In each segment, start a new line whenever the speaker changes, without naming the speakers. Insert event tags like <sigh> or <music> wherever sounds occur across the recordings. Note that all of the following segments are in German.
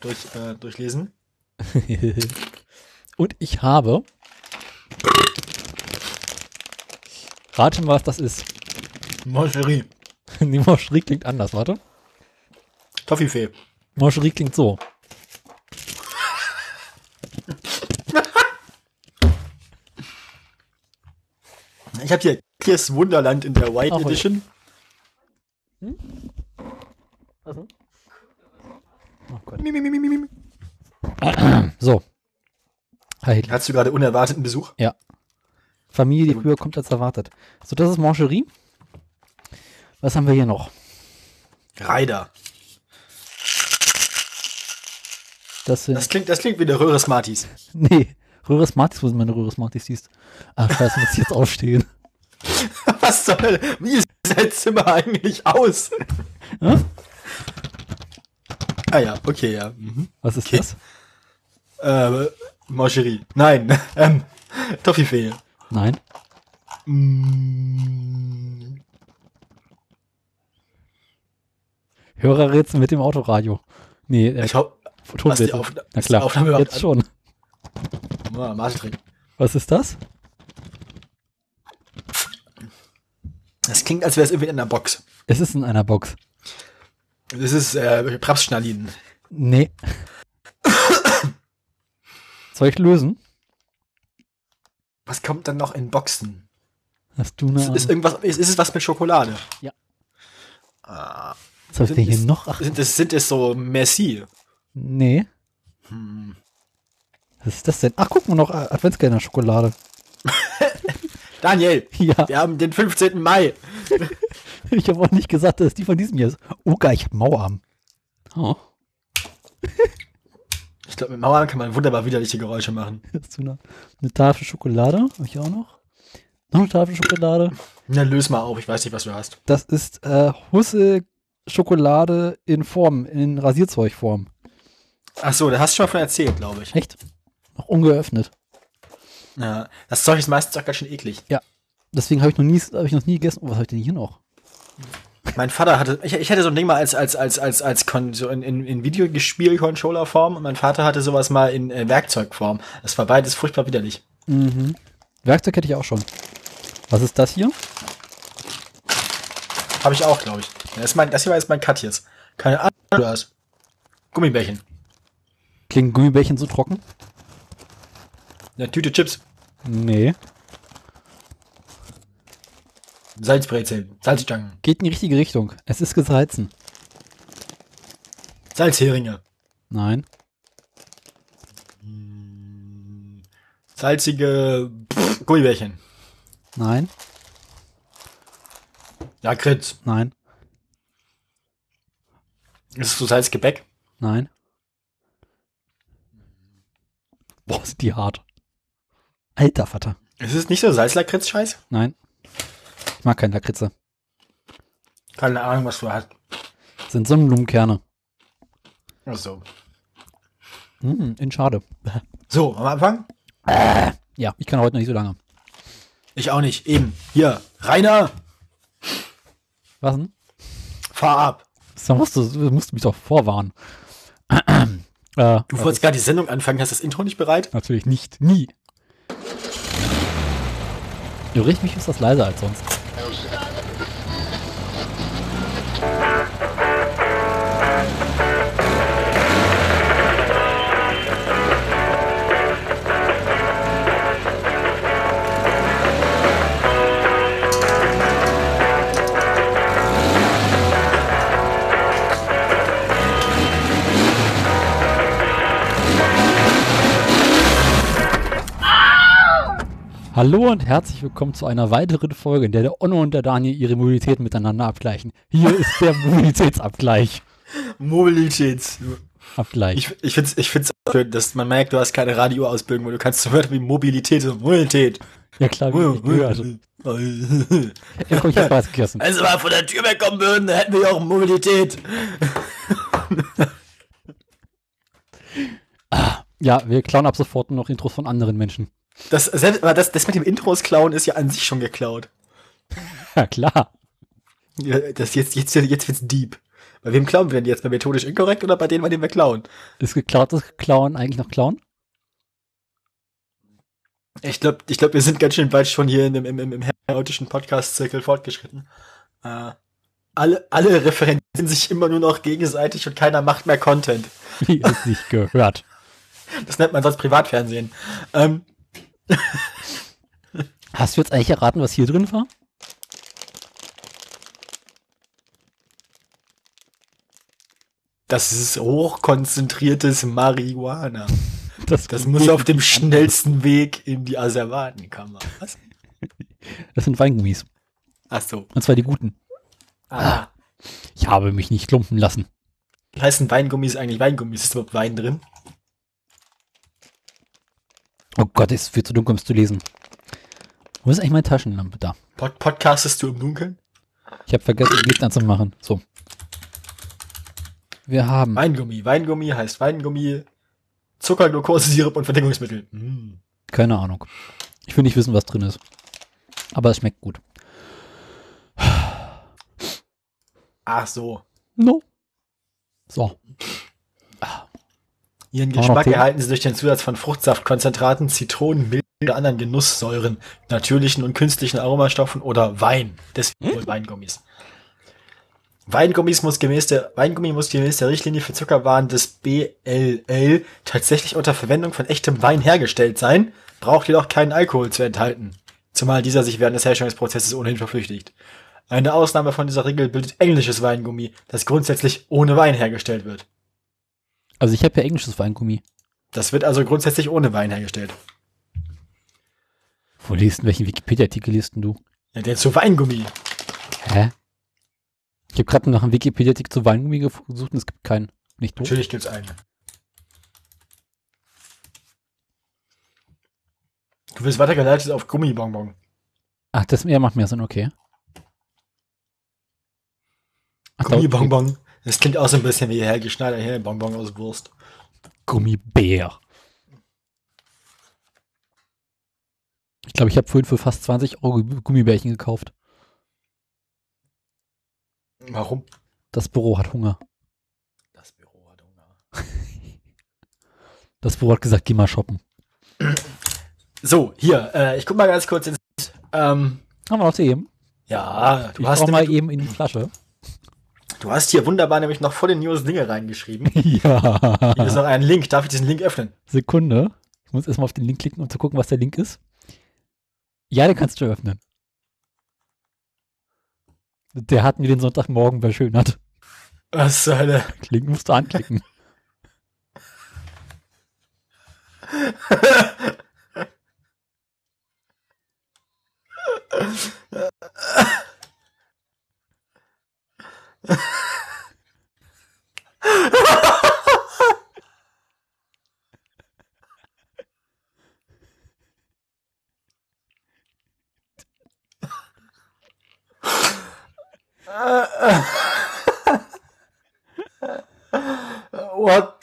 durch, äh, durchlesen.
<laughs> Und ich habe. Rate mal, was das ist. <laughs>
Moncherie.
Die Moscherie klingt anders, warte.
Toffifee.
Moscherie klingt so.
Ich habe hier Clears Wunderland in der White
Ahoi.
Edition.
Oh Gott.
Also. Mi, mi, mi, mi, mi, mi.
So. Hi, Hitler.
Hattest du gerade unerwarteten Besuch?
Familie, die früher kommt als erwartet. So, das ist Mancherie. Was haben wir hier noch?
Reider.
Das sind.
Das klingt, das klingt wie der Röhre Smarties. <laughs>
nee, Röhres Martis, wo sind meine Röhres Martis siehst? Ach, scheiße, muss ich
<laughs>
jetzt aufstehen.
Was soll, wie sieht dein Zimmer eigentlich aus?
Hä?
Ah ja, okay, ja. Mhm.
Was ist
Okay.
das?
Äh, Moncherie. Nein, <laughs> ähm, Toffifee.
Nein.
Mm,
Hörerrätsel mit dem Autoradio. Nee, äh,
ich hoffe,
Tonrätsel.
die Aufna-
Na
ist die
klar,
Aufnahme überhaupt
jetzt
an?
schon.
ah, Marschtrick.
Was ist das?
Das klingt, als wäre es irgendwie in einer Box.
Es ist in einer Box.
Das ist äh, Prapsschnallinen. <coughs>
Nee. Soll ich lösen?
Was kommt dann noch in Boxen?
Hast du eine
Ist, ist,
Ahnung?
irgendwas, ist, ist es was mit Schokolade?
Ja.
Ah,
Was hab ich denn hier
ist-
noch? Ach,
sind, es, sind es so Merci?
nee.
Hm.
Was ist das denn? Ach, guck mal noch, äh, Adventskalender Schokolade.
Daniel,
<laughs> Ja,
wir haben den 15. Mai.
ich habe auch nicht gesagt, dass die von diesem Jahr ist. Oh geil, ich hab Mauerarm. Oh,
Ich glaube, mit Mauern kann man wunderbar widerliche Geräusche machen.
hast du eine, eine Tafel Schokolade? Hab ich auch noch. Noch eine Tafel Schokolade.
Na, löse mal auf, ich weiß nicht, was du hast.
Das ist äh, Husse Schokolade in Form, in Rasierzeugform.
Ach so, da hast du schon von erzählt, glaube ich.
Echt? Noch ungeöffnet.
Ja, das Zeug ist meistens auch ganz schön eklig.
Deswegen habe ich noch nie, habe ich noch nie gegessen. Oh, was habe ich denn hier noch?
Mein Vater hatte, ich, ich hatte so ein Ding mal als, als, als, als, als Kon so in, in, in Videospiel-Controller-Form und mein Vater hatte sowas mal in äh, Werkzeugform. Das war beides furchtbar widerlich.
Mhm. Werkzeug hätte ich auch schon. Was ist das hier?
Habe ich auch, glaube ich. Das, ist mein, das hier war jetzt mein Cut jetzt. Keine Ahnung, was du hast. Gummibärchen.
Klingen Gummibärchen so trocken?
Eine Tüte Chips.
Nee.
Salzbrezeln. Salzstangen.
Geht in die richtige Richtung. Es ist gesalzen.
Salzheringe.
Nein.
Salzige pff, Gummibärchen.
Nein.
Ja, Kritz.
Nein.
Ist es so Salzgebäck?
Nein. Boah, sind die hart. Alter Vater.
Ist es nicht so Salzlakritz-Scheiß?
Nein. Ich mag keine Lakritze.
Keine Ahnung, was du hast.
Das sind Sonnenblumenkerne.
Ach so.
Mm, in Schade.
So, am Anfang?
Ja, ich kann heute noch nicht so lange.
Ich auch nicht. Eben. Hier. Rainer,
Was denn?
fahr ab.
Da musst du, du musst mich doch vorwarnen. <clears throat> äh,
Du wolltest gerade die Sendung anfangen, hast das Intro nicht bereit?
natürlich nicht. Nie. Irre ich mich, ist das leiser als sonst. Hallo und herzlich willkommen zu einer weiteren Folge, in der der Onno und der Daniel ihre Mobilität miteinander abgleichen. Hier
<laughs>
ist der Mobilitätsabgleich.
Mobilitäts.
Abgleich.
Ich, ich finde es ich find's auch schön, dass man merkt, du hast keine Radioausbildung, weil du kannst so Wörter wie Mobilität und Mobilität.
ja klar, wie ich gehört.
also-
Ja,
Wenn <laughs>
komm, ich hab was gegessen.
sie mal von der Tür wegkommen würden, dann hätten wir ja auch Mobilität.
Ja, wir klauen ab sofort nur noch Intros von anderen Menschen. <laughs>
Das, selbst, aber das, das mit dem Intros klauen ist ja an sich schon geklaut.
Ja klar.
Ja, Das jetzt, jetzt, jetzt wird's deep. Bei wem klauen wir denn jetzt? Bei methodisch inkorrekt oder bei denen, bei denen wir klauen?
Ist geklautes Klauen eigentlich noch Klauen?
Ich glaube, ich glaub, wir sind ganz schön weit schon hier in dem, im, im, im hermeneutischen Podcast-Zirkel fortgeschritten. Äh, alle, alle referenzieren sich immer nur noch gegenseitig und keiner macht mehr Content.
Wie es sich gehört.
Das nennt man sonst Privatfernsehen. Ähm,
Hast du jetzt eigentlich erraten, was hier drin war?
das ist hochkonzentriertes Marihuana. Das
klingt
muss auf dem
definitiv
schnellsten Weg in die Asservatenkammer. Was?
anders. Das sind Weingummis.
Ach so.
Und zwar die guten.
Ah.
Ich habe mich nicht klumpen lassen.
Wie heißen Weingummis eigentlich Weingummis? Ist überhaupt Wein drin?
Oh Gott, ist viel zu dunkel, um es zu lesen. Wo ist eigentlich meine Taschenlampe da?
Pod Podcastest du im Dunkeln?
Ich habe vergessen, die Licht anzumachen. So. Wir haben.
Weingummi. Weingummi heißt Weingummi. Zucker, Glucose, Sirup und Verdünnungsmittel. Mm.
Keine Ahnung. Ich will nicht wissen, was drin ist. Aber es schmeckt gut.
Ach so.
No. So.
Ihren
Auch noch
Geschmack
Tee?
erhalten sie durch den Zusatz von Fruchtsaftkonzentraten, Zitronen, Milch oder anderen Genusssäuren, natürlichen und künstlichen Aromastoffen oder Wein. Deswegen
Hm?
wohl Weingummis. Weingummis muss gemäß der, Weingummi muss gemäß der Richtlinie für Zuckerwaren des BLL tatsächlich unter Verwendung von echtem Wein hergestellt sein, braucht jedoch keinen Alkohol zu enthalten. Zumal dieser sich während des Herstellungsprozesses ohnehin verflüchtigt. Eine Ausnahme von dieser Regel bildet englisches Weingummi, das grundsätzlich ohne Wein hergestellt wird.
Also ich habe ja englisches Weingummi.
Das wird also grundsätzlich ohne Wein hergestellt.
Wo liest denn welchen Wikipedia-Artikel liest denn du?
Ja, der zu Weingummi.
Hä? Ich habe gerade nach einem Wikipedia-Artikel zu Weingummi gef- gesucht und es gibt keinen. Nicht du?
Natürlich gibt's einen. Du wirst weitergeleitet auf Gummibonbon.
Ach, das ja, macht mehr Sinn, okay. Ach, da-
Gummibonbon. Das klingt auch so ein bisschen wie Helge Schneider hier, Bonbon aus Wurst.
Gummibär. Ich glaube, ich habe vorhin für fast 20 Euro Gummibärchen gekauft.
Warum?
Das Büro hat Hunger.
Das Büro hat Hunger.
Das Büro hat gesagt, geh mal shoppen.
So, hier, äh, ich guck mal ganz kurz ins. Ähm,
Haben wir noch zu eben.
ja, du
ich
hast,
brauch mal
nämlich,
eben in
<laughs>
die Flasche.
du hast hier wunderbar nämlich noch vor den News Dinge reingeschrieben. Hier ist
ja.
noch ein Link. Darf ich diesen Link öffnen?
Sekunde. Ich muss erstmal auf den Link klicken, um zu gucken, was der Link ist. Ja, den kannst du öffnen. Der hatten wir den Sonntagmorgen bei Schönert.
Was zur Hölle?
<laughs> Klicken musst du anklicken.
What?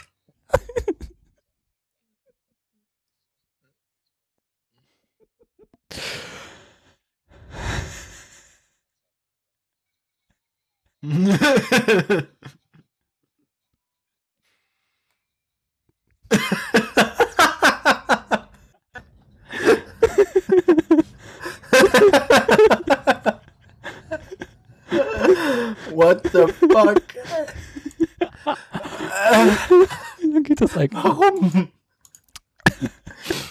What the fuck?
Wie lange geht das eigentlich?
Warum?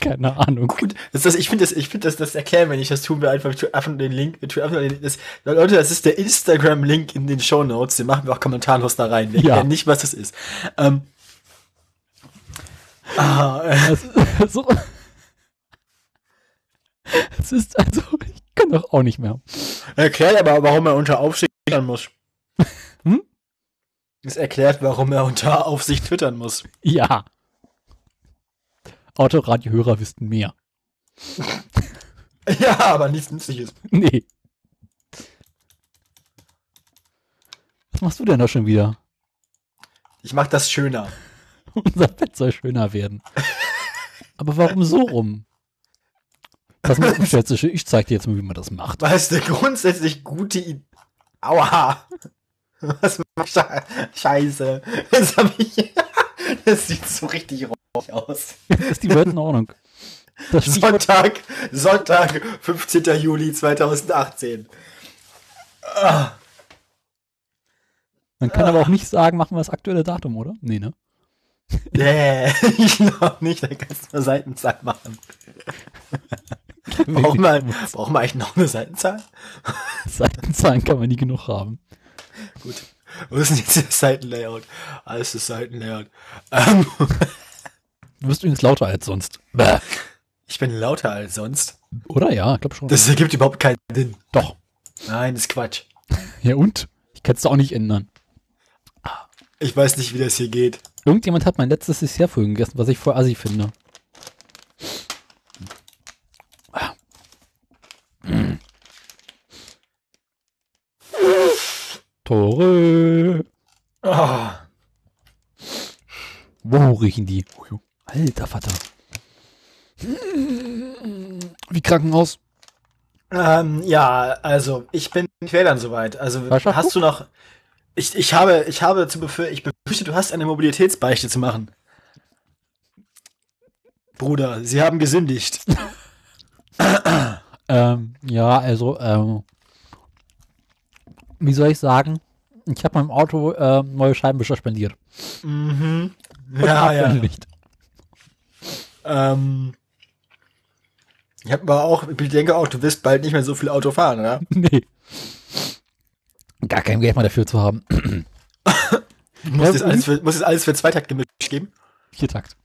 Keine Ahnung.
Gut, das, das, ich finde das, ich finde das, das erklären wir nicht. Das tun wir einfach. Wir tun einfach den Link. Wir tun einfach den, das, Leute, das ist der Instagram-Link in den Show Notes. Den machen wir auch kommentarlos da rein. Wir
Ja.
erklären nicht, was das ist. Ähm, ah, äh,
Es, so, also, es ist also, ich kann doch auch nicht mehr.
erklärt aber, warum er unter Aufsicht twittern muss.
Hm?
Es erklärt, warum er unter Aufsicht twittern muss.
Ja. Autoradiohörer wüssten mehr. <laughs>
Ja, aber nichts Nützliches.
Nee. Was machst du denn da schon wieder? <laughs>
Ich mach das schöner.
Unser Bett soll schöner werden. Aber warum so rum? Pass mal auf, Schätze, ich zeig dir jetzt mal, wie man das macht. <laughs>
Weil es eine grundsätzlich gute Idee. Aua! Was Sche- Scheiße. Das, hab ich, <laughs> das sieht so richtig rohig aus.
Das ist die Welt in Ordnung. Das Stichwort,
Sonntag, Sonntag, 15. Juli Ah, 2018.
man kann aber auch nicht sagen, machen wir das aktuelle Datum, oder? Nee, ne?
Nee, <laughs> ich glaube nicht, da kannst du eine Seitenzahl machen. Braucht man, braucht man eigentlich noch eine Seitenzahl?
Seitenzahlen kann man nie genug haben.
Gut. Wo ist denn jetzt das Seitenlayout? Alles ist Seitenlayout. Ähm,
Du bist übrigens lauter als sonst. Bäh.
ich bin lauter als sonst.
Oder? Ja, ich glaube schon.
Das ergibt überhaupt keinen Sinn.
Doch.
Nein, das ist Quatsch.
Ja und? Ich kann es auch nicht ändern.
Ich weiß nicht, wie das hier geht.
Irgendjemand hat mein letztes Dessertfolgen gegessen, was ich voll assi finde. Ah. Mm. Tore.
Oh,
Wo riechen die? Alter Vater. Wie Krankenhaus.
Ähm, ja, also ich bin ich wäre dann soweit. Also
Herrschaft,
hast du noch? Ich, ich habe ich habe zu befür ich befürchte, du hast eine Mobilitätsbeichte zu machen. Bruder, sie haben gesündigt.
Ähm, ja, also, ähm, wie soll ich sagen? Ich habe meinem Auto ähm, neue Scheibenwischer spendiert.
Mhm. Ja, ja.
Licht. <laughs>
Ähm, ich habe aber auch, ich denke auch, du wirst bald nicht mehr so viel Auto fahren, oder?
Nee. Gar kein Geld mehr dafür zu
<coughs>
haben.
Du musst,
Ja,
jetzt, alles für, musst jetzt alles für Zweitakt gemischt geben.
Viertakt.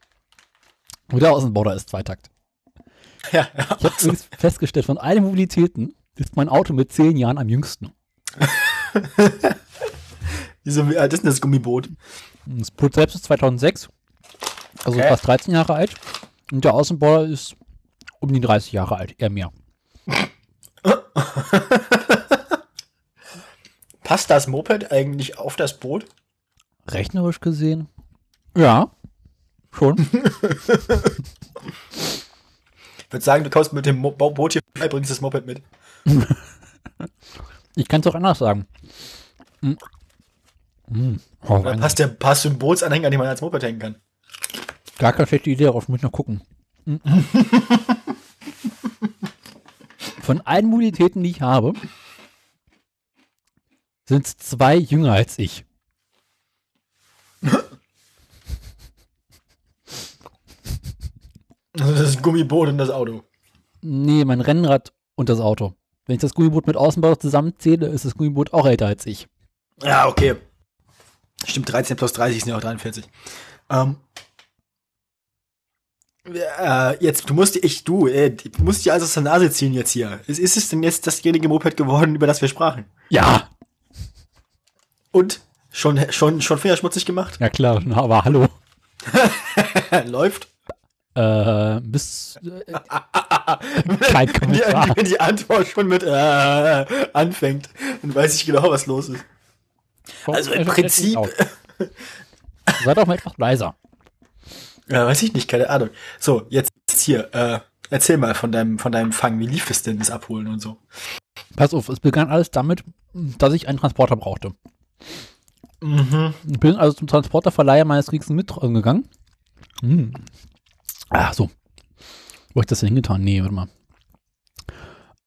Wieder Außenborder ist Zweitakt.
<laughs> Ja, ja.
Ich habe übrigens festgestellt, von allen Mobilitäten ist mein Auto mit zehn Jahren am jüngsten.
Wieso, wie alt ist denn äh, das Gummiboot?
Das Pult selbst ist 2006, also
Okay.
fast 13 Jahre alt. Und der Außenborder ist um die 30 Jahre alt, eher mehr.
Passt das Moped eigentlich auf das Boot?
Rechnerisch gesehen? Ja, <laughs> schon.
Ich würde sagen, du kommst mit dem Mo Bo- Boot hier vorbei, bringst das Moped mit.
Ich kann es auch anders sagen. Hm. Hm. Oh,
Oder
Weihnachten.
passt, der, passt du einen Bootsanhänger, den man als Moped hängen kann?
Gar keine schlechte Idee, darauf muss ich noch gucken. Hm. <laughs> Von allen Mobilitäten, die ich habe, sind zwei jünger als ich.
Also das ist ein Gummiboot und das Auto.
Nee, mein Rennrad und das Auto. Wenn ich das Gummiboot mit Außenbau zusammenzähle, ist das Gummiboot auch älter als ich.
Ja, okay. Stimmt, 13 plus 30 sind ja auch 43. Ähm, äh, jetzt, du musst, ich, du, äh, du musst dir also aus der Nase ziehen jetzt hier. Ist, ist es denn jetzt dasjenige Moped geworden, über das wir sprachen?
Ja,
Und? Schon, schon, schon Finger schmutzig gemacht? <laughs>
ja klar, na, aber hallo.
Läuft? <laughs>
Äh, bis. Äh, kein
Wenn die,
Kommentar.
wenn die Antwort schon mit äh, anfängt, dann weiß ich genau, was los ist. Also im Prinzip-
Sei doch mal etwas leiser.
Ja, Äh, weiß ich nicht, keine Ahnung. So, jetzt hier, äh, erzähl mal von deinem, von deinem Fang. Wie lief es denn, das Abholen und so?
Pass auf, es begann alles damit, dass ich einen Transporter brauchte.
Mhm.
Ich bin also zum Transporterverleiher meines Kriegs mit gegangen. Hm. Ach so. Wo hab ich das denn hingetan? Nee, warte mal.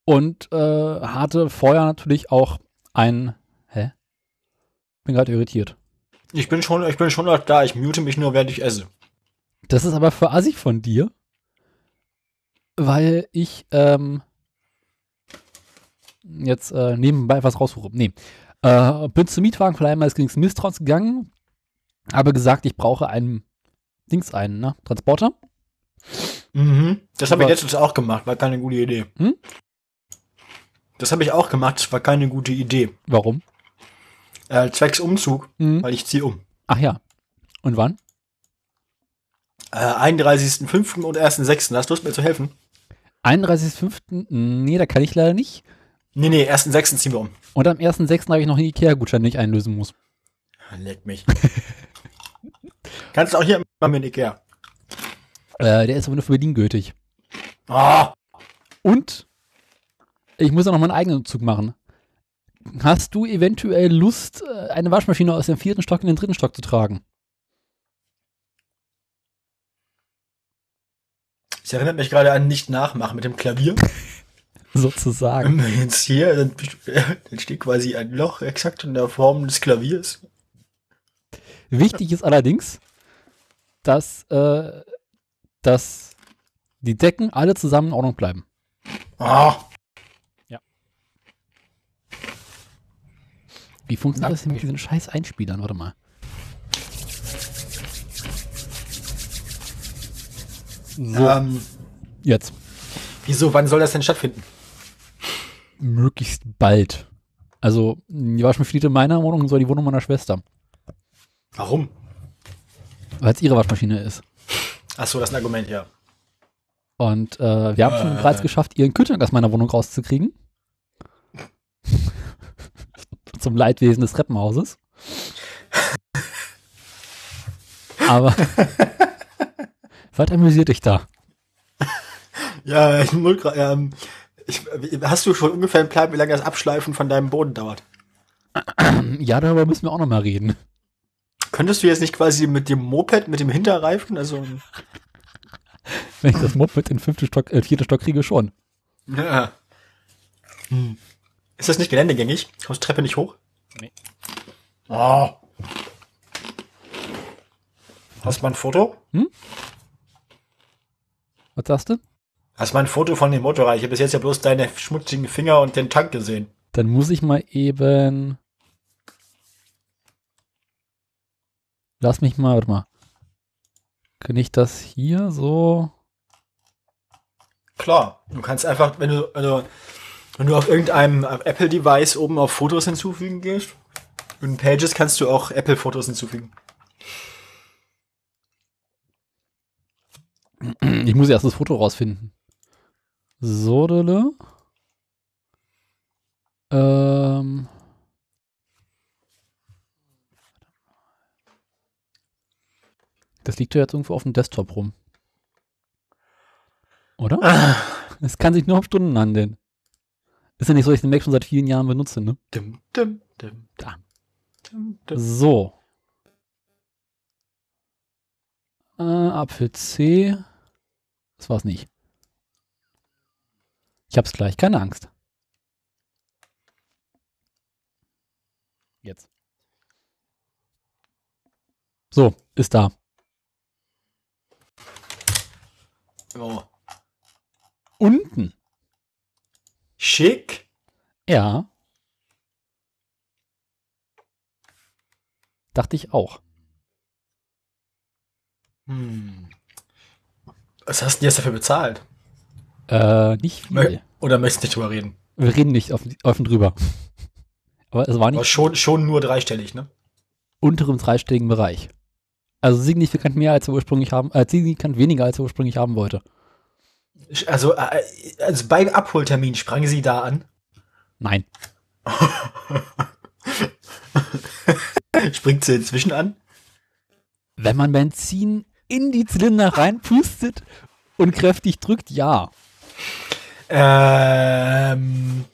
Und äh, hatte vorher natürlich auch ein. Hä? Bin gerade irritiert.
Ich bin schon, ich bin schon noch da. Ich mute mich nur, während ich esse.
Das ist aber für assig von dir, weil ich ähm, jetzt äh, nebenbei was raussuche. Nee. Äh, bin zum Mietwagenverleih meines Kriegs Misstrauens gegangen, habe gesagt, ich brauche einen Dings, einen ne? Transporter.
Mhm. Das habe ich
Aber-
letztens auch gemacht. War keine gute Idee.
Hm?
Das habe ich auch gemacht. Das war keine gute Idee.
Warum?
Äh, zwecks Umzug,
Mhm.
weil ich ziehe um.
Ach ja. Und wann?
Äh, 31.05. und 1.06. Hast du Lust, mir zu helfen?
31.05. Nee, da kann ich leider nicht.
Nee, nee, 1.06. ziehen wir um.
Und am 1.06. habe ich noch einen Ikea-Gutschein, den ich einlösen muss.
Ah, Leck <laughs> mich. Kannst du auch hier mal mit Ikea.
Äh, der ist aber nur für Berlin gültig.
Ah,
Und ich muss auch noch meinen eigenen Umzug machen. Hast du eventuell Lust, äh, eine Waschmaschine aus dem vierten Stock in den dritten Stock zu tragen? <laughs>
Es erinnert mich gerade an Nicht-Nachmachen mit dem Klavier.
Sozusagen.
Wenn wir jetzt hier, dann, dann steht quasi ein Loch exakt in der Form des Klaviers.
Wichtig ist allerdings, dass, äh, dass die Decken alle zusammen in Ordnung bleiben.
Ah,
Wie funktioniert das denn mit diesen scheiß Einspielern? Warte mal. So,
ähm,
jetzt.
wieso, wann soll das denn stattfinden?
Möglichst bald. Also, die Waschmaschine in meiner Wohnung soll die Wohnung meiner Schwester,
Warum?
weil es ihre Waschmaschine ist.
Ach so, das ist ein Argument, ja.
Und äh, wir haben schon
Äh.
bereits geschafft, ihren Kühlschrank aus meiner Wohnung rauszukriegen. <laughs> Zum Leidwesen des Treppenhauses. Aber was amüsiert dich da?
Ja, ich, muss gra- ähm, ich, hast du schon ungefähr einen Plan, wie lange das Abschleifen von deinem Boden dauert?
Ja, darüber müssen wir auch noch mal reden.
Könntest du jetzt nicht quasi mit dem Moped, mit dem Hinterreifen, also
Wenn ich das Moped in den fünften Stock, äh, vierten Stock kriege, schon.
Ja. Hm. Ist das nicht geländegängig? Kommst du Treppe nicht hoch?
Nee.
Oh. Hast du mal ein Foto?
Was sagst du?
Hast du mal ein Foto von dem Motorrad? Ich habe bis jetzt ja bloß deine schmutzigen Finger und den Tank gesehen.
Dann muss ich mal eben. Lass mich mal, warte mal. Kann ich das hier so?
Klar. Du kannst einfach, wenn du, wenn du, wenn du auf irgendeinem Apple-Device oben auf Fotos hinzufügen gehst, in Pages kannst du auch Apple-Fotos hinzufügen.
Ich muss erst das Foto rausfinden. Sodele. Ähm. Das liegt ja jetzt irgendwo auf dem Desktop rum. Oder? Es kann sich nur um Stunden handeln. Ist ja nicht so, dass ich den Mac schon seit vielen Jahren benutze, ne?
Dim, dim, dim,
Da.
dim, dim.
So. Äh, Apfel C. Das war's nicht. Ich hab's gleich, keine Angst. Jetzt. So, ist da.
Oh.
Unten.
Schick.
Ja. Dachte ich auch.
Hm. Was hast du denn jetzt dafür bezahlt?
Äh, nicht viel.
Oder möchtest nicht drüber reden?
Wir reden nicht offen, offen drüber. <laughs> Aber es war nicht
Aber schon, schon nur dreistellig, ne?
unteren dreistelligen Bereich. Also signifikant mehr als wir ursprünglich haben, als signifikant weniger als wir ursprünglich haben wollte.
Also, äh, also beim Abholtermin sprang sie da an. <laughs>
Nein.
Springt sie inzwischen an?
Wenn man Benzin in die Zylinder reinpustet und kräftig drückt, ja.
Ähm,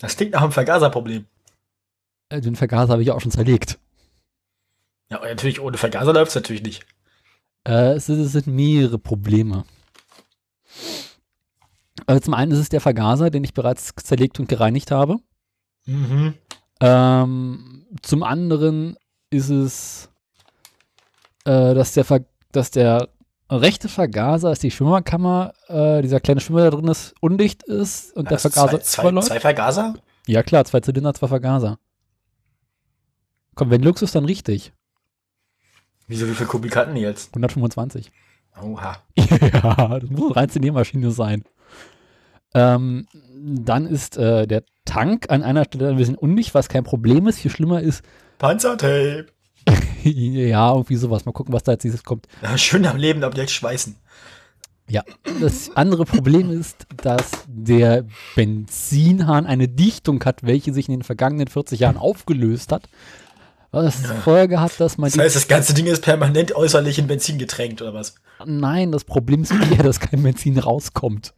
das klingt nach einem Vergaserproblem.
Äh, Den Vergaser habe ich ja auch schon zerlegt.
Ja, und natürlich, ohne Vergaser läuft es natürlich nicht.
Äh, es, sind- es sind mehrere Probleme. Äh, zum einen ist es der Vergaser, den ich bereits zerlegt und gereinigt habe.
Mhm.
Ähm, zum anderen ist es, äh, dass, der Ver dass der rechte Vergaser, dass die Schwimmerkammer, äh, dieser kleine Schwimmer da drin ist, undicht ist und der
Hast du
Vergaser
Also zwei, zwei,
überläuft.
zwei Vergaser?
Ja klar, zwei Zylinder, zwei Vergaser. Komm, wenn Luxus, dann richtig.
Wieso, wie viel Kubik hatten die jetzt?
125.
Oha.
<laughs> ja, das muss eine reinste Nähmaschine sein. Ähm, dann ist äh, der Tank an einer Stelle ein bisschen undicht, was kein Problem ist. Viel schlimmer ist, <laughs>
Panzertape.
ja, irgendwie sowas. Mal gucken, was da als nächstes kommt.
Ja, Schön am lebenden Objekt schweißen.
Ja, das andere Problem ist, dass der Benzinhahn eine Dichtung hat, welche sich in den vergangenen 40 Jahren aufgelöst hat. Was zur Folge hat, dass man
Das heißt, das ganze Ding ist permanent äußerlich in Benzin getränkt, oder was?
die, Nein, das Problem ist eher, dass kein Benzin rauskommt.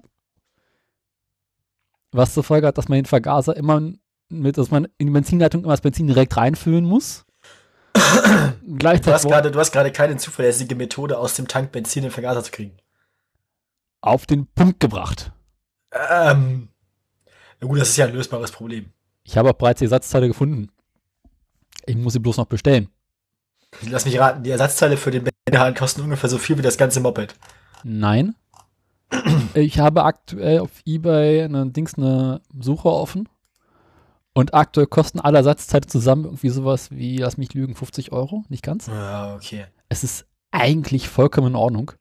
Was zur Folge hat, dass man den Vergaser immer mit, dass man in die Benzinleitung immer das Benzin direkt
<coughs>
reinfüllen muss.
Du hast
Gleichzeitig
gerade, du hast gerade keine zuverlässige Methode, aus dem Tank Benzin in den Vergaser zu kriegen.
auf den Punkt gebracht.
Ähm. Na gut, das ist ja ein lösbares Problem.
Ich habe auch bereits die Ersatzteile gefunden. Ich muss sie bloß noch bestellen.
Lass mich raten, die Ersatzteile für den Benzin kosten ungefähr so viel wie das ganze Moped.
Nein. Ich habe aktuell auf Ebay eine Dings eine Suche offen. Und aktuell kosten alle Ersatzteile zusammen irgendwie sowas wie, lass mich lügen, 50 Euro, nicht ganz.
Ah, okay.
Es ist eigentlich vollkommen in Ordnung.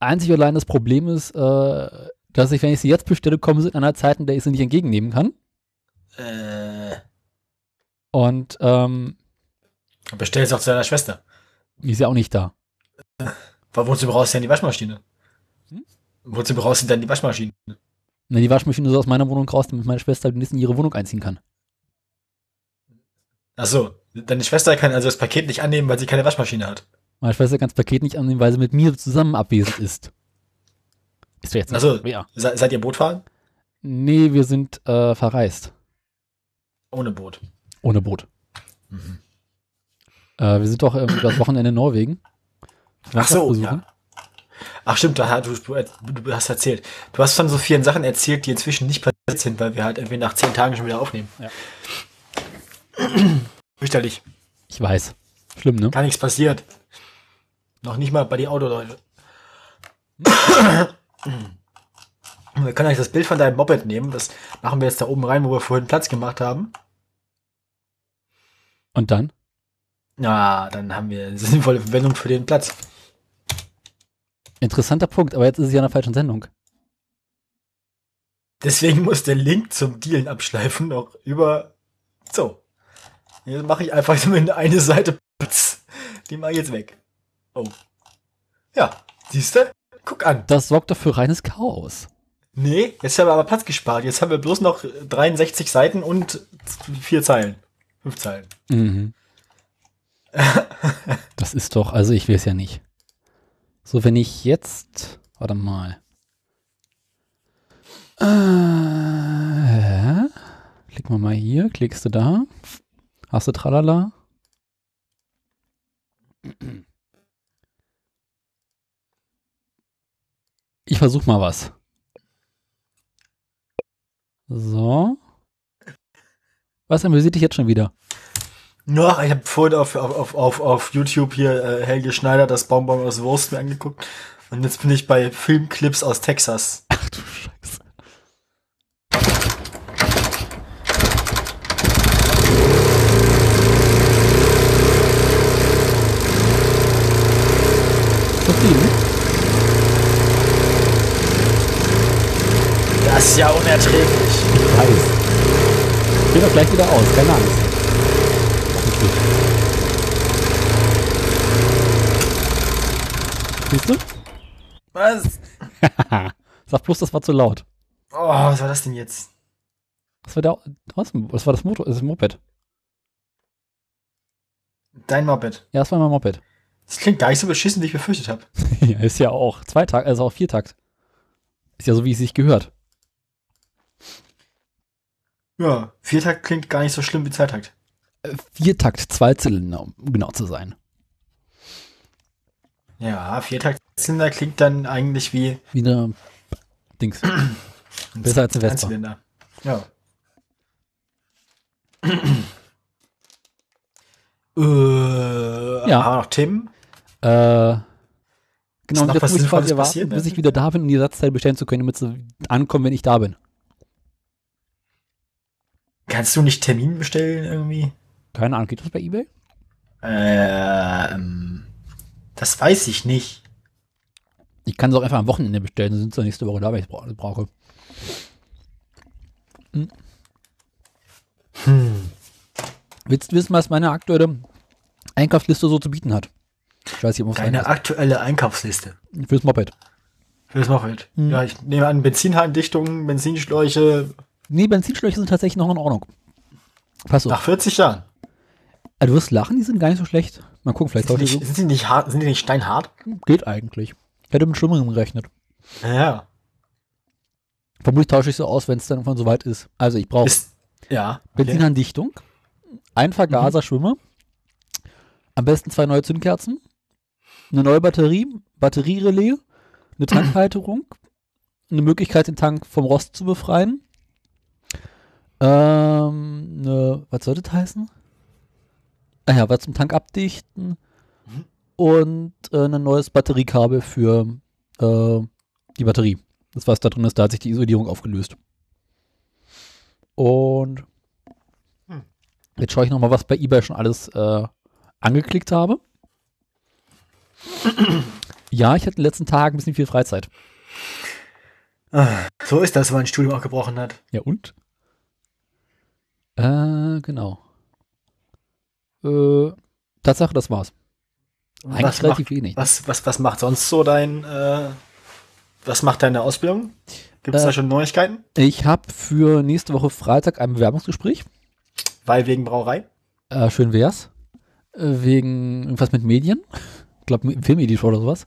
Einzig und allein das Problem ist, äh, dass ich, wenn ich sie jetzt bestelle, komme sie in einer Zeit, in der ich sie nicht entgegennehmen kann.
Äh,
Und ähm,
bestell es auch zu deiner Schwester.
die ist ja auch nicht da.
Weil wohnst du brauchst ja die Waschmaschine.
Hm?
Wohnst du brauchst dann die Waschmaschine.
Na, Ne, die Waschmaschine soll aus meiner Wohnung raus, damit meine Schwester demnächst in ihre Wohnung einziehen kann.
Ach so, deine Schwester kann also das Paket nicht annehmen, weil sie keine Waschmaschine hat.
Meine Schwester kann das Paket nicht annehmen, weil sie mit mir zusammen abwesend ist. Ist doch jetzt
Also-
schwer.
Se seid ihr Bootfahren?
Nee, wir sind äh, verreist.
Ohne Boot.
Ohne Boot.
Mhm.
Äh, wir sind doch ähm, das Wochenende in Norwegen.
Ach so,
Nachbarbesuche.
ja. Ach stimmt, da, du, du, du hast erzählt. Du hast von so vielen Sachen erzählt, die inzwischen nicht passiert sind, weil wir halt irgendwie nach zehn Tagen schon wieder aufnehmen.
Ja.
<clears throat> Fürchterlich.
Ich weiß. Schlimm, ne?
Gar nichts passiert. Noch nicht mal bei die Autoleute. <coughs> Wir können euch das Bild von deinem Moped nehmen. Das machen wir jetzt da oben rein, wo wir vorhin Platz gemacht haben.
Und dann?
Na, dann haben wir eine sinnvolle Verwendung für den Platz.
Interessanter Punkt, aber jetzt ist es ja in der falschen Sendung.
Deswegen muss der Link zum Dealen abschleifen noch über. So. Jetzt mache ich einfach so in eine Seite. Platz. Die mache ich jetzt weg. Oh. Ja, siehst du? Guck an.
Das sorgt doch für reines Chaos.
Nee, jetzt haben wir aber Platz gespart. Jetzt haben wir bloß noch 63 Seiten und vier Zeilen. Fünf Zeilen.
Mhm. das ist doch, also ich will es ja nicht. So, wenn ich jetzt, warte mal. Äh, klick mal mal hier, klickst du da. Hast du tralala. Ich versuch mal was. So. Was amüsiert dich jetzt schon wieder?
Noch, ich habe vorhin auf, auf, auf, auf, auf YouTube hier äh, Helge Schneider das Bonbon aus Wurst mir angeguckt. Und jetzt bin ich bei Filmclips aus Texas.
Ach du Scheiße. Verstehen?
Das ist ja unerträglich.
Ich weiß. Geh doch gleich wieder aus, keine Angst. Hoffentlich. Siehst du? <laughs>
Was?
Sag bloß, das war zu laut.
Oh, was war das denn jetzt?
Das war, der, was, was war das Motor, das Moped.
Dein Moped.
Ja, das war mein Moped.
Das klingt gar nicht so beschissen, wie ich befürchtet habe.
Ja, <laughs> ist ja auch zwei Takt, also auch vier Takt. Ist ja so, wie es sich gehört.
Ja, Viertakt klingt gar nicht so schlimm wie Zweitakt.
Äh, Vier Takt, zwei Zylinder, um genau zu sein.
Ja, Viertakt-Zylinder klingt dann eigentlich wie
Wie eine Dings.
ein
Besser als eine Vespa.
Einzylinder. Ja. <clears throat> äh,
Ja.
ja. Haben wir noch Tim?
Äh, genau, und
noch was
jetzt muss ich
Sinnvolles
quasi warten,
passiert, ne?
bis ich wieder da bin, um die Ersatzteile bestellen zu können, damit sie ankommen, wenn ich da bin.
Kannst du nicht Termin bestellen irgendwie?
Keine Ahnung, geht das bei Ebay?
Ähm, das weiß ich nicht.
Ich kann es auch einfach am Wochenende bestellen, dann sind sie nächste Woche da, wenn ich es brauche. Hm.
Hm.
Willst du wissen, was meine aktuelle Einkaufsliste so zu bieten hat? Ich weiß nicht, ob
Deine
Einkaufs-
aktuelle Einkaufsliste.
fürs Moped.
Fürs Moped.
Hm.
Ja, ich nehme an, Benzinheimdichtungen, Benzinschläuche
Nee, Benzinschläuche sind tatsächlich noch in Ordnung. Pass auf.
nach 40 Jahren.
Ah, du wirst lachen, die sind gar nicht so schlecht. Mal gucken, vielleicht
Sind
heute
die,
so.
sind die nicht hart, sind die nicht steinhart?
Geht eigentlich. Ich hätte mit Schlimmerem gerechnet.
Ja.
Vermutlich tausche ich so aus, wenn es dann irgendwann soweit ist. Also ich brauche
Ist, ja. Okay.
Benzinandichtung, ein Vergaser, Schwimmer, am besten zwei neue Zündkerzen, eine neue Batterie, Batterierelais, eine Tankhalterung, eine Möglichkeit, den Tank vom Rost zu befreien. Ähm, eine, was soll das heißen? Ah ja, was zum Tank abdichten und äh, ein neues Batteriekabel für äh, die Batterie. Das, was da drin ist, da hat sich die Isolierung aufgelöst. Und
Hm.
jetzt schaue ich nochmal, was bei eBay schon alles äh, angeklickt habe. ja, ich hatte in den letzten Tagen ein bisschen viel Freizeit.
Ah, So ist das, wenn man ein Studium auch gebrochen hat.
Ja, und? Äh, genau. Äh, Tatsache, das war's. Eigentlich
was, macht,
relativ wenig.
was, was, was macht sonst so dein, äh, was macht deine Ausbildung? Gibt es
Äh.
da schon Neuigkeiten?
Ich habe für nächste Woche Freitag ein Bewerbungsgespräch.
Weil wegen Brauerei?
Äh, schön wär's. Äh, wegen irgendwas mit Medien. Ich glaube, Filmeditor oder sowas.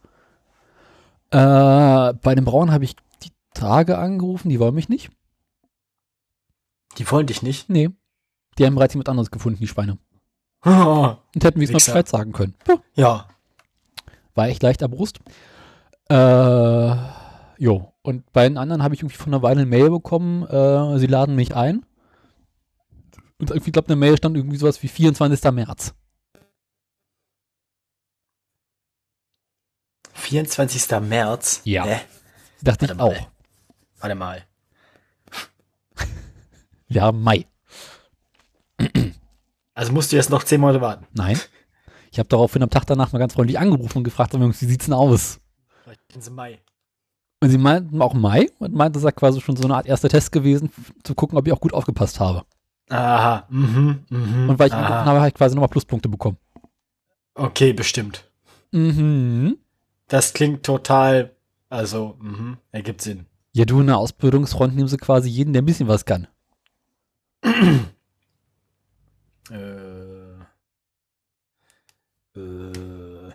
Äh, bei den Brauern habe ich die Tage angerufen, die wollen mich nicht.
Die wollen dich nicht.
Nee. Die haben bereits jemand anderes gefunden, die Schweine.
<laughs> ja.
Und hätten wir es mal
Wichser.
Bescheid sagen können. Ja, war echt leicht erbrust. Äh, jo. Und bei den anderen habe ich irgendwie von einer Weile eine Mail bekommen, äh, sie laden mich ein. Und irgendwie, glaube eine Mail stand irgendwie sowas wie 24. März.
24. März.
Ja.
Hä?
Dachte ich
Warte mal.
auch.
Warte mal.
Wir haben Mai.
Also musst du jetzt noch 10 Monate warten.
Nein. Ich habe daraufhin am Tag danach mal ganz freundlich angerufen und gefragt, Jungs, wie sieht's denn aus?
Vielleicht sind sie im Mai.
Und sie meinten auch Mai und meinten, das sei quasi schon so eine Art erster Test gewesen, f- zu gucken, ob ich auch gut aufgepasst habe.
Aha. Mhm, mhm.
Und weil ich angerufen
aha.
habe, habe ich quasi nochmal Pluspunkte bekommen.
Okay, bestimmt.
Mhm.
Das klingt total, also, mhm, ergibt Sinn.
Ja, du, in der Ausbildungsfront nehmen sie quasi jeden, der ein bisschen was kann.
Äh, äh,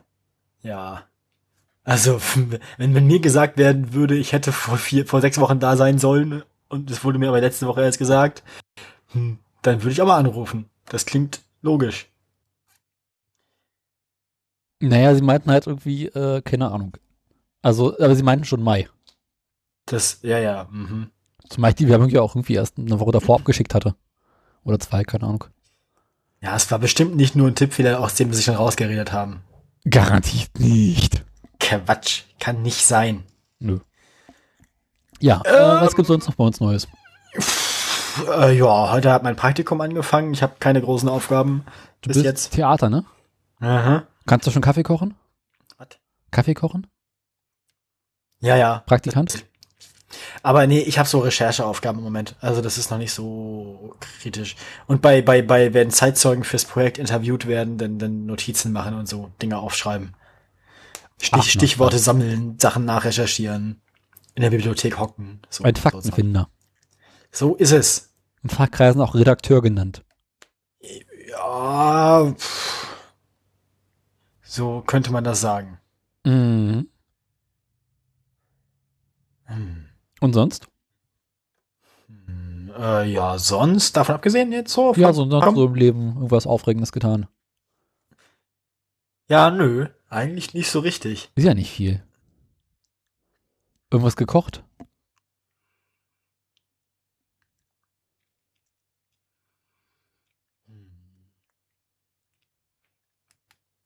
ja. Also, <laughs> wenn, wenn mir gesagt werden würde, ich hätte vor vier, vor sechs Wochen da sein sollen und es wurde mir aber letzte Woche erst gesagt, hm, dann würde ich aber anrufen. Das klingt logisch.
Naja, sie meinten halt irgendwie, äh, keine Ahnung. Also, aber sie meinten schon Mai.
Das, ja, ja, mhm.
Zumal ich die Werbung ja auch irgendwie erst eine Woche davor abgeschickt hatte. Oder zwei, keine Ahnung.
Ja, es war bestimmt nicht nur ein Tippfehler, aus dem sie sich schon rausgeredet haben.
Garantiert nicht.
Quatsch, kann nicht sein.
Ja,
Ähm,
äh, was gibt's sonst noch bei uns Neues?
Äh, ja, heute hat mein Praktikum angefangen. Ich habe keine großen Aufgaben
Du
bis
bist
jetzt.
Theater, ne?
Aha.
Kannst du schon Kaffee kochen?
Was?
Kaffee kochen?
Ja, ja.
Praktikant?
Aber nee, ich habe so Rechercheaufgaben im Moment. Also das ist noch nicht so kritisch. Und bei, bei, bei, wenn Zeitzeugen fürs Projekt interviewt werden, dann, dann Notizen machen und so Dinge aufschreiben. Stich,
Ach, na,
Stichworte sammeln, Sachen nachrecherchieren, in der Bibliothek hocken. So,
Ein
so,
Faktenfinder.
so ist es.
In Fachkreisen auch Redakteur genannt.
Ja. Pff. So könnte man das sagen.
Mhm.
Hm.
Und sonst?
Äh, ja, sonst, davon abgesehen jetzt so?
Ja,
Von-
so sonst
komm.
so im Leben irgendwas Aufregendes getan.
Ja, nö, eigentlich nicht so richtig.
Ist ja nicht viel. Irgendwas gekocht?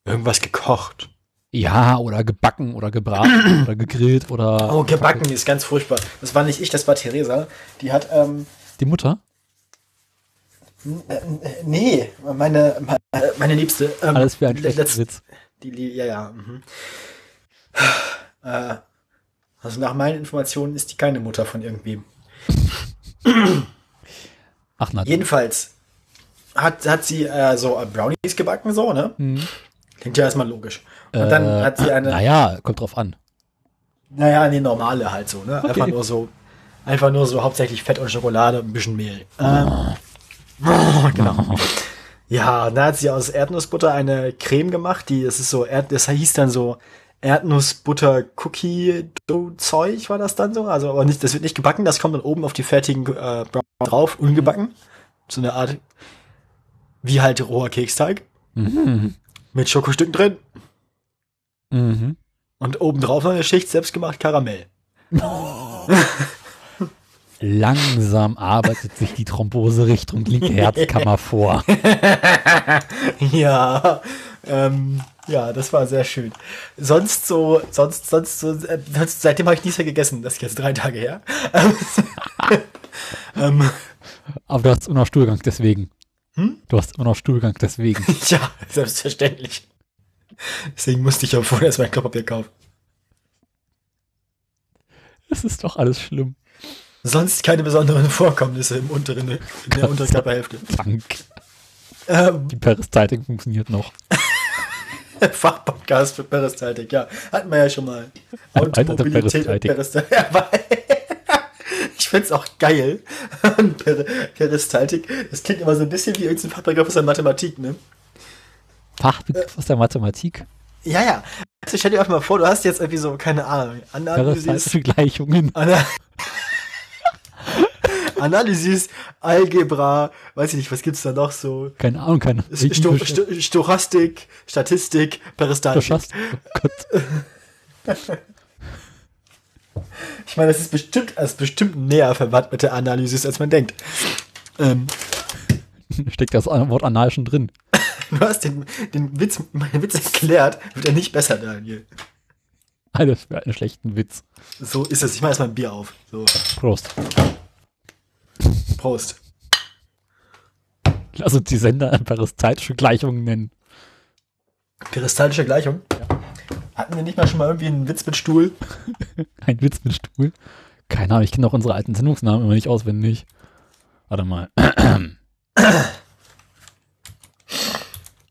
Irgendwas gekocht.
Ja, oder gebacken
<clears throat>
oder gebraten oder gegrillt oder
Oh, gebacken ist ganz furchtbar. Das war nicht ich, das war Theresa. Die hat, ähm,
die Mutter.
n- äh, nee, meine, me- äh, meine Liebste. Ähm,
Alles für einen
le-
schlechten
letzt-
Witz.
Die, Lie- ja, ja. Mhm. Äh, also nach meinen Informationen ist die keine Mutter von irgendwem.
Ach na,
Jedenfalls hat, hat sie äh, so äh, Brownies gebacken, so, ne?
Mhm.
Klingt ja erstmal logisch. Und dann
äh,
hat sie eine, naja,
Naja, kommt drauf an.
eine normale halt so, ne? Einfach
Okay.
nur so, einfach nur so hauptsächlich Fett und Schokolade und ein bisschen Mehl. Ähm, genau. Ja, und da hat sie aus Erdnussbutter eine Creme gemacht, die, es ist so, Erd, das hieß dann so Erdnuss-Butter-Cookie-Zeug war das dann so. Also, aber nicht, das wird nicht gebacken, das kommt dann oben auf die fertigen äh, Brownies drauf, ungebacken. So eine Art, wie halt roher Keksteig
Mhm.
mit Schokostücken drin.
Mhm.
Und obendrauf noch eine Schicht selbstgemacht Karamell.
Langsam arbeitet sich die Thrombose Richtung
<laughs>
linke Herzkammer vor.
ja, ähm, ja, das war sehr schön. Sonst so, sonst, sonst so, äh, sonst, seitdem habe ich nichts mehr gegessen. Das ist jetzt drei Tage her. <laughs> ähm, <laughs>
Aber du hast immer noch Stuhlgang deswegen.
Hm?
Du hast immer noch Stuhlgang
<laughs>
deswegen.
ja, selbstverständlich. Deswegen musste ich ja vorher erst mein Klopapier kaufen.
Es ist doch alles schlimm.
Sonst keine besonderen Vorkommnisse im unteren, in der unteren Körperhälfte.
Dank.
Ähm,
Die Peristaltik funktioniert noch.
<laughs> Fachpodcast für Peristaltik, ja. Hatten wir ja schon mal.
Erweiterte Peristaltik.
Peristaltik. <laughs> Ja, aber- ich find's auch geil. <laughs> Per Peristaltik, das klingt immer so ein bisschen wie irgendein Fachbegriff aus der Mathematik, ne?
Fachbegriff aus der Mathematik.
Ja, ja. Also stell dir einfach mal vor, du hast jetzt irgendwie so, keine Ahnung, analysierst,
Peristaltische Gleichungen.
ana <laughs> analysierst Algebra, weiß ich nicht, was gibt's da noch so?
Keine Ahnung, keine
Sto Sto Stochastik, Statistik, Peristaltik.
Stochast- Oh Gott. <laughs>
Ich meine, das ist bestimmt, das ist bestimmt näher verwandt mit der Analysis, als man denkt. Ähm,
Steckt das Wort anal schon drin.
du hast den, den Witz, meinen Witz erklärt, wird er nicht besser, Daniel.
Alles für einen schlechten Witz.
So ist es. Ich mache erstmal ein Bier auf. So,
Prost.
Prost.
Lass uns Also die Sender peristaltische Gleichungen nennen.
Peristaltische Gleichung. Hatten wir nicht mal schon mal irgendwie einen Witz mit Stuhl?
Ein Witz mit Stuhl. Keine Ahnung, ich kenne auch unsere alten Sendungsnamen immer nicht auswendig. Warte mal. <clears throat>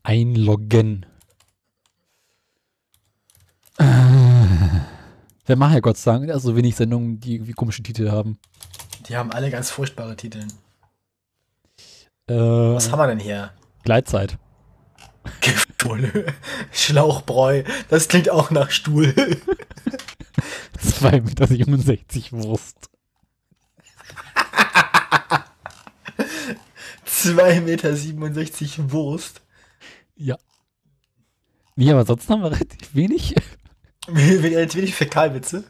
Einloggen. Äh, Wir machen ja Gott sei Dank so wenig Sendungen, die irgendwie komische Titel haben.
Die haben alle ganz furchtbare Titel.
Äh,
Was haben wir denn hier?
Gleitzeit.
Giftstuhl. Schlauchbräu. Das klingt auch nach Stuhl. <laughs>
2,67 Meter Wurst.
2,67 Meter Wurst.
Ja. Nee, aber sonst haben wir relativ wenig. <laughs>
Wenig wenig Fäkalwitze.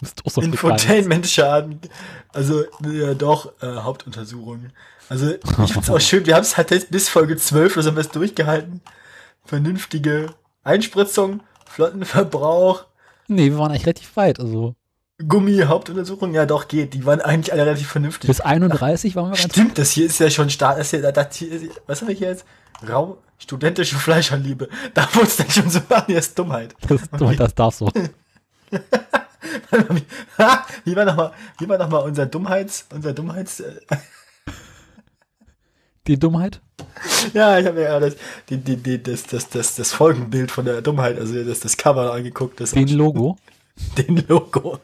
Müsste auch so ein Fäkal-
Infotainment-Schaden. Also, ja, doch, äh, Hauptuntersuchung. Also, ich find's auch schön, wir haben es halt jetzt bis Folge 12, also haben wir es durchgehalten. Vernünftige Einspritzung, Flottenverbrauch,
Nee, wir waren eigentlich relativ weit. Also
Gummi, Hauptuntersuchung, ja doch, geht. Die waren eigentlich alle relativ vernünftig.
bis 31 waren wir ganz
Stimmt, das hier ist ja schon Start. Das hier, das hier, was haben wir hier jetzt? Raum, studentische Fleischerliebe. <laughs> Da wurde es dann schon so <laughs> an, hier ist Dummheit.
Das, das darfst du.
Ha, wie war nochmal, wie war nochmal unser Dummheits, unser Dummheits, äh,
Die Dummheit?
Ja, ich habe mir gerade das, die, die, die, das, das, das, das Folgenbild von der Dummheit, also das, das Cover angeguckt, das
Den Logo?
den Logo.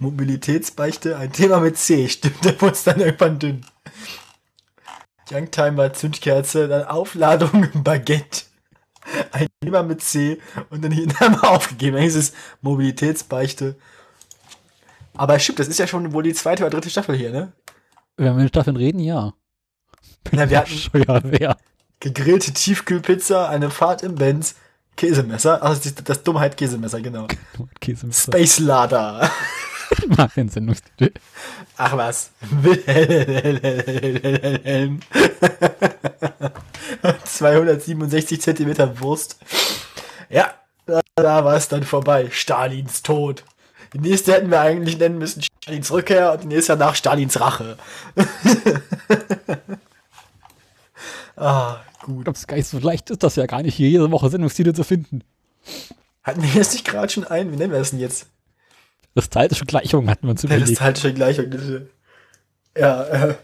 Mobilitätsbeichte, ein Thema mit C, stimmt, da wurde es dann irgendwann dünn. Youngtimer, Zündkerze, dann Aufladung, <laughs> Baguette. Ein Thema mit C und dann hier <laughs> Name aufgegeben. Dann hieß es Mobilitätsbeichte. Aber stimmt, das ist ja schon wohl die zweite oder dritte Staffel hier, ne?
Wenn wir in Staffeln reden, ja.
Na, wir hatten-
Steuerwehr.
gegrillte Tiefkühlpizza, eine Fahrt im Benz, Käsemesser, also das, das Dummheit Käsemesser, genau.
Käse mit
Space Lader.
Mach den Sendungstitel.
Ach <laughs> was. Wilhelm. 267 Zentimeter Wurst. Ja, da, da war es dann vorbei. Stalins Tod. Die nächste hätten wir eigentlich nennen müssen Stalins Rückkehr und die nächste nach Stalins Rache. <laughs> ah,
Ich
gut.
glaub's gar nicht so leicht ist das ja gar nicht, hier jede Woche Sendungstitel zu finden.
Hatten wir jetzt nicht gerade schon einen? Wie nennen wir das denn jetzt?
Das Teiltische Gleichung hatten wir uns
Ja, das ist
überlegt.
halt schon gleich. und das ist, Ja, äh,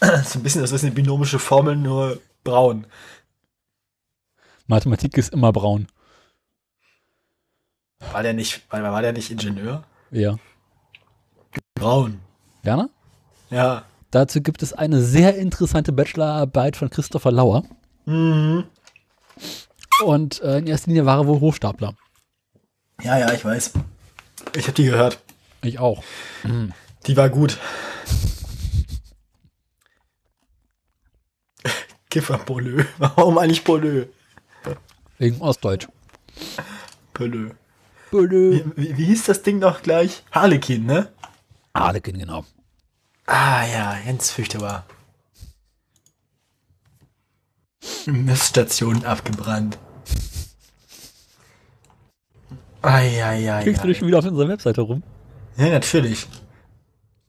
<clears throat> so ein bisschen, das ist eine binomische Formel, nur braun.
Mathematik ist immer braun.
War der nicht, war, war der nicht Ingenieur?
Ja.
Braun.
Werner?
Ja.
Dazu gibt es eine sehr interessante Bachelorarbeit von Christopher Lauer.
Mhm.
Und äh, in erster Linie waren wohl Hochstapler.
Ja, ja, ich weiß. Ich habe die gehört.
Ich auch.
Die war gut. <laughs> Kiffer Polö. <laughs> Warum eigentlich Polö?
Wegen Ostdeutsch.
Polö. Wie,
Bölö.
wie, wie hieß das Ding noch gleich? Harlekin, ne?
Harlekin, genau.
Ah ja, Jens Fürchterer. Miststation abgebrannt. Ah, ja, ja,
Kriegst
ja.
du dich schon wieder auf unserer Webseite rum?
ja, natürlich.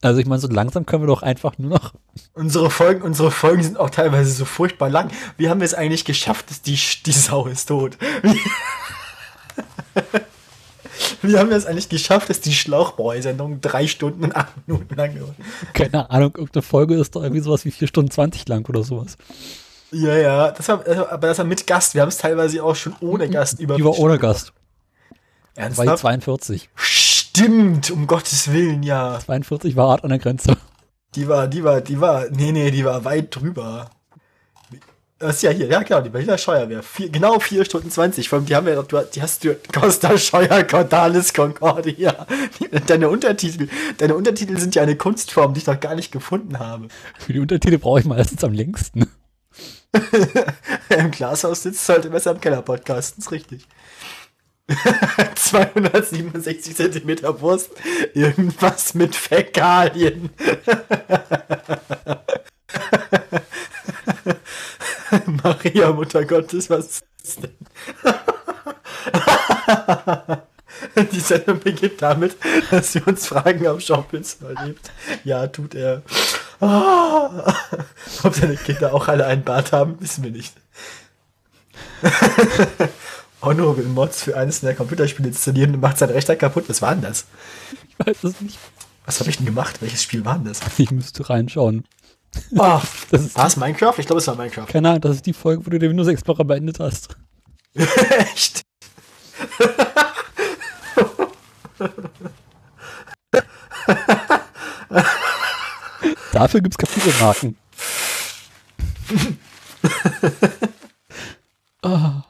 Also ich meine, so langsam können wir doch einfach nur noch.
Unsere Folgen, unsere Folgen sind auch teilweise so furchtbar lang. Wie haben wir es eigentlich geschafft, dass die, Sch- die Sau ist tot? Wie, <laughs> Wie haben wir es eigentlich geschafft, dass die Schlauchbräu-Sendung drei Stunden und acht Minuten lang geworden
Keine Ahnung, irgendeine Folge ist doch irgendwie sowas wie 4 Stunden 20 lang oder sowas.
Ja, ja, das war, das war, aber das war mit Gast. Wir haben es teilweise auch schon ohne Gast über.
Mhm. Die war ohne Gast. Bei
Ernsthaft?
42.
Stimmt, um Gottes Willen, ja.
42 war hart an der Grenze.
Die war, die war, die war, nee, nee, die war weit drüber. Das ist ja hier, ja genau, die Berliner Scheuerwehr. Vier, genau 4 Stunden 20. Vor allem, die haben wir doch, du, die hast du, Costa Scheuer, Cordalis, Concordia. <laughs> Deine Untertitel, deine Untertitel sind ja eine Kunstform, die ich noch gar nicht gefunden habe.
Für die Untertitel brauche ich meistens am längsten.
<laughs> Im Glashaus sitzt halt im besser im Keller Podcast, ist richtig. <laughs> 267 Zentimeter Wurst, irgendwas mit Fäkalien. <laughs> Maria, Mutter Gottes, was ist denn? <laughs> Die Sendung beginnt damit, dass wir uns fragen, ob Schauplatz überlebt. Ja, tut er. <laughs> Ah. Ob seine Kinder auch alle einen Bart haben, wissen wir nicht. Honor will Mods für eines der Computerspiele installieren und macht seinen Rechner kaputt. Was war denn das?
Ich weiß es nicht.
Was habe ich denn gemacht? Welches Spiel war denn
<laughs>
das?
Ich müsste reinschauen.
Ah,
Das ist,
war es Minecraft? Ich glaube, es war
<laughs>
Minecraft.
keine Ahnung, das ist die Folge, wo du den Windows Explorer beendet hast.
Echt?
Dafür gibt es Kapitelmarken. Ah,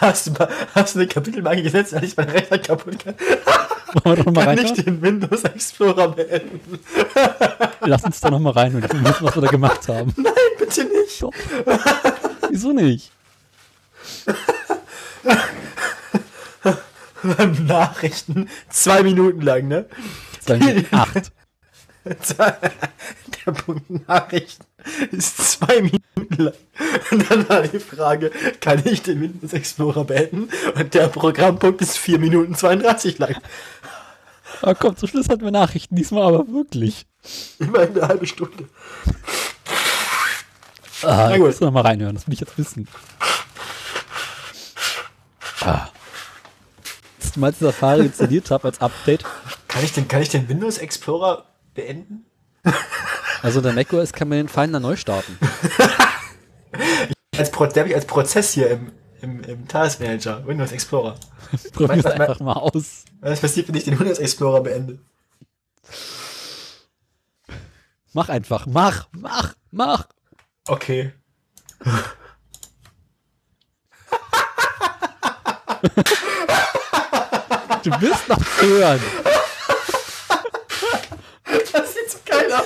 Hast du, mal- hast du eine Kapitelmarke gesetzt, weil ich meinen Rechner kaputt kann?
wollen wir doch noch mal
Kann ich
reinschauen?
den Windows Explorer beenden?
Lass uns da noch mal rein und wissen, was wir da gemacht haben.
Nein, bitte nicht.
Doch. Wieso nicht?
Nachrichten. Zwei Minuten lang, ne? <laughs>
Zwei Minuten acht.
Der Punkt Nachrichten ist zwei Minuten lang. Und dann war die Frage, kann ich den Windows Explorer beenden? Und der Programmpunkt ist vier Minuten 32 lang.
Aber Ah, komm, zum Schluss hatten wir Nachrichten, diesmal aber wirklich.
Immerhin eine halbe Stunde.
Ah,
Na
ich
gut.
muss noch mal reinhören, das will ich jetzt wissen. Ah. Als ich mal Safari installiert habe als Update,
Kann ich den, kann ich den Windows Explorer beenden?
also der macOS kann man den Finder
<laughs>
neu starten.
Als Pro, der habe ich als Prozess hier im, im, im Task Manager, Windows Explorer.
Probier es
Mein- mein-
einfach mal aus.
Was passiert, wenn ich den Windows Explorer beende?
Mach einfach, mach, mach, mach.
Okay.
Du wirst noch hören.
Das sieht so geil aus.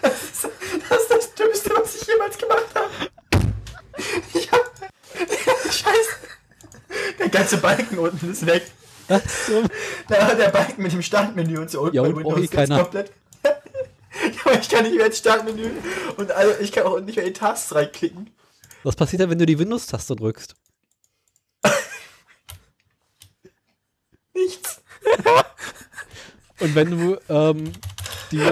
Das ist das, ist das Dümmste, was ich jemals gemacht habe. Ich hab. Scheiße. Der ganze Balken unten ist weg.
Das so.
Der, der Balken mit dem Startmenü und so unten
Ja,
bei
und braucht eh
ist
keiner.
komplett. <laughs> Ja, aber ich kann nicht mehr ins Startmenü und also ich kann auch nicht mehr in Tasks reinklicken.
Was passiert denn, wenn du die Windows-Taste drückst?
Nichts.
Und wenn du ähm, die.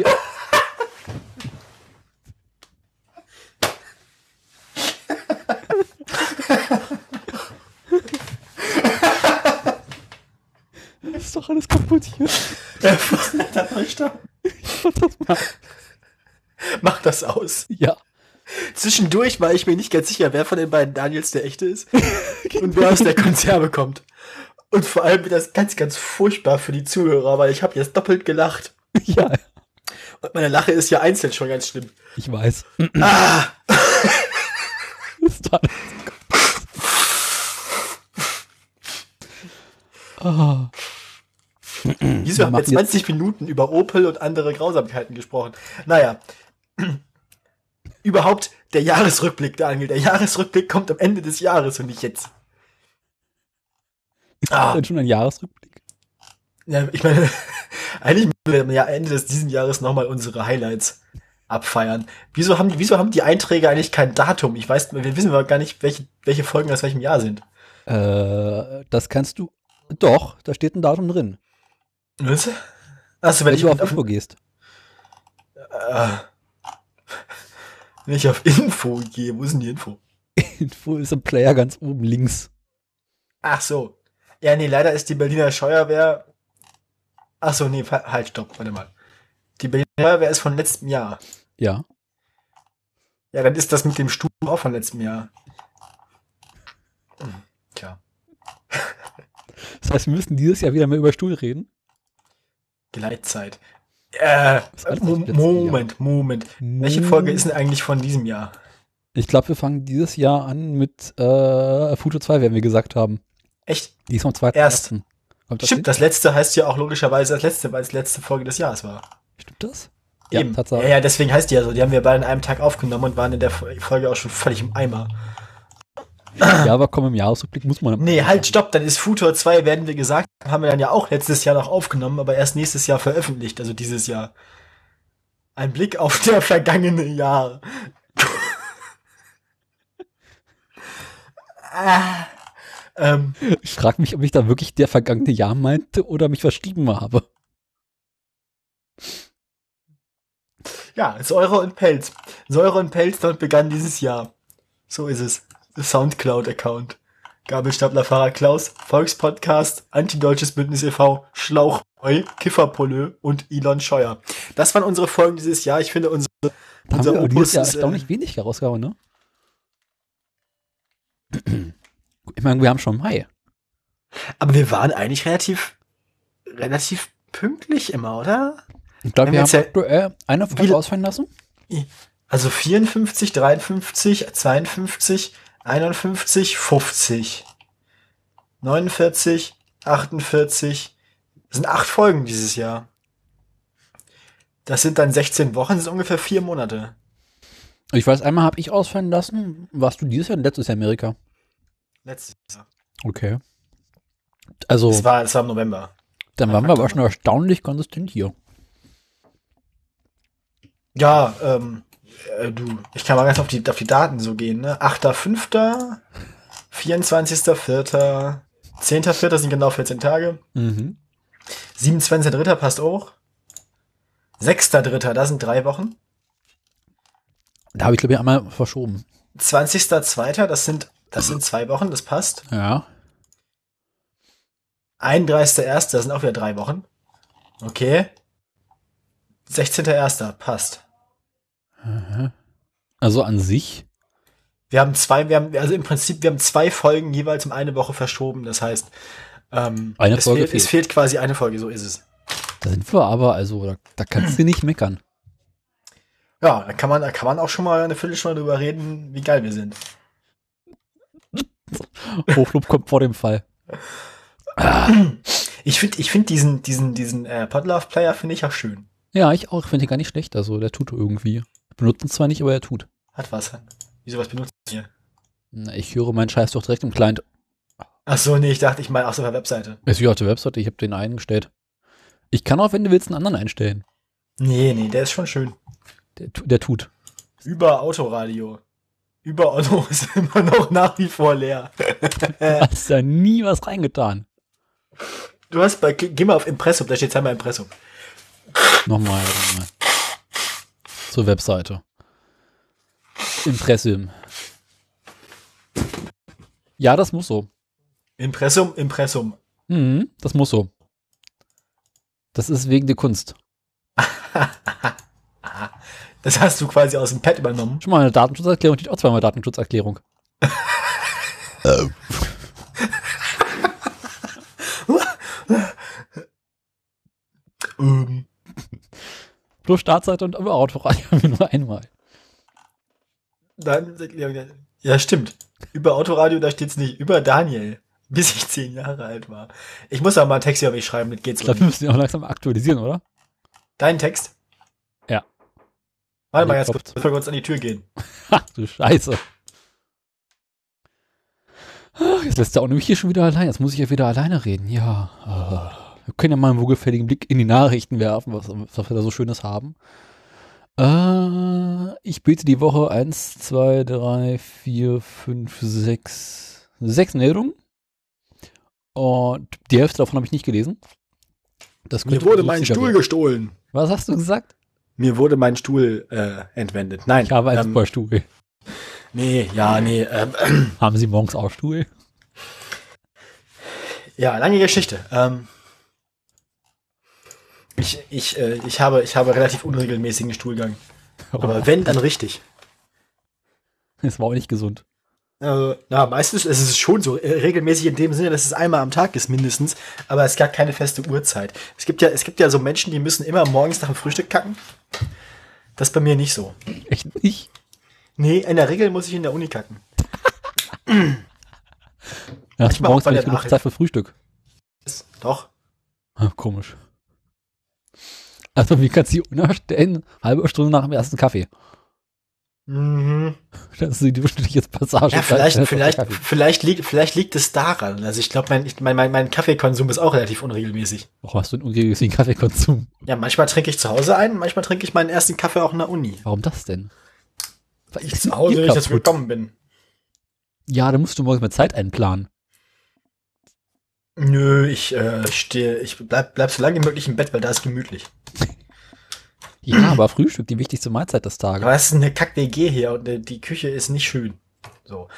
ist doch alles kaputt hier.
Der Fuß hat da neu starten. <laughs> Mach das aus.
Ja.
Zwischendurch war ich mir nicht ganz sicher, wer von den beiden Daniels der echte
<laughs>
ist und wer aus der Konserve kommt. Und vor allem wird das ganz, ganz furchtbar für die Zuhörer, weil ich habe jetzt doppelt gelacht.
Ja,
Und meine Lache ist ja einzeln schon ganz schlimm.
ich weiß. Ah. ist doch alles kaputt. Ah.
Wieso haben wir
machen
20 Minuten über Opel und andere Grausamkeiten gesprochen? Naja. Überhaupt der Jahresrückblick, Daniel. Der Jahresrückblick kommt am Ende des Jahres und nicht jetzt.
Ist
Ah,
denn schon ein Jahresrückblick?
ja, ich meine, <laughs> eigentlich müssen wir am Jahr- Ende des diesen Jahres nochmal unsere Highlights abfeiern. Wieso haben, die, wieso haben die Einträge eigentlich kein Datum? Ich weiß, wir wissen aber gar nicht, welche, welche Folgen aus welchem Jahr sind.
Äh, das kannst du. Doch, da steht ein Datum drin.
Weißt du? Achso, wenn,
Wenn,
ich
du auf
auf-
Info gehst.
äh, wenn ich auf Info gehe, wo ist denn die Info?
Info ist im Player ganz oben links.
Ach so. Ja, nee, leider ist die Berliner Scheuerwehr. Ach so, nee, fa- halt, stopp, warte mal. Die Berliner Scheuerwehr ist von letztem Jahr.
Ja.
Ja, dann ist das mit dem Stuben auch von letztem Jahr. Hm, Tja,
Das heißt, wir müssen dieses Jahr wieder mehr über Stuhl reden.
Gleitzeit. Äh,
Ist alles
Mo-
aus dem letzten
Moment, Moment. Welche Folge ist denn eigentlich von diesem Jahr?
Ich glaube, wir fangen dieses Jahr an mit äh, Future 2, werden wir gesagt haben.
Echt?
Die ist am 2.
Erst.
Kommt das
Stimmt,
hin?
das letzte heißt ja auch logischerweise das letzte, weil es letzte Folge des Jahres war.
Stimmt das? Ja,
Eben.
Tatsache.
Ja, ja, deswegen heißt die ja so. Die haben wir beide an einem Tag aufgenommen und waren in der Fo- Folge auch schon völlig im Eimer.
Ja, aber komm, im Jahresrückblick muss man.
Nee, halt, stopp, dann ist Futur 2, werden wir gesagt, haben, haben wir dann ja auch letztes Jahr noch aufgenommen, aber erst nächstes Jahr veröffentlicht, also dieses Jahr. Ein Blick auf <laughs> das vergangene Jahr. <laughs> ah, ähm,
Ich frage mich, ob ich da wirklich der vergangene Jahr meinte oder mich verschrieben habe.
ja, Säure und Pelz. Säure und Pelz dort begann dieses Jahr. So ist es. Soundcloud-Account. Gabelstaplerfahrer Klaus, Volkspodcast, Antideutsches Bündnis e e.V., Schlauchboy, Kifferpolö und Elon Scheuer. Das waren unsere Folgen dieses Jahr. Ich finde, unsere,
Da haben
unser
wir aber
Opus
dieses Jahr
ist, äh,
erstaunlich wenig herausgehauen, ne? <clears throat> Ich meine, wir haben schon Mai.
aber wir waren eigentlich relativ, relativ pünktlich immer, oder?
Ich
Wenn
glaube, wir
wir
haben
jetzt ja-
aktuell äh, eine Folge
Wie-
ausfallen lassen.
Also 54, 53, 52, 51, 50, 49, 48. Das sind acht Folgen dieses Jahr. Das sind dann 16 Wochen, das sind ungefähr vier Monate.
Ich weiß, einmal habe ich ausfallen lassen. Warst du dieses Jahr und letztes Jahr in Amerika?
Letztes Jahr.
Okay. Also,
Das war, das war im November.
dann waren wir aber schon erstaunlich konsistent hier.
Ja, ähm, äh, du, ich kann mal ganz auf die, auf die Daten so gehen, ne? 8.5., 24.4., 10.4. sind genau 14 Tage.
Mhm.
27.3. passt auch. 6.3., das sind drei Wochen.
Da habe ich, glaube ich, einmal verschoben.
20.2., das sind, das sind zwei Wochen, das passt.
Ja.
31.1., das sind auch wieder drei Wochen. Okay. 16.1., passt.
Also an sich.
Wir haben zwei, wir haben, also im Prinzip, wir haben zwei Folgen jeweils um eine Woche verschoben. Das heißt, ähm,
Eine
es,
Folge
fehlt, es fehlt quasi eine Folge, so ist es.
Da sind wir aber, also, da, da kannst du nicht meckern.
Ja, da kann man, da kann man auch schon mal eine Viertelstunde drüber reden, wie geil wir sind.
Hochlob kommt vor dem Fall. Ah.
Ich finde, ich finde diesen, diesen, diesen äh, Podlove-Player finde ich auch schön.
Ja, ich auch. Finde ich gar nicht schlecht. Also, der tut irgendwie. Benutzen zwar nicht, aber er tut.
Hat was. Wieso was benutzt ihr?
Na, Ich höre meinen Scheiß doch direkt im Client.
Ach so, nee, ich dachte, ich meine auf so einer Webseite.
Es ist ja auf der Webseite. Ich habe den eingestellt. Ich kann auch, wenn du willst, einen anderen einstellen.
Nee, nee, der ist schon schön.
Der, tu- der tut.
Über Autoradio. Über Auto <laughs> ist immer noch nach wie vor leer.
Hast da nie was reingetan.
Du hast bei, geh mal auf Impressum, da steht zweimal Impressum.
Nochmal, warte mal. Zur Webseite. Impressum. Ja, das muss so.
Impressum, Impressum.
Mhm, das muss so. Das ist wegen der Kunst.
Das hast du quasi aus dem Pad übernommen.
Schon mal eine Datenschutzerklärung, steht auch zweimal Datenschutzerklärung.
Ähm,
Plus Startseite und über Autoradio nur einmal.
dann, ja, stimmt. Über Autoradio, da steht's nicht. Über Daniel. bis ich zehn Jahre alt war. Ich muss aber mal einen Text hier auf mich schreiben, das geht
Ich
so
glaube, wir
nicht.
müssen ihn auch langsam aktualisieren, oder?
Dein Text?
Ja.
Warte mal
Hier
ganz
klopft.
kurz, bevor wir uns an die Tür gehen.
Ha, du Scheiße. Ach, Jetzt lässt er auch nämlich hier schon wieder allein. Jetzt muss ich ja wieder alleine reden. Ja. Ah. Wir können ja mal einen wohlgefälligen Blick in die Nachrichten werfen, was, was wir da so Schönes haben. Äh, ich bete die Woche 1, 2, 3, 4, 5, 6, 6 Meldungen. Und die Hälfte davon habe ich nicht gelesen. Das
Mir
könnte
wurde
lustiger
mein Stuhl
werden.
gestohlen.
Was hast du gesagt?
Mir wurde mein Stuhl äh, entwendet. Nein.
Ich habe also einen
ähm,
super Stuhl.
Nee, ja, nee. Ähm,
Haben Sie morgens auch Stuhl? <laughs>
Ja, lange Geschichte. Ähm, ich, ich, äh, ich, habe, ich habe relativ unregelmäßigen Stuhlgang.
Oh.
Aber wenn, dann richtig.
Es war auch nicht gesund.
Also, na, meistens ist es schon so äh, regelmäßig in dem Sinne, dass es einmal am Tag ist mindestens, aber es gab keine feste Uhrzeit. Es gibt ja, es gibt ja so Menschen, die müssen immer morgens nach dem Frühstück kacken. Das ist bei mir nicht so.
Echt nicht?
Nee, in der Regel muss ich in der Uni kacken.
Da hast du
Manchmal
morgens
auch bei
nicht
der
genug
Nachhilfe.
Zeit für Frühstück.
Das, doch.
Ah, komisch. Also, wie kannst du die unerstellen? Halbe Stunde nach dem ersten Kaffee.
Mhm.
Das ist die durchschnittliche Passage.
Ja, vielleicht,
Erster <laughs>
vielleicht,
Kaffee.
vielleicht, liegt, vielleicht liegt es daran. Also ich glaube, mein, ich- mein, mein, mein Kaffeekonsum ist auch relativ unregelmäßig.
Warum hast du einen unregelmäßigen Kaffeekonsum?
Ja, manchmal trinke ich zu Hause einen, manchmal trinke ich meinen ersten Kaffee auch in der Uni.
Warum das denn? Weil
Ich zu Hause, wenn ich dazu gekommen bin.
Ja, da musst du morgens mal Zeit einplanen.
Nö, ich äh, stehe, ich bleib, bleib so lange wie möglich im Bett, weil da ist gemütlich. <clears throat>
Ja, aber Frühstück, die wichtigste Mahlzeit des Tages.
Aber es ist eine Kack-WG hier und äh, die Küche ist nicht schön. So.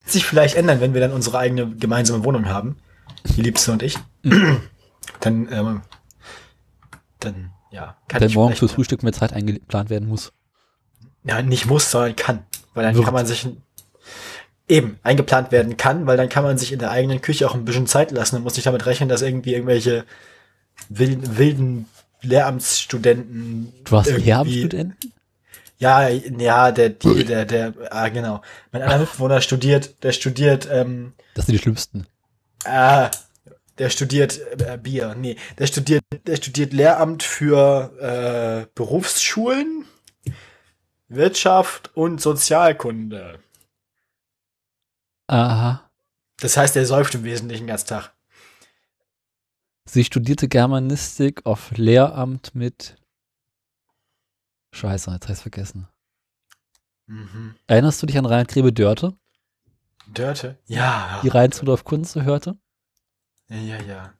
Wird sich vielleicht ändern, wenn wir dann unsere eigene gemeinsame Wohnung haben. Die Liebste und ich. dann, ähm, dann, ja, kann
Denn morgens fürs
vielleicht,
Frühstück mehr Zeit eingeplant werden muss.
ja, nicht muss, sondern kann. Weil dann
Wird.
kann man sich eben eingeplant werden kann, weil dann kann man sich in der eigenen Küche auch ein bisschen Zeit lassen und muss nicht damit rechnen, dass irgendwie irgendwelche wilden, wilden Lehramtsstudenten.
Du hast einen
irgendwie-
Lehramtsstudenten?
Ja, ja, der, die, der, der, ah, genau. Mein anderer Mitbewohner studiert, der studiert, ähm,
Das sind die schlimmsten.
ah, der studiert äh, Bier, nee, der studiert, der studiert Lehramt für äh, Berufsschulen, Wirtschaft und Sozialkunde.
Aha.
Das heißt, er säuft im Wesentlichen den ganzen Tag.
Sie studierte Germanistik auf Lehramt mit. Scheiße, jetzt heißt vergessen.
Mhm.
Erinnerst du dich an Reinhard Grebe Dörte,
Dörte? Ja.
die Rheinzudorf Kunze hörte?
Ja, ja.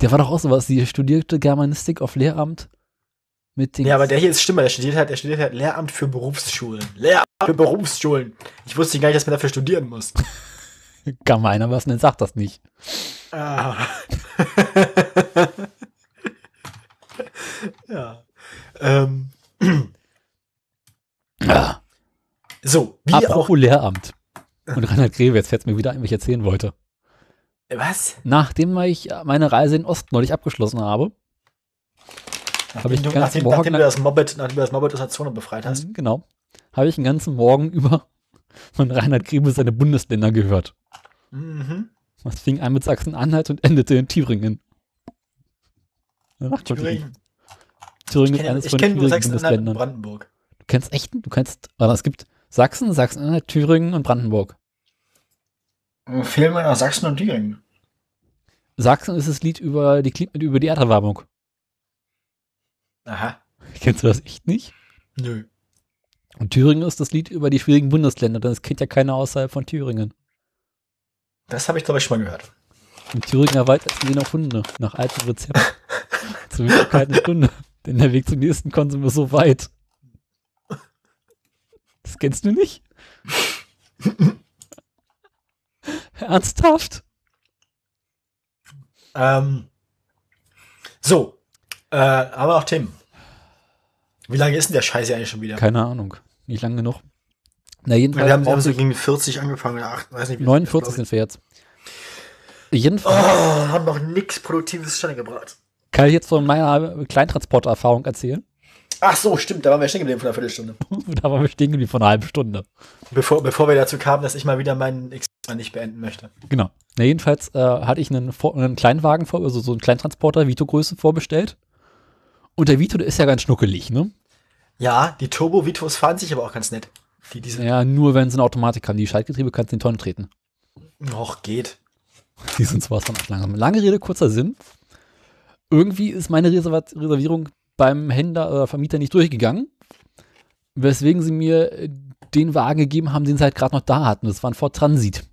Der war doch auch sowas, die studierte Germanistik auf Lehramt mit den.
Nee,
<laughs>
aber der hier ist Stimmer, der studiert halt, der studiert halt Lehramt für Berufsschulen. Lehramt für Berufsschulen. Ich wusste gar nicht, dass man dafür studieren muss.
Gemeiner was denn sagt das nicht.
Ah. <laughs> ja. Ähm.
Ah,
So, wie auch.
apropos Lehramt. Und Reinhard Grebe, jetzt fällt mir wieder ein, was ich erzählen wollte.
Was?
Nachdem ich meine Reise in den Osten neulich abgeschlossen habe,
Nachdem,
ich
du,
den ganzen
nachdem,
Morgen
nachdem, du
lang-
das Mobbit, nachdem du das Mobbit aus der Zone befreit hast.
genau, habe ich den ganzen Morgen über von Reinhard Grebe seine Bundesländer gehört.
Mhm.
Das fing an mit Sachsen-Anhalt und endete in Thüringen. Ach, Thüringen.
Thüringen. Ich
Thüringen ist
kenne
eines
ich
von
kenn
den
nur
schwierigen
Sachsen-Anhalt und
Bundesländern.
Brandenburg.
Du kennst echt, du kennst, aber es gibt Sachsen, Sachsen-Anhalt, Thüringen und Brandenburg.
Fehlen mir nach Sachsen und Thüringen.
Sachsen ist das Lied über die, Kli- über die Erderwärmung. <laughs>
Aha.
Kennst du das echt nicht?
Nö.
Und Thüringen ist das Lied über die schwierigen Bundesländer, denn es kennt ja keiner außerhalb von Thüringen.
Das habe ich, glaube ich, schon mal gehört.
Im Thüringer Wald essen sie noch Hunde, nach altem
<laughs>
Rezept. Zur Wirklichkeit eine Stunde, denn der Weg zum nächsten Konsum ist so weit. Das kennst
<laughs>
du nicht? Ernsthaft?
Ähm. So. Äh, aber auch Themen. Wie lange ist denn der Scheiß hier eigentlich schon wieder?
Keine Ahnung. Nicht lang genug. Na,
Ja,
jedenfalls.
wir haben, wir haben
brauchst
so
du-
gegen 40 angefangen, oder 8, weiß nicht wie
49 sind wir jetzt.
Oh,
Jedenfalls
haben noch nichts Produktives zustande gebracht.
kann ich jetzt von meiner Kleintransporterfahrung erzählen. <laughs>
Ach so, stimmt, da waren wir stehen geblieben von einer Viertelstunde.
da waren wir stehen geblieben von einer halben Stunde.
Bevor, bevor wir dazu kamen, dass ich mal wieder meinen X nicht beenden möchte.
Genau. Na, jedenfalls äh, hatte ich einen, Vor- einen Kleinwagen, vor, also so einen Kleintransporter, Vito-Größe vorbestellt. Und der Vito, der ist ja ganz schnuckelig, ne?
Ja, die Turbo-Vitos fahren sich aber auch ganz nett. Die, diese,
Ja, nur wenn sie eine Automatik haben. Die Schaltgetriebe kannst du in die Tonne treten.
Och, geht. <laughs>
Die sind zwar dann auch langsam. Lange Rede, kurzer Sinn. Irgendwie ist meine Reservat- Reservierung beim Händler oder Vermieter nicht durchgegangen, weswegen sie mir äh, den Wagen gegeben haben, den sie halt gerade noch da hatten. Das war ein Ford Transit.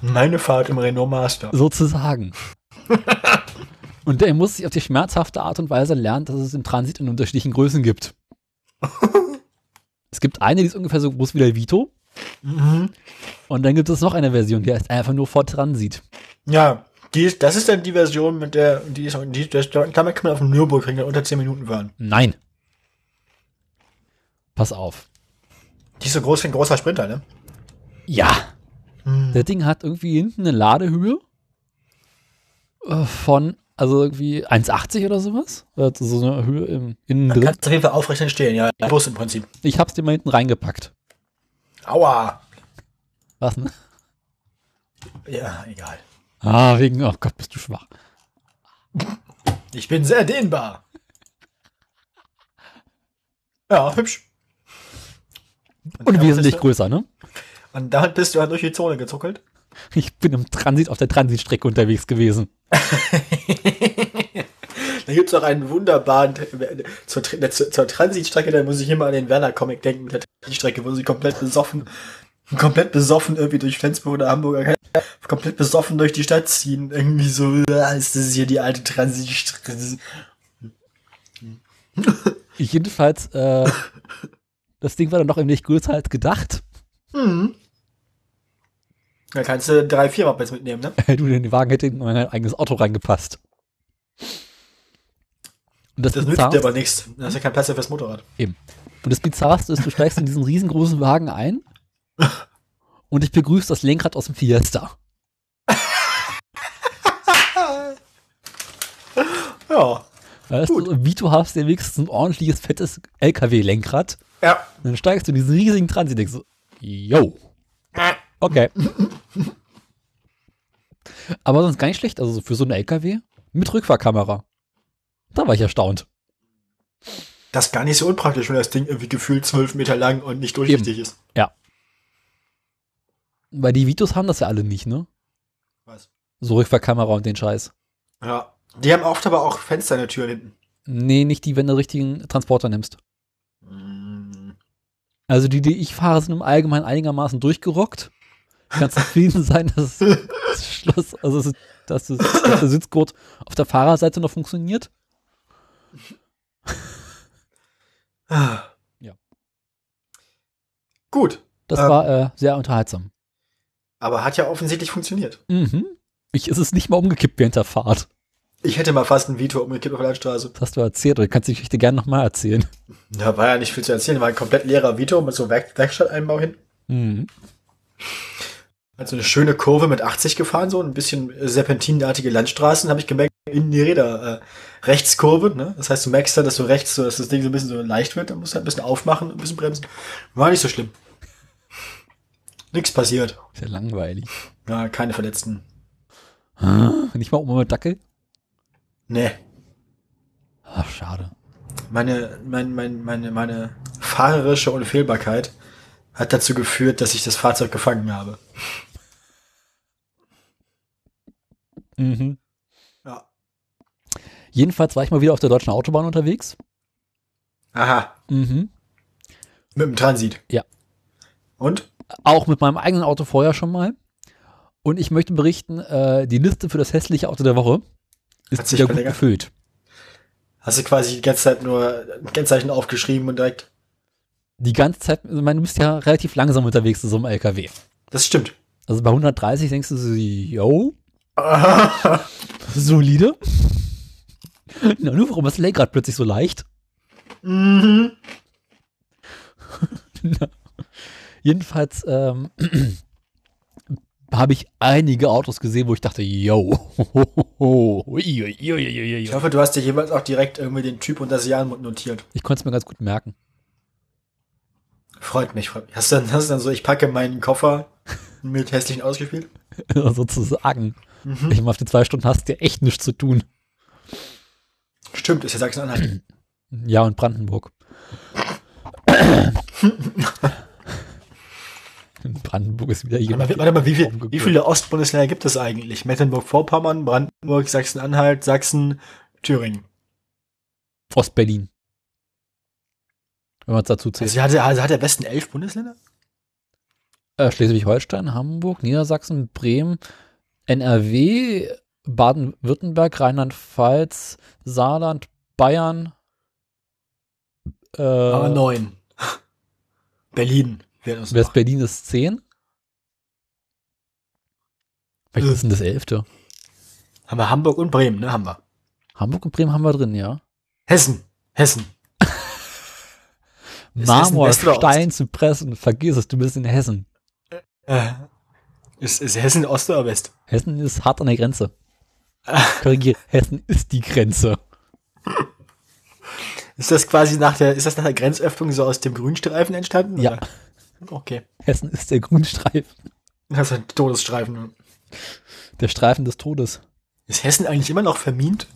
Meine Fahrt im Renault Master. <laughs>
Sozusagen. und er muss sich auf die schmerzhafte Art und Weise lernen, dass es im Transit in unterschiedlichen
<laughs>
Größen gibt. es gibt eine, die ist ungefähr so groß wie der Vito.
Mhm.
Und dann gibt es noch eine Version, die heißt einfach nur Ford Transit.
Ja, die ist, das ist dann die Version, mit der, die ist, die, das, damit kann man auf dem Nürburgring dann unter 10 Minuten fahren.
Nein. Pass auf.
Die ist so groß wie ein großer Sprinter, ne?
Ja.
Mhm.
Das Ding hat irgendwie hinten eine Ladehöhe äh, von, also irgendwie 1,80 oder sowas. Also so eine Höhe im, innen
Da
drin.
kannst du auf jeden Fall aufrecht entstehen, ja. Ein Bus im Prinzip.
Ich hab's dir mal hinten reingepackt.
Aua.
Was denn?
Ja, egal.
Ah, wegen, oh Gott, bist du schwach.
Ich bin sehr dehnbar. Ja, hübsch.
Und
damit
wesentlich
bist
größer, ne?
du, Und damit bist du halt durch die Zone gezuckelt.
Ich bin im Transit auf der Transitstrecke unterwegs gewesen.
Da gibt es auch einen wunderbaren äh, zur, Tr- zur, zur Transitstrecke, da muss ich immer an den Werner-Comic denken mit der Transitstrecke, wo sie komplett besoffen, komplett besoffen irgendwie durch Flensburg oder Hamburg, keine Ahnung, komplett besoffen durch die Stadt ziehen. Irgendwie so, ja, ist das hier die alte Transitstrecke.
Ich jedenfalls,
<laughs>
äh, das Ding war dann doch eben nicht größer als gedacht.
Da kannst du drei, vier Mappes mitnehmen, ne?
Äh, du in den Wagen hätte in mein eigenes Auto reingepasst. Und das, <laughs>
Das nützt dir
Bizarrste,
aber nichts. Da ist ja kein Platz fürs Motorrad.
eben. Und das Bizarrste ist, du steigst in diesen riesengroßen Wagen
<laughs>
ein und ich begrüße das Lenkrad aus dem Fiesta.
Ja.
Weißt du, Vito hast ja wenigstens ein ordentliches, fettes LKW-Lenkrad.
Ja.
Und Dann steigst du in diesen riesigen Transit und denkst so, yo. Okay. <laughs> Aber sonst gar nicht schlecht, also für so einen LKW mit Rückfahrkamera. Da war ich erstaunt.
Das ist gar nicht so unpraktisch, wenn das Ding irgendwie gefühlt zwölf Meter lang und nicht durchsichtig ist.
Weil die Vitos haben das ja alle nicht, ne?
Was?
So Rückfahrkamera und den Scheiß.
Ja. Die haben oft aber auch Fenster in der Tür hinten.
Nee, nicht die, wenn du richtigen Transporter nimmst.
Mm.
Also die, die ich fahre, sind im Allgemeinen einigermaßen durchgerockt. Kannst zufrieden sein, dass das Schloss, also dass, dass, das- dass der Sitzgurt auf der Fahrerseite noch funktioniert.
Ah.
Ja.
Gut,
Das
Ähm.
war äh, sehr unterhaltsam.
aber hat ja offensichtlich funktioniert.
Mhm. Ich ist es nicht mal umgekippt während der Fahrt.
Ich hätte mal fast ein um Vito umgekippt auf der Landstraße.
Das hast du erzählt, oder kannst die Geschichte gerne nochmal erzählen.
Da war ja nicht viel zu erzählen. War ein komplett leerer Vito mit so Werk Werkstatteinbau hin.
Mhm.
Hat so eine schöne Kurve mit 80 gefahren, so ein bisschen äh, serpentinenartige Landstraßen. Habe ich gemerkt, in die Räder. Äh, Rechtskurve, ne? Das heißt, du merkst dann, dass du rechts, so, dass das Ding so ein bisschen so leicht wird. Dann musst du halt ein bisschen aufmachen, ein bisschen bremsen. War nicht so schlimm. Nix passiert.
Ist ja langweilig.
Ja, keine Verletzten.
Nicht mal Oma mit Dackel?
Nee.
Ach, schade.
meine, mein, mein, meine, meine fahrerische Unfehlbarkeit hat dazu geführt, dass ich das Fahrzeug gefangen habe.
Mhm.
Ja.
Jedenfalls war ich mal wieder auf der deutschen Autobahn unterwegs.
Aha,
Mhm.
mit dem Transit.
Ja.
Und?
Auch mit meinem eigenen Auto vorher schon mal. Und ich möchte berichten, äh, die Liste für das hässliche Auto der Woche
Hat
ist
sich
wieder gut
verlängert.
gefüllt.
Hast du quasi die ganze Zeit nur ein Kennzeichen aufgeschrieben und direkt.
Die ganze Zeit, ich meine, du bist ja relativ langsam unterwegs in so einem LKW.
Das stimmt.
Also bei 130 denkst du so, <laughs> yo, solide. Na, nur warum ist das Lenkrad plötzlich so leicht?
Mhm.
Jedenfalls ähm, <clears throat> habe ich einige Autos gesehen, wo ich dachte, yo, <laughs>
ich hoffe, du hast dir jeweils auch direkt irgendwie den Typ und das Jahr notiert.
ich konnte es mir ganz gut merken. <laughs>
Freut mich, freut mich. Hast du dann, hast du dann so, ich packe meinen Koffer mit hässlichen ausgespielt?
Sozusagen. Ich meine, auf die zwei Stunden hast du dir echt nichts zu tun.
Stimmt, ist ja Sachsen-Anhalt.
Ja, und Brandenburg. In Brandenburg ist wieder
Warte
jemand.
mal, warte mal, wie, viel, wie
Umgekehrt.
viele Ostbundesländer gibt es eigentlich? Mecklenburg-Vorpommern, Brandenburg, Sachsen-Anhalt, Sachsen, Thüringen.
Ostberlin. Wenn man es dazu zählt.
Also hat, der- also hat der Westen elf Bundesländer?
Äh, Schleswig-Holstein, Hamburg, Niedersachsen, Bremen, NRW, Baden-Württemberg, Rheinland-Pfalz, Saarland, Bayern. Äh,
Aber neun. Berlin. Wäre uns noch.
West-Berlin ist 10.
Äh.
Vielleicht ist denn das 11.
Haben wir Hamburg und Bremen, ne? Haben wir.
Hamburg und Bremen haben wir drin, ja.
Hessen. Hessen. Ist
Marmor,
Hessen West oder
Stein, Zypressen, vergiss es, du bist in Hessen.
Äh, ist, ist Hessen Ost oder West?
Hessen ist hart an der Grenze.
<laughs>
Korrigiere, Hessen ist die Grenze.
Ist das quasi nach der, ist das nach der Grenzöffnung so aus dem Grünstreifen entstanden?
Ja,
Oder? Okay.
Hessen ist der Grünstreifen,
Das ist ein Todesstreifen. ne?
der Streifen des Todes.
Ist Hessen eigentlich immer noch vermint?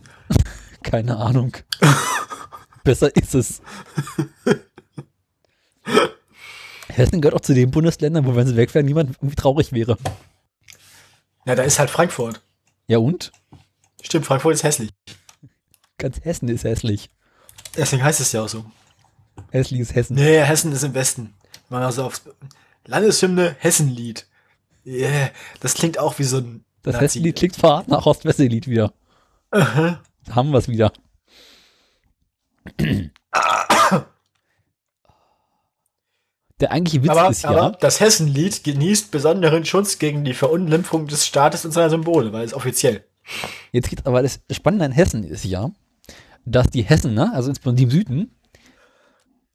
Keine Ahnung. <laughs> Besser
<laughs>
ist es. Hessen gehört auch zu den Bundesländern, wo, wenn sie weg wären, niemand irgendwie traurig wäre.
Na, da ist halt Frankfurt.
Ja und?
Stimmt, Frankfurt ist hässlich.
Ganz Hessen ist hässlich.
Deswegen heißt es ja auch so.
Hässlich ist Hessen.
Nee, Hessen ist im Westen. Wenn man also auf Landeshymne Hessenlied. Yeah. Das klingt auch wie so ein
Das
Nazi.
Hessenlied klingt verraten nach Ost-West-Lied wieder. Da haben wir
<coughs>
es wieder. Der eigentliche Witz
Aber,
ist ja,
aber das Hessenlied genießt besonderen Schutz gegen die Verunglimpfung des Staates und seiner Symbole, weil es offiziell.
jetzt geht aber das Spannende an Hessen ist ja, dass die Hessen, ne, also insbesondere im Süden,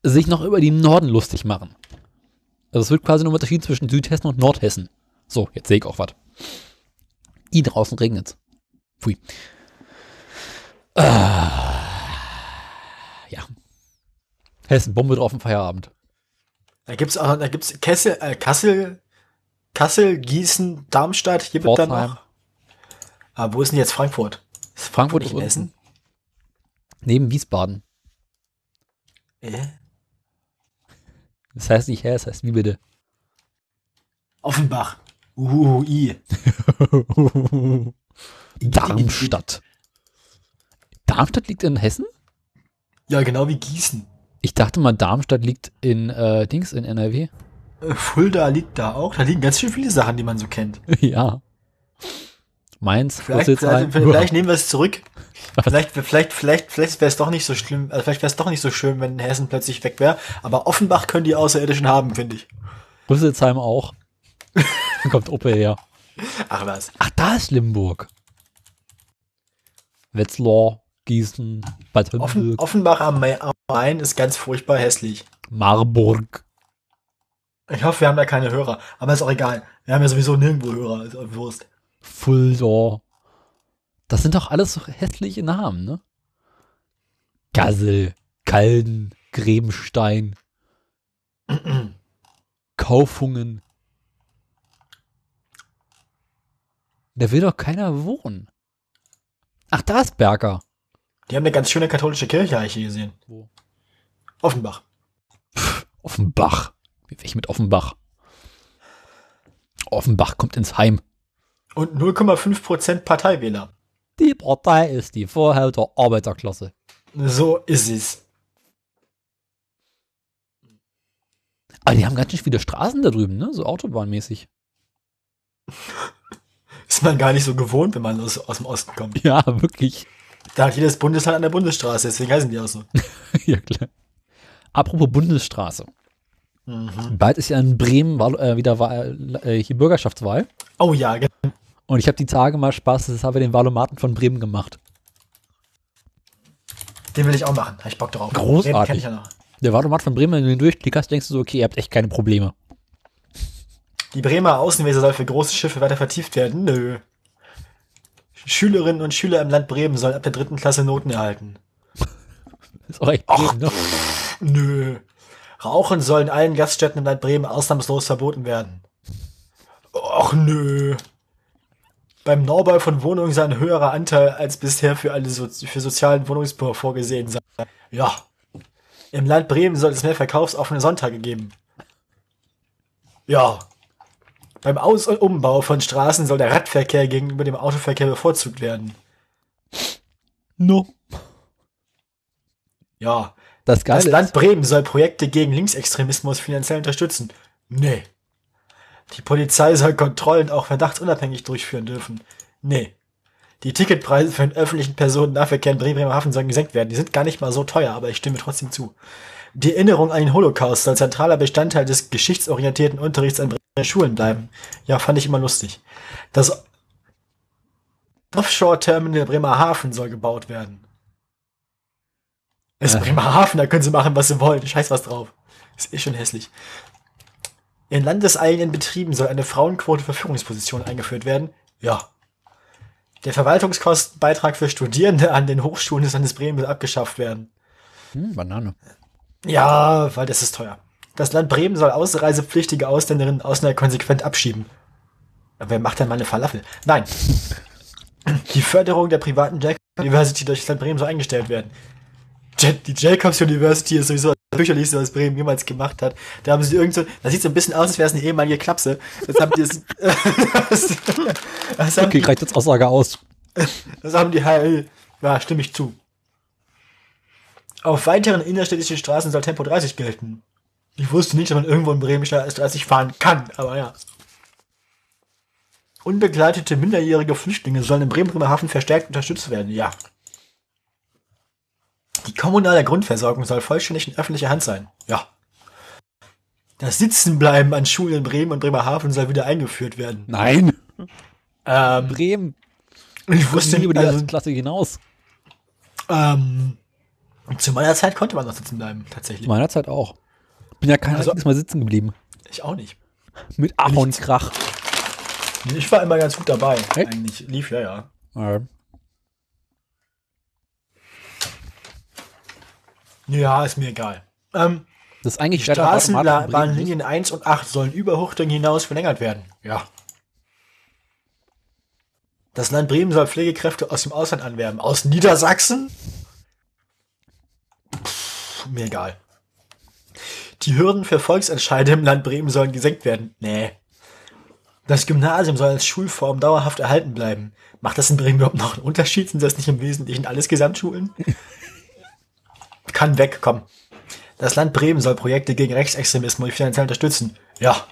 sich noch über den Norden lustig machen. Also es wird quasi nur unterschieden zwischen Südhessen und Nordhessen. So, jetzt sehe ich auch was. I draußen regnet's. Pfui. Ah, ja. Hessen, Bombe drauf im Feierabend.
Da gibt's auch, da gibt's Kessel, äh, Kassel, Kassel, Gießen, Darmstadt, hier wird dann
Pforzheim.
noch. Aber wo ist denn jetzt Frankfurt? Ist
Frankfurt ist
nicht in Hessen?
unten. Neben Wiesbaden.
Äh?
Das heißt nicht Hess, das heißt wie bitte.
Offenbach. Uh, I.
Darmstadt. Darmstadt liegt in Hessen?
Ja, genau wie Gießen.
Ich dachte mal, Darmstadt liegt in äh, Dings, in NRW.
Äh, Fulda liegt da auch. Da liegen ganz schön viele Sachen, die man so kennt.
<laughs> ja. Mainz,
Vielleicht,
Russitz
vielleicht,
ein.
vielleicht nehmen wir es zurück. Vielleicht, vielleicht, vielleicht, vielleicht wäre es doch nicht so schlimm, also vielleicht wäre es doch nicht so schön, wenn Hessen plötzlich weg wäre. Aber Offenbach können die Außerirdischen haben, finde ich. <laughs>
Rüsselsheim auch. Dann kommt Opel her.
Ach was.
Ach, da ist Limburg. Wetzlar, Gießen, Bad
Offen,
Homburg,
Offenbach am Mai- am Main ist ganz furchtbar hässlich.
Marburg.
Ich hoffe, wir haben da keine Hörer. Aber ist auch egal. Wir haben ja sowieso nirgendwo Hörer. Ist auch Wurst.
Fulda. Das sind doch alles so hässliche Namen, ne? Gassel, Calden, Grebenstein, Kaufungen. Da will doch keiner wohnen. Ach, da ist Berger.
Die haben eine ganz schöne katholische Kirche, habe ich hier gesehen.
Wo?
Offenbach.
Offenbach. Wie wäre ich mit Offenbach? Offenbach kommt ins Heim.
Und 0,5% Parteiwähler.
Die Partei ist die Vorhalt der Arbeiterklasse.
So ist es.
Aber die haben ganz schön viele Straßen da drüben, ne? So autobahnmäßig. <laughs>
Ist man gar nicht so gewohnt, wenn man aus, aus dem Osten kommt.
Ja, wirklich. <laughs>
Da hat jedes Bundesland eine Bundesstraße, deswegen heißen die auch so.
ja, klar. Apropos Bundesstraße.
Mhm.
Bald ist ja in Bremen Wahl, äh, wieder Wahl, äh, hier Bürgerschaftswahl.
Oh ja, genau.
Und ich habe die Tage mal Spaß, das haben wir den Wahlomaten von Bremen gemacht.
Den will ich auch machen. Habe ich Bock drauf.
Großartig.
Den kenn ich ja noch.
Der Wahlomat von Bremen, wenn du den durchklickerst, denkst du so, okay, ihr habt echt keine Probleme.
Die Bremer Außenweser soll für große Schiffe weiter vertieft werden. Nö. Schülerinnen und Schüler im Land Bremen sollen ab der dritten Klasse Noten erhalten.
Ist auch echt blöd, ne?
Nö. Rauchen soll in allen Gaststätten im Land Bremen ausnahmslos verboten werden. Och nö. Beim Neubau von Wohnungen soll ein höherer Anteil als bisher für alle so für sozialen Wohnungsbau vorgesehen sein. Ja. Im Land Bremen soll es mehr verkaufsoffene Sonntage geben. Ja. Beim Aus- und Umbau von Straßen soll der Radverkehr gegenüber dem Autoverkehr bevorzugt werden.
No.
Ja.
Das Geile
Das
ist,
Land Bremen soll Projekte gegen Linksextremismus finanziell unterstützen. Nee. Die Polizei soll Kontrollen auch verdachtsunabhängig durchführen dürfen. Nee. Die Ticketpreise für den öffentlichen Personennahverkehr in Bremerhaven sollen gesenkt werden. Die sind gar nicht mal so teuer, aber ich stimme trotzdem zu. Die Erinnerung an den Holocaust soll zentraler Bestandteil des geschichtsorientierten Unterrichts an Bremer Schulen bleiben. Ja, fand ich immer lustig. Das Offshore-Terminal Bremerhaven soll gebaut werden. Es ist
Aha.
Bremerhaven, da können sie machen, was sie wollen. Scheiß was drauf. Ist eh schon hässlich. In landeseigenen Betrieben soll eine Frauenquote für Führungspositionen eingeführt werden. Ja. Der Verwaltungskostenbeitrag für Studierende an den Hochschulen des Landes Bremen soll abgeschafft werden.
hm, Banane.
Ja, weil das ist teuer. Das Land Bremen soll ausreisepflichtige Ausländerinnen und Ausländer konsequent abschieben. Aber Wer macht denn mal eine Falafel? Nein. Die Förderung der privaten Jacob University durch das Land Bremen soll eingestellt werden. Ja- Die Jacobs University ist sowieso das fürchterlichste, was Bremen jemals gemacht hat. Da haben sie irgend so, das sieht so ein bisschen aus, als wäre es eine ehemalige Klapse. Das haben die, das, <laughs> das, das haben
Okay, reicht jetzt Aussage aus.
das haben die HL. Ja, stimme ich zu. Auf weiteren innerstädtischen Straßen soll Tempo 30 gelten. Ich wusste nicht, dass man irgendwo in Bremen schneller als 30 fahren kann, aber ja. Unbegleitete minderjährige Flüchtlinge sollen im Bremen-Bremerhaven verstärkt unterstützt werden, ja. Die kommunale Grundversorgung soll vollständig in öffentlicher Hand sein, ja. Das Sitzenbleiben an Schulen in Bremen und Bremerhaven soll wieder eingeführt werden.
Nein.
Ähm,
Bremen.
ich
Wusste
wusste
nie über
nicht,
die
also,
erste Klasse hinaus.
Ähm, zu meiner Zeit konnte man noch sitzen bleiben, tatsächlich.
In meiner Zeit auch. Bin ja kein
Also-
einziges Mal sitzen geblieben.
Ich auch nicht.
Mit Ahornkrach.
Ich war immer ganz gut dabei,
Echt?
eigentlich. Lief, ja, ja.
Äh,
Ja, ist mir egal. Ähm,
Das ist eigentlich
die
der Automat in Bremen, ne?
Straßenbahnlinien 1 und 8 sollen über Huchting hinaus verlängert werden. Ja. Das Land Bremen soll Pflegekräfte aus dem Ausland anwerben. Aus Niedersachsen? Pff, mir egal. Die Hürden für Volksentscheide im Land Bremen sollen gesenkt werden. Nee. Das Gymnasium soll als Schulform dauerhaft erhalten bleiben. Macht das in Bremen überhaupt noch einen Unterschied? Sind das nicht im Wesentlichen alles Gesamtschulen? Kann wegkommen. Das Land Bremen soll Projekte gegen Rechtsextremismus finanziell unterstützen. Ja.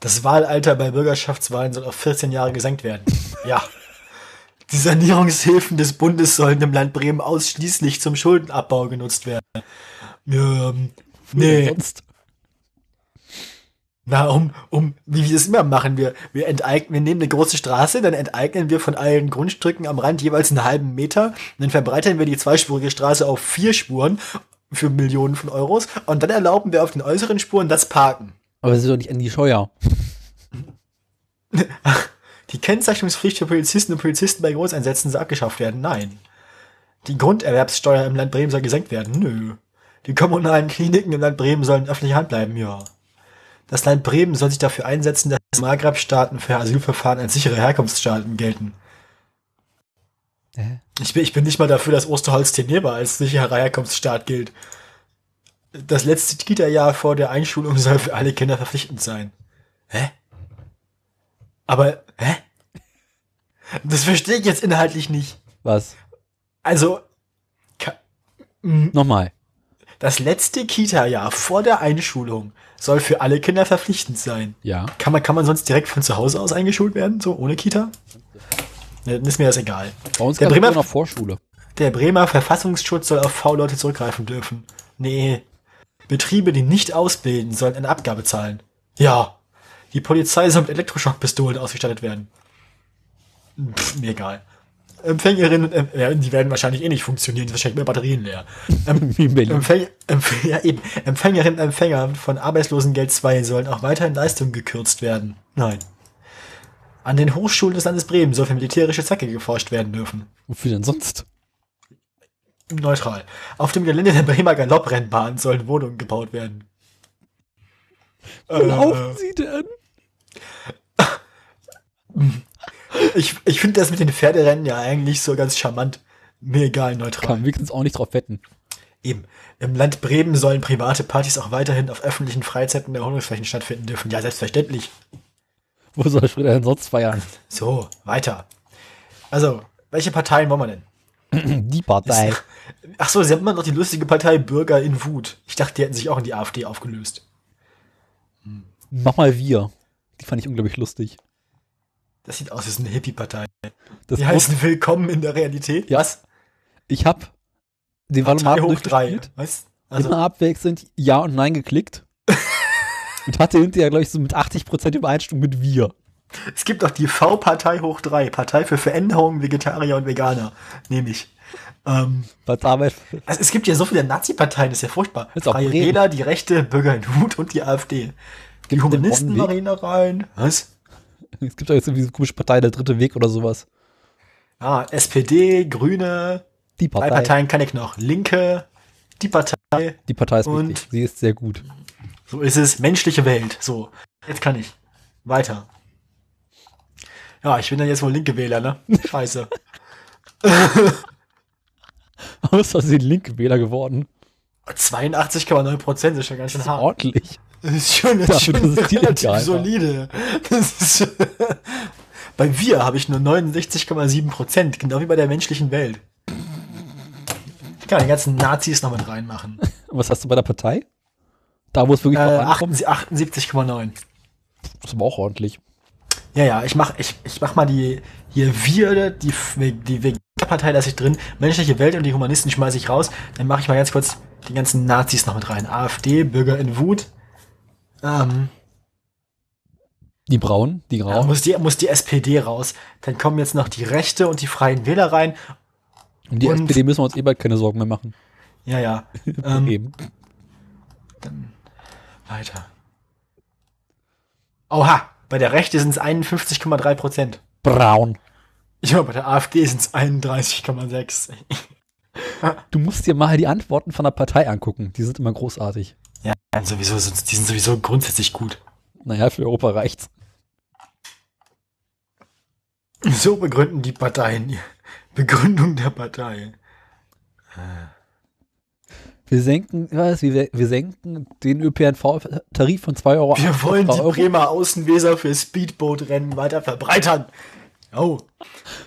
Das Wahlalter bei Bürgerschaftswahlen soll auf 14 Jahre gesenkt werden. Ja. Die Sanierungshilfen des Bundes sollen im Land Bremen ausschließlich zum Schuldenabbau genutzt werden. Ähm, nee.
Sonst.
Na, um, um, wie wir es immer machen, wir, wir enteignen, wir nehmen eine große Straße, dann enteignen wir von allen Grundstücken am Rand jeweils einen halben Meter, und dann verbreitern wir die zweispurige Straße auf vier Spuren für Millionen von Euros, und dann erlauben wir auf den äußeren Spuren das Parken.
Aber das ist doch nicht Andy Scheuer.
Die Kennzeichnungspflicht für Polizisten und Polizisten bei Großeinsätzen soll abgeschafft werden. Nein. Die Grunderwerbssteuer im Land Bremen soll gesenkt werden. Nö. Die kommunalen Kliniken im Land Bremen sollen in öffentlicher Hand bleiben. Ja. Das Land Bremen soll sich dafür einsetzen, dass Maghreb-Staaten für Asylverfahren als sichere Herkunftsstaaten gelten.
Hä?
Ich bin, ich bin nicht mal dafür, dass Osterholz Teneba als sicherer Herkunftsstaat gilt. Das letzte Kita-Jahr vor der Einschulung soll für alle Kinder verpflichtend sein. Hä? Aber, hä? Das verstehe ich jetzt inhaltlich nicht.
Was?
Also, ka- mm,
Nochmal.
das letzte Kita-Jahr vor der Einschulung soll für alle Kinder verpflichtend sein.
Ja.
Kann man, kann man sonst direkt von zu Hause aus eingeschult werden, so ohne Kita? Ne, Dann ist mir das egal.
Bei uns
Der
gab es
Bremer-
immer noch Vorschule. <laughs>
Der Bremer Verfassungsschutz soll auf V-Leute zurückgreifen dürfen. Nee. Betriebe, die nicht ausbilden, sollen eine Abgabe zahlen. Ja. Die Polizei soll mit Elektroschockpistolen ausgestattet werden. Pff, mir egal. Empfängerinnen und Em- ja, die werden wahrscheinlich eh nicht funktionieren, die sind wahrscheinlich mehr Batterien leer. Ähm,
Wie in Berlin.
Empfäng, Empf <laughs> ja, eben. Empfängerinnen und Empfänger von Arbeitslosengeld 2 sollen auch weiterhin Leistungen gekürzt werden. Nein. An den Hochschulen des Landes Bremen soll für militärische Zwecke geforscht werden dürfen.
Wofür denn sonst?
Neutral. Auf dem Gelände der Bremer Galopprennbahn sollen Wohnungen gebaut werden.
Wo
Äh,
laufen sie denn?
Ich, ich finde das mit den Pferderennen ja eigentlich so ganz charmant. Mir egal, neutral.
Kann wenigstens auch nicht drauf wetten.
Eben. Im Land Bremen sollen private Partys auch weiterhin auf öffentlichen Freizeiten und Erholungsflächen stattfinden dürfen. Ja, selbstverständlich.
Wo soll Schröder denn sonst feiern? <clears throat>
So, weiter. Also, welche Parteien wollen wir denn?
Die Partei.
Ach so, sie haben immer noch die lustige Partei Bürger in Wut. Ich dachte, die hätten sich auch in die AfD aufgelöst.
Nochmal wir. Die fand ich unglaublich lustig.
Das sieht aus, als eine Hippie-Partei.
Das
Die
heißt,
heißen Willkommen in der Realität.
Ja, ich habe den
Partei
Valomat
hoch drei.
durchgespielt,
Was? Also,
immer abwechselnd Ja und Nein
<laughs>
geklickt und hatte hinterher, glaube ich, so mit 80% Übereinstimmung mit wir.
es gibt auch die V-Partei hoch drei. Partei für Veränderungen, Vegetarier und Veganer. Nehme ich. Ähm,
Was Arbeit
Also es gibt ja so viele Nazi-Parteien, das ist ja furchtbar.
Ist auch
Freie
Bremen.
Wähler, die Rechte, Bürger in Wut und die AfD. Die
Gibt's den
Humanisten machen
Bonn-Weg?
da rein. Was?
Es gibt doch jetzt irgendwie so eine komische Partei, der dritte Weg oder sowas.
Ah, SPD, Grüne,
Die
drei
Partei.
Parteien kann ich noch. Linke, die Partei,
Die Partei ist
Und-
wichtig. Sie ist sehr gut. <laughs>
so ist es, menschliche Welt. So, jetzt kann ich. Weiter. Ja, ich bin dann jetzt wohl linke Wähler, ne? Scheiße.
Aus Versehen linke Wähler geworden.
82,9 Prozent ist schon ganz schön hart.
Ordentlich.
Das ist schon, das ist
Dafür,
schon
dass es die
relativ
Linke einfach-
solide. Das ist schon <laughs> bei wir habe ich nur 69,7 Prozent, genau wie bei der menschlichen Welt. Ich kann die ganzen Nazis noch mit reinmachen.
Und was hast du bei der Partei? Da, wo es
Äh,
wirklich drauf ankommt,
78- 78,9.
ist aber auch ordentlich.
Ja, ja, ich mach, ich, ich mach mal die, hier wir, die, die Veganer-Partei lasse ich drin, menschliche Welt und die Humanisten schmeiße ich raus. Dann mache ich mal ganz kurz die ganzen Nazis noch mit rein. AfD, Bürger in Wut. Ähm,
Die Braunen, die
Ja,
Grauen
muss, die, muss die SPD raus. Dann kommen jetzt noch die Rechte und die Freien Wähler rein.
um die
und-
SPD müssen wir uns eh bald keine Sorgen mehr machen.
Ja, ja. Ähm,
Eben.
dann weiter. Oha, bei der Rechte sind es 51,3 Prozent.
Braun.
Ja, bei der AfD sind es 31,6.
Du musst dir mal die Antworten von der Partei angucken. Die sind immer großartig.
Ja, sowieso, die sind sowieso grundsätzlich gut.
Naja, für Europa reicht's.
So begründen die Parteien. ihr- Begründung der Partei.
Wir senken, was, wir, wir senken den ÖPNV-Tarif von 2 Euro. auf
Wir wollen die
3 Euro.
Bremer Außenweser für Speedbootrennen weiter verbreitern. Oh.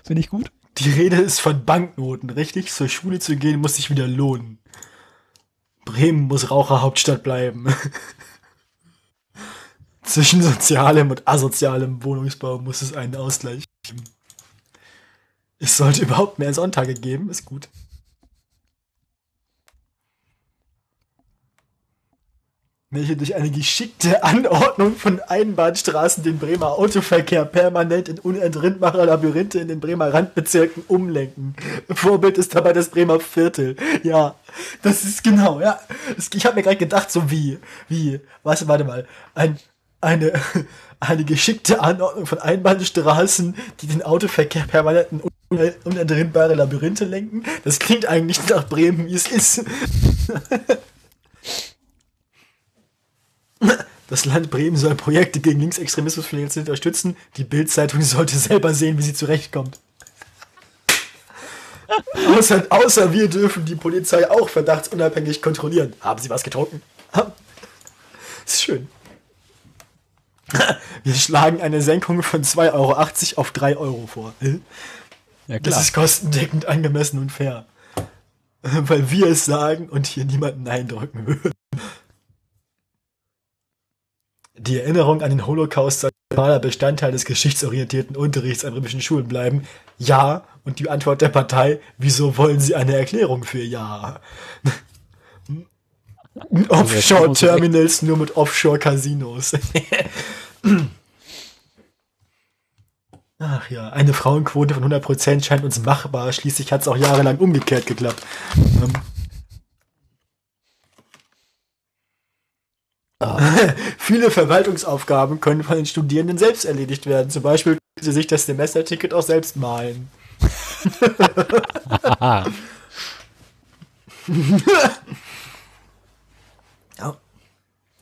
Finde ich gut.
Die Rede ist von Banknoten, richtig? Zur Schule zu gehen muss sich wieder lohnen. Bremen muss Raucherhauptstadt bleiben. <laughs> Zwischen sozialem und asozialem Wohnungsbau muss es einen Ausgleich geben. Es sollte überhaupt mehr Sonntage geben, ist gut. Welche durch eine geschickte Anordnung von Einbahnstraßen den Bremer Autoverkehr permanent in unentrinnbare Labyrinthe in den Bremer Randbezirken umlenken. Vorbild ist dabei das Bremer Viertel. Ja, das ist genau, ja. Es- Ich habe mir gerade gedacht, so wie, wie, was, warte mal, ein, eine, <laughs> eine geschickte Anordnung von Einbahnstraßen, die den Autoverkehr permanent in un- unentrinnbare Labyrinthe lenken. Das klingt eigentlich nach Bremen, wie es ist. Das Land Bremen soll Projekte gegen Linksextremismus finanziell unterstützen. Die Bild-Zeitung sollte selber sehen, wie sie zurechtkommt. außer, außer wir dürfen die Polizei auch verdachtsunabhängig kontrollieren. Haben Sie was getrunken? Ha. Ist schön. Wir schlagen eine Senkung von 2,80 Euro auf 3 Euro vor.
Ja, klar.
Das ist kostendeckend, angemessen und fair. <laughs> Weil wir es sagen und hier niemanden eindrücken würden. Die Erinnerung an den Holocaust soll normaler Bestandteil des geschichtsorientierten Unterrichts an römischen Schulen bleiben. Ja. Und die Antwort der Partei, wieso wollen Sie eine Erklärung für Ja? Offshore-Terminals nur mit Offshore-Casinos. Ach ja, eine Frauenquote von 100% scheint uns machbar. Schließlich hat es auch jahrelang umgekehrt geklappt. Ähm. Viele Verwaltungsaufgaben können von den Studierenden selbst erledigt werden. Zum Beispiel können sie sich das Semesterticket auch selbst <laughs> malen. Au-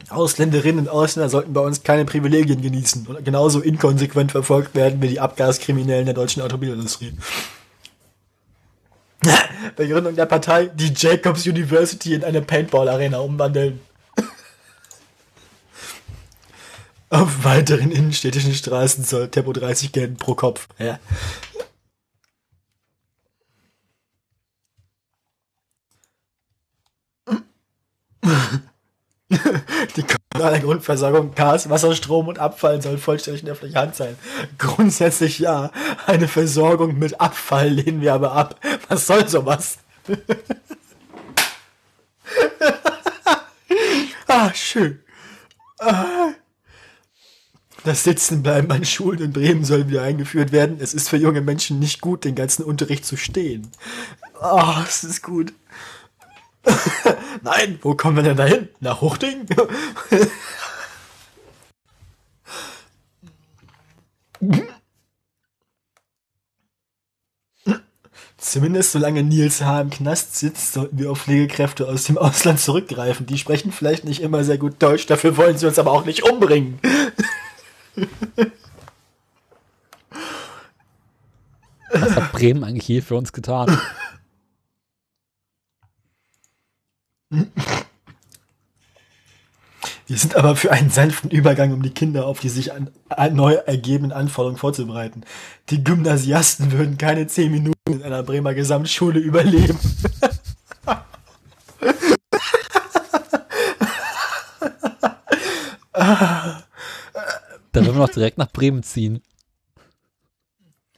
Ausländerinnen und Ausländer sollten bei uns keine Privilegien genießen und genauso inkonsequent verfolgt werden wie die Abgaskriminellen der deutschen Automobilindustrie. <laughs> Bei Gründung der Partei die Jacobs University in eine Paintball-Arena umwandeln. Auf weiteren innenstädtischen Straßen soll Tempo 30 gelten pro Kopf. Ja. Die kommunale Grundversorgung, Gas, Wasser, Strom und Abfall soll vollständig in öffentlicher Hand sein. Grundsätzlich ja. Eine Versorgung mit Abfall lehnen wir aber ab. Was soll sowas? <laughs> ah, schön. Das Sitzenbleiben an Schulen in Bremen soll wieder eingeführt werden. Es ist für junge Menschen nicht gut, den ganzen Unterricht zu stehen. Ah, es ist gut. <laughs> Nein, wo kommen wir denn da hin? Nach Huchting? <laughs> Zumindest solange Nils H. im Knast sitzt, sollten wir auf Pflegekräfte aus dem Ausland zurückgreifen. Die sprechen vielleicht nicht immer sehr gut Deutsch, dafür wollen sie uns aber auch nicht umbringen. <laughs>
Was hat Bremen eigentlich hier für uns getan?
Wir sind aber für einen sanften Übergang, um die Kinder auf die sich an, an neu ergebenden Anforderungen vorzubereiten. Die Gymnasiasten würden keine zehn Minuten in einer Bremer Gesamtschule überleben.
Da würden wir doch direkt nach Bremen ziehen.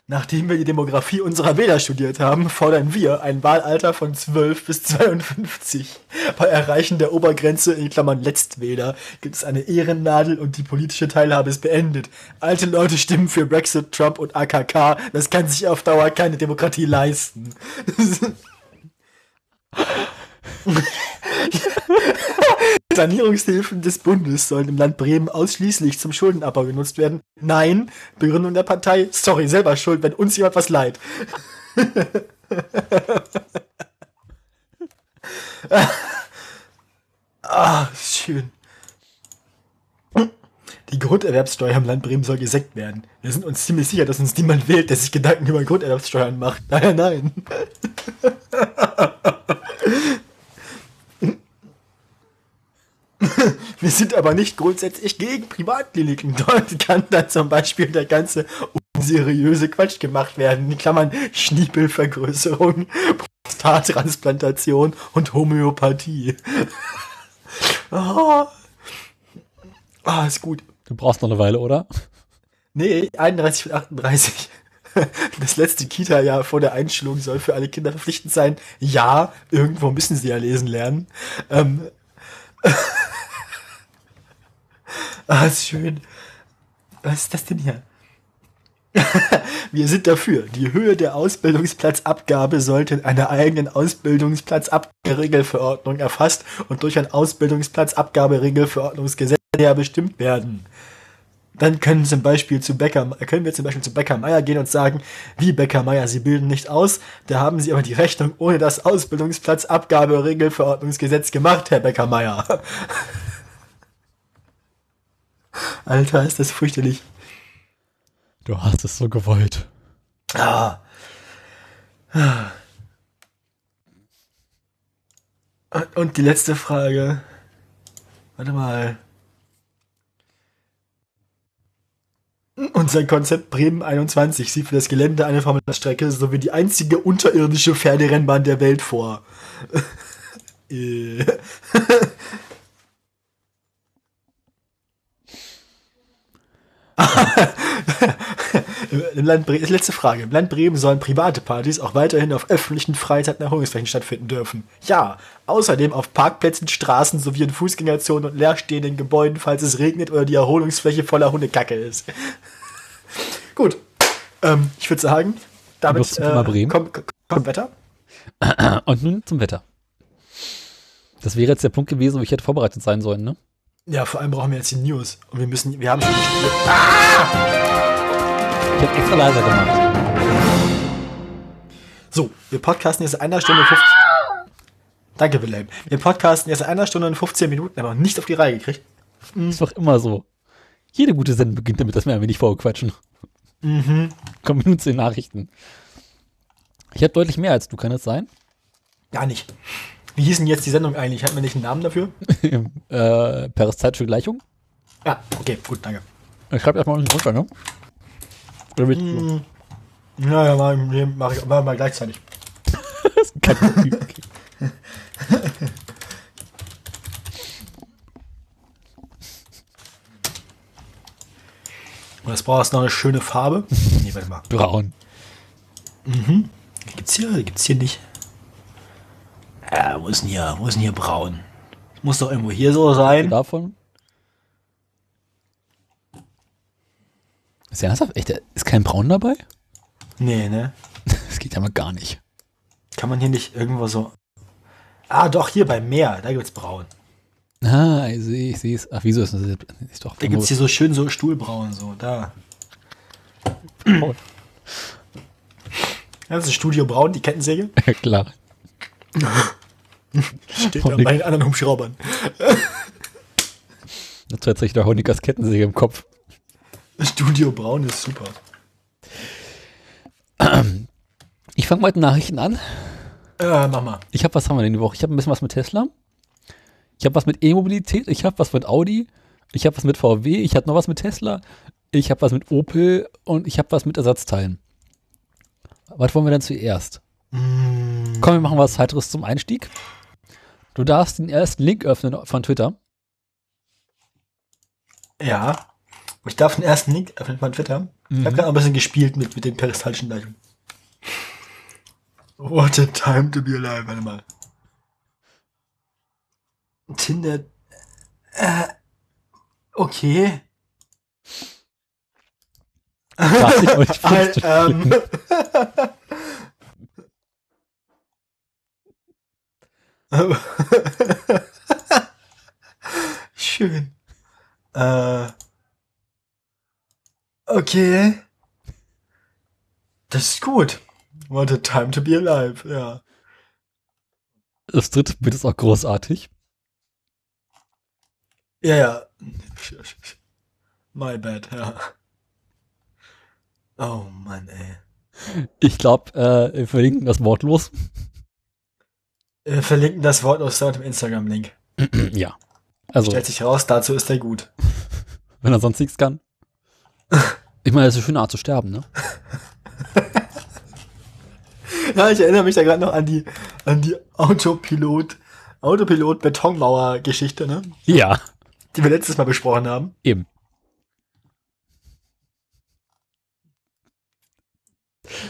Nachdem wir die Demografie unserer Wähler studiert haben, fordern wir ein Wahlalter von 12 bis 52. Bei Erreichen der Obergrenze in Klammern Letztwähler gibt es eine Ehrennadel und die politische Teilhabe ist beendet. Alte Leute stimmen für Brexit, Trump und AKK. Das kann sich auf Dauer keine Demokratie leisten. <laughs> Sanierungshilfen des Bundes sollen im Land Bremen ausschließlich zum Schuldenabbau genutzt werden. Nein, Begründung der Partei, sorry, selber schuld, wenn uns jemand was leid. <laughs> ah, ist schön. Die Grunderwerbssteuer im Land Bremen soll gesenkt werden. Wir sind uns ziemlich sicher, dass uns niemand wählt, der sich Gedanken über Grunderwerbssteuern macht. <laughs> Nein, nein. Wir sind aber nicht grundsätzlich gegen Privatkliniken. Dort kann dann zum Beispiel der ganze unseriöse Quatsch gemacht werden. In Klammern Schniepelvergrößerung, Prostattransplantation und Homöopathie. <laughs> Ah, Ah, ist gut.
Du brauchst noch eine Weile, oder?
Nee, 31 von 38. <laughs> Das letzte Kita-Jahr vor der Einschulung soll für alle Kinder verpflichtend sein. Ja, irgendwo müssen sie ja lesen lernen. Ähm. <laughs> ah, ist schön. Was ist das denn hier? <laughs> Wir sind dafür. Die Höhe der Ausbildungsplatzabgabe sollte in einer eigenen Ausbildungsplatzabgaberegelverordnung erfasst und durch ein Ausbildungsplatzabgaberegelverordnungsgesetz näher bestimmt werden. Dann können zum Beispiel zu Becker, können wir zum Beispiel zu Becker Meier gehen und sagen, wie Becker Meier, Sie bilden nicht aus, da haben Sie aber die Rechnung ohne das Ausbildungsplatzabgaberegelverordnungsgesetz gemacht, Herr Becker Meier. <laughs> Alter, ist das fürchterlich.
Du hast es so gewollt.
Ah. Ah. Und die letzte Frage. Warte mal. Unser Konzept Bremen 21 sieht für das Gelände eine Formelstrecke sowie die einzige unterirdische Pferderennbahn der Welt vor. Äh. <laughs> Im Land Bre letzte Frage. Im Land Bremen sollen private Partys auch weiterhin auf öffentlichen Freizeiten und Erholungsflächen stattfinden dürfen. Ja, außerdem auf Parkplätzen, Straßen sowie in Fußgängerzonen und leerstehenden Gebäuden, falls es regnet oder die Erholungsfläche voller Hundekacke ist. <laughs> Gut, Ähm, ich würde sagen, damit äh,
wirst zum Thema Bremen.
kommt, kommt Wetter.
Ah, Und nun zum Wetter. Das wäre jetzt der Punkt gewesen, wo ich hätte vorbereitet sein sollen, ne?
Ja, vor allem brauchen wir jetzt die News. Und wir müssen, wir haben schon
Ich habe extra leiser gemacht.
So, wir podcasten jetzt in einer Stunde 50. Danke, Wilhelm. Wir podcasten jetzt in einer Stunde und 15 Minuten, aber nicht auf die Reihe gekriegt.
Ist doch immer so. Jede gute Sendung beginnt damit, dass wir ein wenig vorquatschen. Mhm. Kommen wir nun zu den Nachrichten. Ich habe deutlich mehr als du, kann es sein? <laughs>
Gar nicht. Wie hieß denn jetzt die Sendung eigentlich? Hatten wir nicht einen Namen dafür?
äh, Peres Zeitsche Gleichung.
Ja, okay, gut, danke.
Ich schreibe erstmal unten runter, ne? Mhm. Oder willst du-
Ja, ja, mach ich, mach ich mach mal gleichzeitig.
<laughs> Das ist kein Problem.
Und jetzt brauchst du noch eine schöne Farbe. Nee, warte mal.
Braun.
Gibt's hier? Gibt's hier nicht? Ja, wo ist denn hier? Wo ist denn hier braun? Muss doch irgendwo hier so sein.
Davon. Ist ja ernsthaft? Echt, ist kein Braun dabei?
Nee, ne?
Das geht ja mal gar nicht.
Kann man hier nicht irgendwo so. Ah, doch, hier beim Meer. Da gibt's braun.
Ah, ich sehe, ich sehe es. Ach, wieso ist das jetzt? Ist doch
Da gibt's hier so schön so Stuhlbraun, so, da.
Braun.
Das ist Studio Braun, die Kettensäge.
<laughs> Ja, klar.
Steht da bei den anderen Hubschraubern.
Jetzt hat sich der Honikers Kettensäge im Kopf.
Studio Braun ist super.
Ich fange mal mit den Nachrichten an.
Äh, mach mal.
Ich habe, was haben wir denn die Woche? Ich habe ein bisschen was mit Tesla. Ich habe was mit E-Mobilität. Ich habe was mit Audi. Ich habe was mit VW. Ich habe noch was mit Tesla. Ich habe was mit Opel. Und ich habe was mit Ersatzteilen. Was wollen wir denn zuerst?
Mm.
Komm, wir machen was heiteres zum Einstieg. Du darfst den ersten Link öffnen von Twitter.
Ja. Ich darf den ersten Link öffnen von Twitter. Ich habe gerade ein bisschen gespielt mit, mit den peristaltischen Leichen. What a time to be alive. Warte mal. Tinder. Äh, okay. <laughs>
Darf ich euch
Al,
fünf-
ähm, <laughs> Schön. Äh, okay. Das ist gut. What a time to be alive, ja.
Das dritte Bild ist auch großartig.
Ja, ja. My bad, ja. Oh Mann, ey.
Ich glaube, äh, wir verlinken das wortlos.
Wir verlinken das Wort aus dem Instagram-Link.
ja. Also,
Stellt sich raus, dazu ist er gut.
wenn er sonst nichts kann. Ich meine, das ist eine schöne Art zu sterben, ne?
Ja, ich erinnere mich da gerade noch an die, an die Autopilot, Autopilot-Betonmauer-Geschichte, ne?
Ja.
Die wir letztes Mal besprochen haben.
Eben.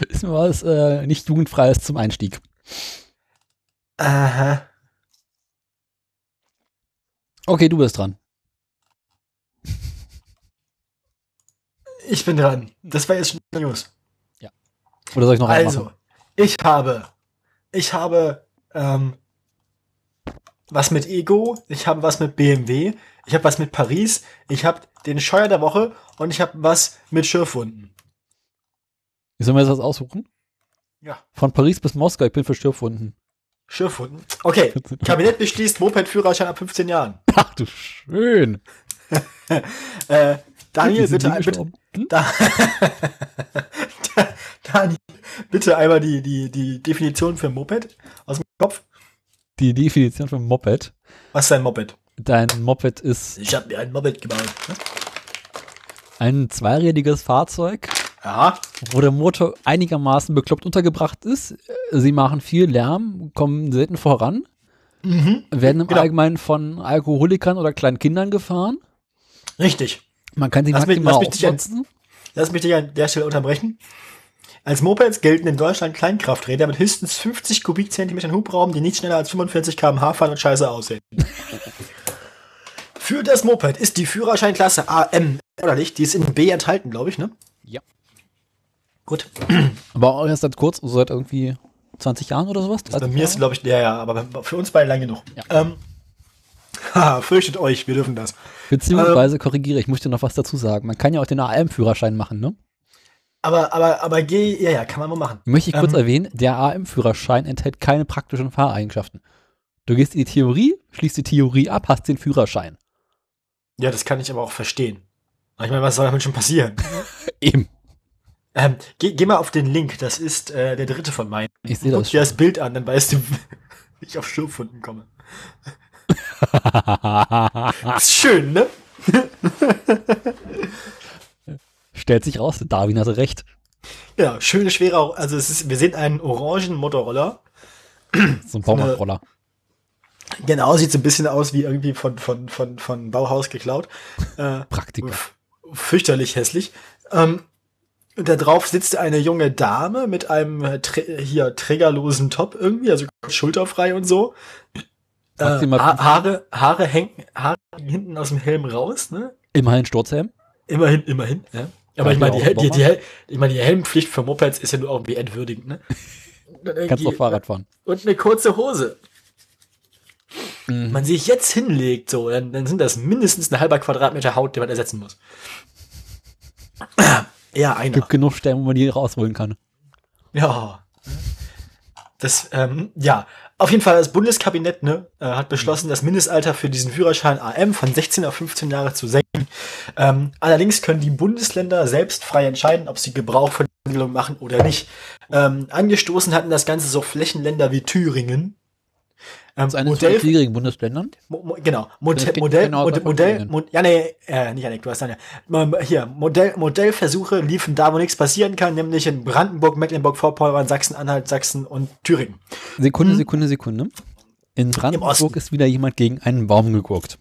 Ist mir was äh, nicht jugendfreies zum Einstieg.
Aha.
Okay, du bist dran.
Ich bin dran. Das war jetzt schon News.
Oder soll ich noch einen
Also, ich habe, ich habe, ähm, was mit Ego, ich habe was mit BMW, ich habe was mit Paris, ich habe den Scheuer der Woche und ich habe was mit Schürfwunden.
Sollen wir jetzt was aussuchen?
Ja.
Von Paris bis Moskau, ich bin für Stirbwunden.
Schürfwunden.
<laughs>
Okay. Kabinett beschließt Moped-Führerschein ab 15 Jahren.
Ach du schön.
Äh, Daniel,
Die sind
bitte,
nie
bitte,
gestorben. Hm?
<laughs> Dani, bitte einmal die, die, die Definition für Moped aus dem Kopf.
Die Definition von Moped.
Was ist ein Moped?
Dein Moped ist
Ich habe mir ein Moped gebaut. ne?
ein zweirädiges Fahrzeug,
Ja.
wo der Motor einigermaßen bekloppt untergebracht ist. Sie machen viel Lärm, kommen selten voran, werden im
genau.
Allgemeinen von Alkoholikern oder kleinen Kindern gefahren.
Richtig.
Man kann sie
Lass mich-
maximal
lass mich dich ein-
aufnutzen.
Lass mich dich an der Stelle unterbrechen. Als Mopeds gelten in Deutschland Kleinkrafträder mit höchstens 50 Kubikzentimetern Hubraum, die nicht schneller als 45 km/h fahren und scheiße aussehen. Für das Moped ist die Führerscheinklasse AM erforderlich, die ist in B enthalten, glaube ich, ne?
Ja.
Gut.
Aber auch erst seit kurz, also seit irgendwie 20 Jahren oder sowas.
Bei
30
Also mir ist,
Jahren?
glaube ich, ja, ja, aber für uns beide lang genug.
Ja.
Ähm, <laughs> haha, fürchtet euch, wir dürfen das. Ähm.
Beziehungsweise korrigiere, ich möchte noch was dazu sagen. Man kann ja auch den AM-Führerschein machen, ne?
Aber, aber, aber geh, ja, ja, kann man mal machen.
Möchte ich kurz
Ähm.
erwähnen, der AM-Führerschein enthält keine praktischen Fahreigenschaften. Du gehst in die Theorie, schließt die Theorie ab, hast den Führerschein.
Ja, das kann ich aber auch verstehen. Aber Ich meine, was soll damit schon passieren? <laughs>
Eben.
Ähm, geh, geh mal auf den Link, das ist äh, der dritte von meinen.
Ich sehe
Guck
das
dir
schon.
das Bild an, dann weißt du, <laughs> wie ich auf Schürfwunden komme. Ist schön, ne?
Stellt sich raus, Darwin hatte recht.
Ja, schöne, schwere, Or- also es ist, wir sehen einen orangen Motorroller.
So ein Baumarktroller.
Genau, sieht so ein bisschen aus wie irgendwie von, von, von, von Bauhaus geklaut. Äh,
Praktiker.
f- fürchterlich hässlich. Ähm, und da drauf sitzt eine junge Dame mit einem äh, trä- hier trägerlosen Top irgendwie, also schulterfrei und so. Äh,
Macht sie mal-
ha Haare, Haare hängen, Haare hängen hinten aus dem Helm raus, ne?
Immerhin Sturzhelm.
Immerhin, immerhin, ja. Aber
Ja,
ich meine,
wir
die,
auch
Hel- die,
Bomber.
die, Hel- ich meine, die Helmpflicht für Mopeds ist ja nur irgendwie entwürdigend, ne? Dann
<laughs> Kannst doch
irgendwie-
Fahrrad fahren.
und eine kurze Hose.
Mhm.
man sich jetzt hinlegt, so, dann, dann sind das mindestens ein halber Quadratmeter Haut, den man ersetzen muss. <clears throat> Ja, einer.
Gibt genug Stellen, wo man die rausholen kann.
Ja. Das, ähm, ja. Auf jeden Fall, das Bundeskabinett ne, äh, hat beschlossen, das Mindestalter für diesen Führerschein AM von 16 auf 15 Jahre zu senken. Ähm, allerdings können die Bundesländer selbst frei entscheiden, ob sie Gebrauch von der Regelung machen oder nicht. Ähm, angestoßen hatten das Ganze so Flächenländer wie Thüringen. Ähm,
Das ist eines von den schwierigen Bundesländern.
Mo Mo genau, Modell,
geht
Modell,
genau
Modell,
bei
Modell,
Familien.
Mo- ja, nee, äh, nicht Alec, du hast dann ja. Ähm, Hier, Modell, Modellversuche liefen da, wo nichts passieren kann, nämlich in Brandenburg, Mecklenburg-Vorpommern, Sachsen-Anhalt, Sachsen und Thüringen.
Sekunde, Sekunde, Sekunde. In Brandenburg
Hm. Osten.
ist wieder jemand gegen einen Baum geguckt.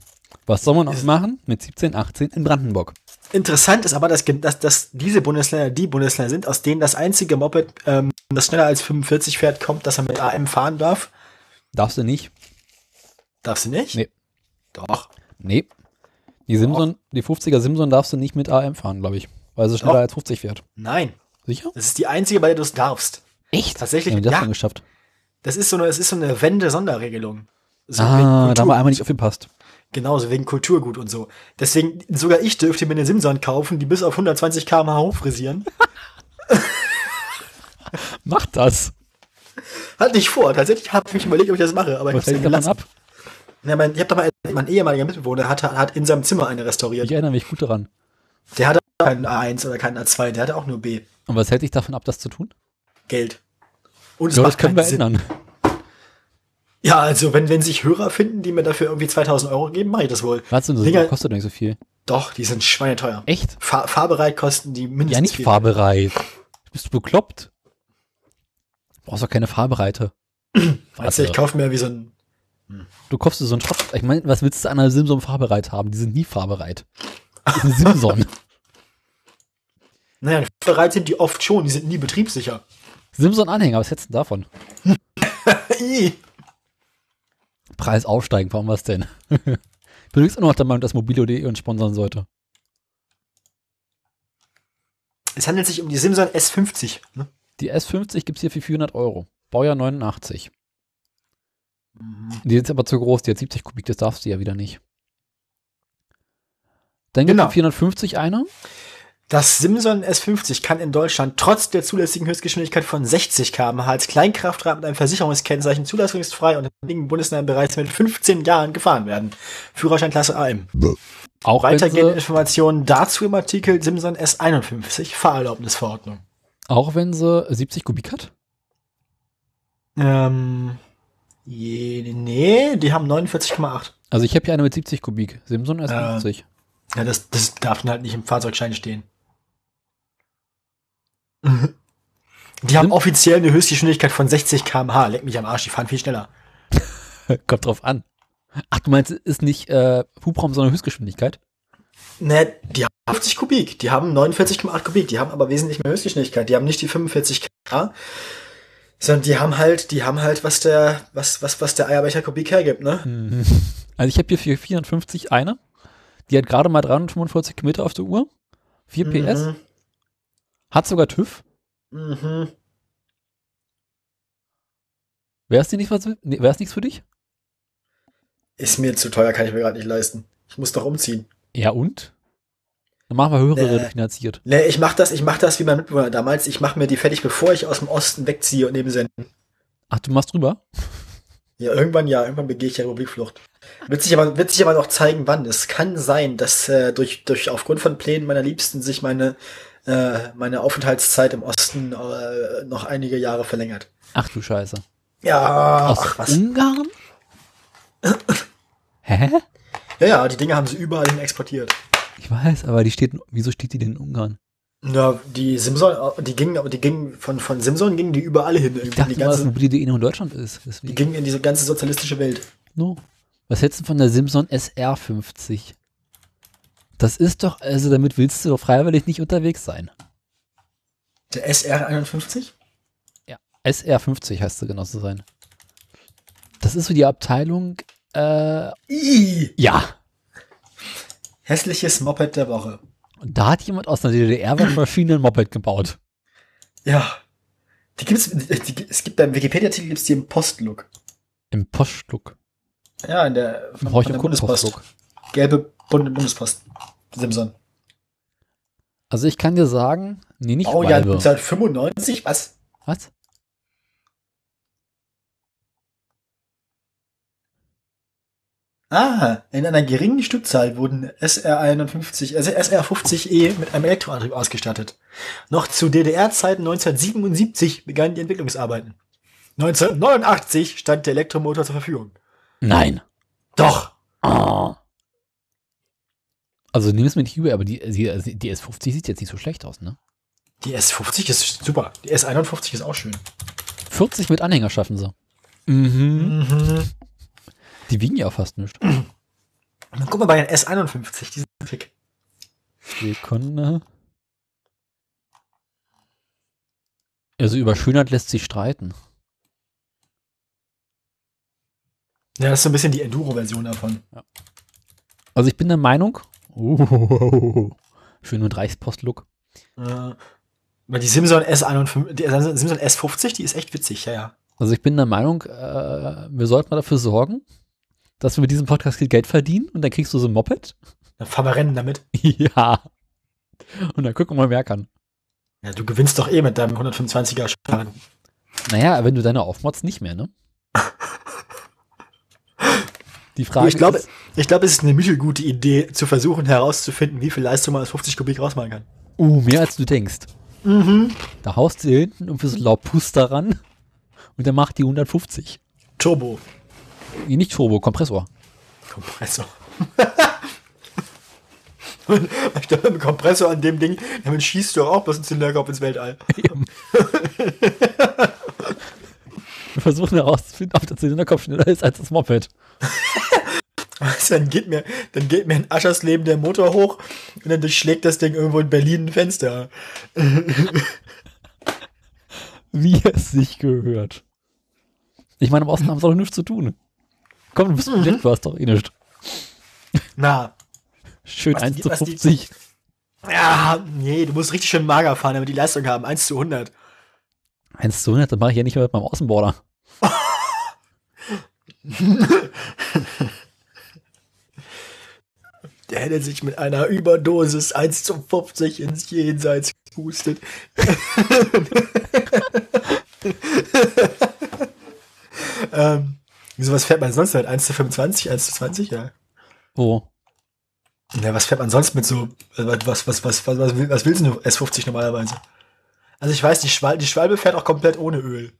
Was soll man auch machen mit 17, 18 in Brandenburg?
Interessant ist aber, dass, gen- dass, dass diese Bundesländer die Bundesländer sind, aus denen das einzige Moped, ähm, das schneller als 45 fährt, kommt, dass er mit AM fahren darf.
Darfst du nicht?
Darfst du nicht?
Nee.
Doch.
Nee. Die Simson, die 50er Simson darfst du nicht mit AM fahren, glaube ich. Weil sie schneller
Doch.
als 50 fährt.
Nein.
Sicher?
Das ist die einzige, bei der du es darfst. Tatsächlich,
Echt? Tatsächlich? Haben die das
ja.
dann geschafft?
Das ist so eine, das ist so eine Wende-Sonderregelung. So wegen
ah,
Kultur-
da haben wir einmal nicht aufgepasst.
Genauso wegen Kulturgut und so. Deswegen, sogar ich dürfte mir eine Simson kaufen, die bis auf 120 km/h hochfrisieren. <laughs>
Mach das!
Hatte ich Halt vor. Tatsächlich habe ich mich überlegt, ob ich das mache, aber ich hab's
Was
dann
hängt davon
gelassen.
ab?
Ja, mein, ich habe doch mal erzählt, mein ehemaliger Mitbewohner hat, hat in seinem Zimmer eine restauriert.
Ich erinnere mich gut daran.
Der hatte auch keinen A1 oder keinen A2, der hatte auch nur B.
Und was hält dich davon ab, das zu tun?
Geld. Und es
Ja,
macht
das können
keinen
wir
Sinn.
ändern.
Ja, also wenn, wenn sich Hörer finden, die mir dafür irgendwie 2000 Euro geben, mache ich das wohl.
Warte, das
Dinger-
kostet doch nicht so viel.
Doch, die sind schweineteuer.
Echt?
Fahr fahrbereit kosten die mindestens.
Ja, nicht
viel.
fahrbereit. Bist du bekloppt? Brauchst doch keine
<clears throat>
Fahrbereite.
Also ich
Warte.
kaufe mir wie so ein.
Du kaufst dir so einen Schrott. Ich meine, was willst du an einer Simson fahrbereit haben? Die sind nie fahrbereit.
<laughs>
Das ist eine Simson.
Naja, bereit sind die oft schon, die sind nie betriebssicher. <laughs>
Simson-Anhänger, was hättest du denn davon?
Ih.
Preis aufsteigen, warum was denn? <laughs> ich bin übrigens immer noch der Meinung, dass Mobilo.de uns sponsern sollte.
Es handelt sich um die Simson S50. Ne?
Die S50 gibt's hier für 400 Euro. Baujahr 89. Die ist aber zu groß, die hat 70 Kubik, das darfst du ja wieder nicht. Dann gibt es
Genau.
für 450 eine.
Das Simson S50 kann in Deutschland trotz der zulässigen Höchstgeschwindigkeit von 60 km/h als Kleinkraftrad mit einem Versicherungskennzeichen zulassungsfrei und in einigen Bundesländern bereits mit 15 Jahren gefahren werden. Führerscheinklasse AM.
Auch wenn
Weitergehende
sie,
Informationen dazu im Artikel Simson S51 Fahrerlaubnisverordnung.
auch wenn sie 70 Kubik hat?
Ähm, je, nee, die haben 49,8.
Also ich habe hier eine mit 70 Kubik. Simson ist
Äh.
50.
Ja, das, das darf dann halt nicht im Fahrzeugschein <laughs> stehen. Die haben
Stimmt.
offiziell eine Höchstgeschwindigkeit von 60 km/h. Leck mich am Arsch, die fahren viel schneller.
<laughs> Kommt drauf an. Ach, du meinst, es ist nicht äh, Hubraum, sondern Höchstgeschwindigkeit?
Ne, die haben 50 Kubik, die haben 49,8 Kubik, die haben aber wesentlich mehr Höchstgeschwindigkeit. Die haben nicht die 45 km/h, sondern die haben halt, die haben halt, was der, was, was, was der Eierbecher Kubik hergibt, ne?
Mhm. Also ich habe hier für 450 eine. Die hat gerade mal 345 Kilometer auf der Uhr. 4 PS.
Mhm.
Hat sogar TÜV.
Mhm.
Wäre es dir nicht was, nee, wär's nichts für dich?
Ist mir zu teuer, kann ich mir gerade nicht leisten. Ich muss doch umziehen.
Ja, und? Dann machen wir höhere
Nee.
finanziert.
Nee, Ne, ich mach das, ich mach das wie mein Mitbewohner damals. Ich mach mir die fertig, bevor ich aus dem Osten wegziehe und eben senden.
Ach, du machst drüber?
Ja, irgendwann ja, irgendwann begehe ich ja Republikflucht. Wird sich aber, wird sich aber noch zeigen, wann. Es kann sein, dass äh, durch, durch aufgrund von Plänen meiner Liebsten sich meine, äh, meine Aufenthaltszeit im Osten äh, noch einige Jahre verlängert.
Ach du Scheiße.
Ja,
Aus
ach was.
Ungarn? Hä?
Ja, ja, die Dinge haben sie überall hin exportiert.
Ich weiß, aber die steht, wieso steht die denn in Ungarn?
Na, die Simson, die gingen, aber die gingen von, von Simson gingen die überall hin.
Ich
Irgendwie
dachte
die,
immer, dass
ganze,
mobile.de nur in Deutschland ist.
die
Deswegen.
gingen in diese ganze sozialistische Welt.
No. Was hältst du von der Simson SR50? Das ist doch, also damit willst du doch freiwillig nicht unterwegs sein.
Der SR51?
SR50 heißt sie genau zu sein. Das ist so die Abteilung, äh,
Ih,
ja.
hässliches Moped der Woche.
Und da hat jemand aus der DDR was Maschinen ein Moped gebaut.
Ja. Die gibt's, die, die, es gibt beim Wikipedia-Artikel gibt's die im Postlook.
Im Postschluck.
Ja, in der,
Im Horch- und Kundenpostschluck.
Gelbe bunte Bundespost. Simson.
Also ich kann dir sagen, nee, nicht
Baujahr
Walbe.
1995? Was?
Was?
Ah, in einer geringen Stückzahl wurden SR51, also SR50E mit einem Elektroantrieb ausgestattet. Noch zu DDR-Zeiten 1977 begannen die Entwicklungsarbeiten. 1989 stand der Elektromotor zur Verfügung.
Nein.
Doch.
Ah. Also nimm es mir nicht über, aber die, die, die S50 sieht jetzt nicht so schlecht aus, ne?
Die S50 ist super. Die S51 ist auch schön.
40 mit Anhänger schaffen sie. Mhm.
Mhm.
Die wiegen ja fast nicht.
Dann guck mal bei den S51, diesen Trick.
Sekunde. Also über Schönheit lässt sich streiten.
Ja, das ist so ein bisschen die Enduro-Version davon.
Also ich bin der Meinung. Oh, schön und Reichspost-Look.
Äh, Aber die Simson S51, die Simson S50, die ist echt witzig, ja, ja.
Also ich bin der Meinung, äh, wir sollten mal dafür sorgen, dass wir mit diesem Podcast viel Geld verdienen und dann kriegst du so ein Moped. <laughs>
Dann fahren wir Rennen damit.
ja. Und dann gucken wir mal, wer kann.
Ja, du gewinnst doch eh mit deinem 125er Schaden.
Naja, wenn du deine aufmotzt,
<laughs>
nicht mehr, ne? Die Frage
ich glaube,
ist,
ich glaube, es ist eine mittelgute Idee, zu versuchen herauszufinden, wie viel Leistung man aus 50 Kubik rausmachen kann.
uh, mehr als du denkst.
Mhm.
Da haust du hier hinten und so laut Puster ran und dann macht die 150.
Turbo.
Nee, nicht Turbo, Kompressor.
Kompressor. <laughs> Und ich glaube, mit dem Kompressor an dem Ding, damit schießt du auch bloß einen Zylinderkopf ins Weltall.
Wir versuchen herauszufinden, ob der Zylinderkopf schneller ist als das Moped.
Weißt du, <laughs> dann geht mir, dann geht mir in Aschers Leben der Motor hoch und dann durchschlägt das Ding irgendwo in Berlin ein Fenster.
Wie es sich gehört. Ich meine, im Osten haben sie doch nichts zu tun. Komm, du bist mhm. du hast doch eh nichts.
Na,
Schön
Was
1
die-
zu
was die-
50.
ja, nee, du musst richtig schön mager fahren, damit die Leistung haben. 1 zu 100.
1 zu 100, dann mache ich ja nicht mehr mit meinem Außenborder.
Der hätte sich mit einer Überdosis 1 zu 50 ins Jenseits gehustet. <laughs> ähm, wieso, was fährt man sonst mit? 1 zu 25, 1 zu 20, ja.
Wo?
Ja, was fährt man sonst mit so, äh, was, was, was, was, was, will- was willst du S50 normalerweise? Also ich weiß, die Schwalbe, die Schwalbe fährt auch komplett ohne Öl.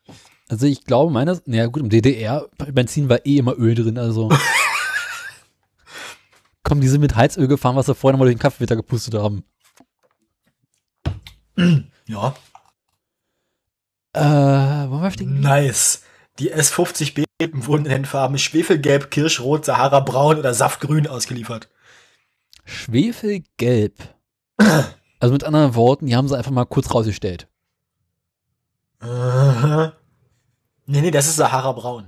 Also ich glaube, meines, naja gut, im DDR, bei Benzin war eh immer Öl drin, also. Komm, die sind mit Heizöl gefahren, was sie vorher nochmal durch den Kaffeewitter gepustet haben.
Ja.
Äh, wollen wir auf den
Nice. Die S50B wurden in den Farben Schwefelgelb, Kirschrot, Sahara Braun oder Saftgrün ausgeliefert.
Schwefelgelb. Also mit anderen Worten, die haben sie einfach mal kurz rausgestellt.
Aha. Nee, nee, das ist Sahara Braun.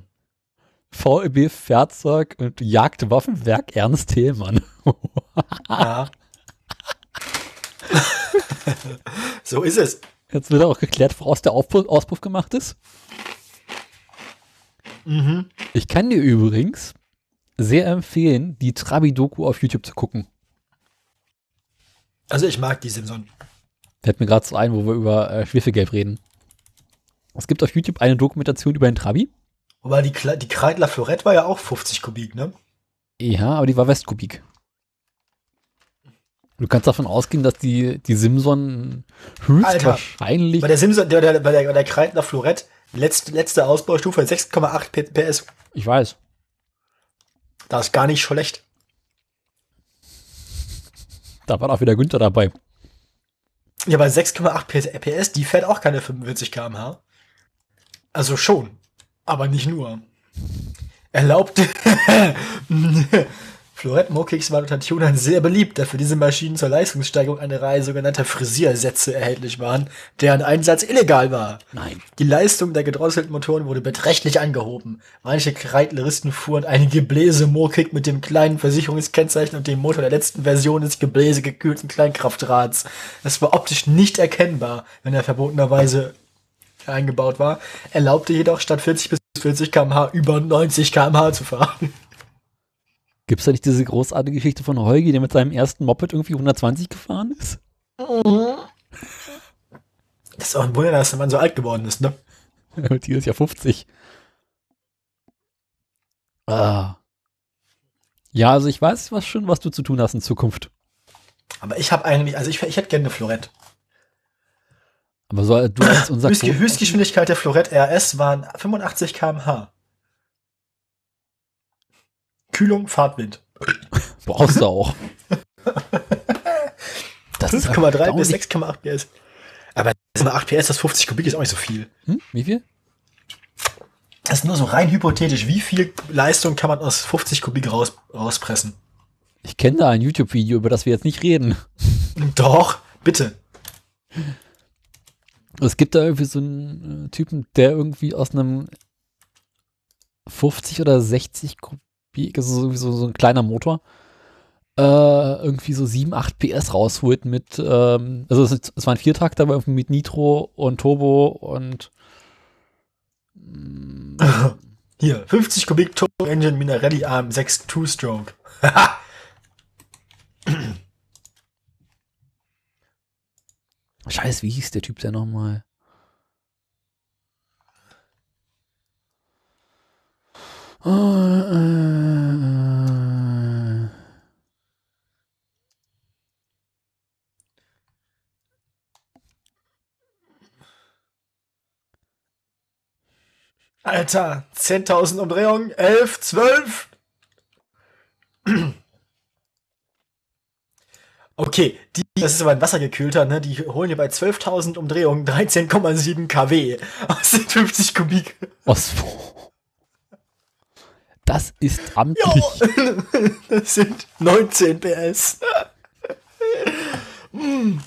VEB Fahrzeug und Jagdwaffenwerk Ernst Thälmann.
Ah. Ja. <laughs> so ist es.
Jetzt wird auch geklärt, woraus der Aufpuff, Auspuff gemacht ist.
Mhm.
Ich kann dir übrigens sehr empfehlen, die Trabi-Doku auf YouTube zu gucken.
Also ich mag die Simpson.
Fällt mir gerade so ein, wo wir über äh, Schwefelgelb reden. Es gibt auf YouTube eine Dokumentation über den Trabi.
Wobei die, Kle- die Kreidler Florett war ja auch 50 Kubik, ne?
Ja, aber die war Westkubik. Du kannst davon ausgehen, dass die, die Simson höchstwahrscheinlich.
Bei der Simpson, der, der, bei der, bei der Kreidler Florett, letzte, letzte Ausbaustufe 6,8 P- PS.
Ich weiß.
Das ist gar nicht schlecht.
Da war auch wieder Günther dabei.
Ja, bei 6,8 PS- PS, die fährt auch keine 45 km/h. Also schon, aber nicht nur. <laughs> Erlaubte Florett-Mokicks waren unter Tunern sehr beliebt, da für diese Maschinen zur Leistungssteigerung eine Reihe sogenannter Frisiersätze erhältlich waren, deren Einsatz illegal war.
Nein.
Die Leistung der gedrosselten Motoren wurde beträchtlich angehoben. Manche Kreidleristen fuhren einen Gebläsemokik mit dem kleinen Versicherungskennzeichen und dem Motor der letzten Version des gebläsegekühlten Kleinkraftrads. Es war optisch nicht erkennbar, wenn er verbotenerweise eingebaut war, erlaubte jedoch statt 40 bis 40 km/h über 90 km/h zu fahren.
Gibt es da nicht diese großartige Geschichte von Heugi, der mit seinem ersten Moped irgendwie 120 gefahren ist? <laughs>
Das ist auch ein Wunder, dass der Mann so alt geworden ist, ne?
Er wird dieses Jahr 50. Ah. Ja, also ich weiß was schon, was du zu tun hast in Zukunft.
Aber ich habe eigentlich, also ich, ich hätte gerne eine Florett.
Aber so, du als unser
Höchstge
Gro-
Höchstgeschwindigkeit der Florett RS waren 85 km/h. Kühlung, Fahrtwind.
brauchst du auch. Das ist
5,3 bis
erstaunlich.
6,8 PS. Aber 8 PS, das 50 Kubik ist auch nicht so viel.
Hm? Wie viel?
Das ist nur so rein hypothetisch. Wie viel Leistung kann man aus 50 Kubik raus, rauspressen?
Ich kenne da ein YouTube-Video, über das wir jetzt nicht reden.
Doch, bitte.
Es gibt da irgendwie so einen äh, Typen, der irgendwie aus einem 50 oder 60 Kubik, also so- so, so ein kleiner Motor, äh, irgendwie so 7, 8 PS rausholt mit, ähm, also es, es war ein Viertakt, aber irgendwie mit Nitro und Turbo und mm,
Hier, 50 Kubik Turbo Engine Minarelli AM 6 Two-Stroke.
Scheiß, wie hieß der Typ denn nochmal? Äh, äh,
Alter, 10.000 Umdrehungen, 11, 12. Okay, die, das ist aber ein wassergekühlter, ne? Die holen hier bei 12.000 Umdrehungen 13,7 kW aus den 50 Kubik.
Was? Das ist amtlich.
Das sind 19 PS. Hm.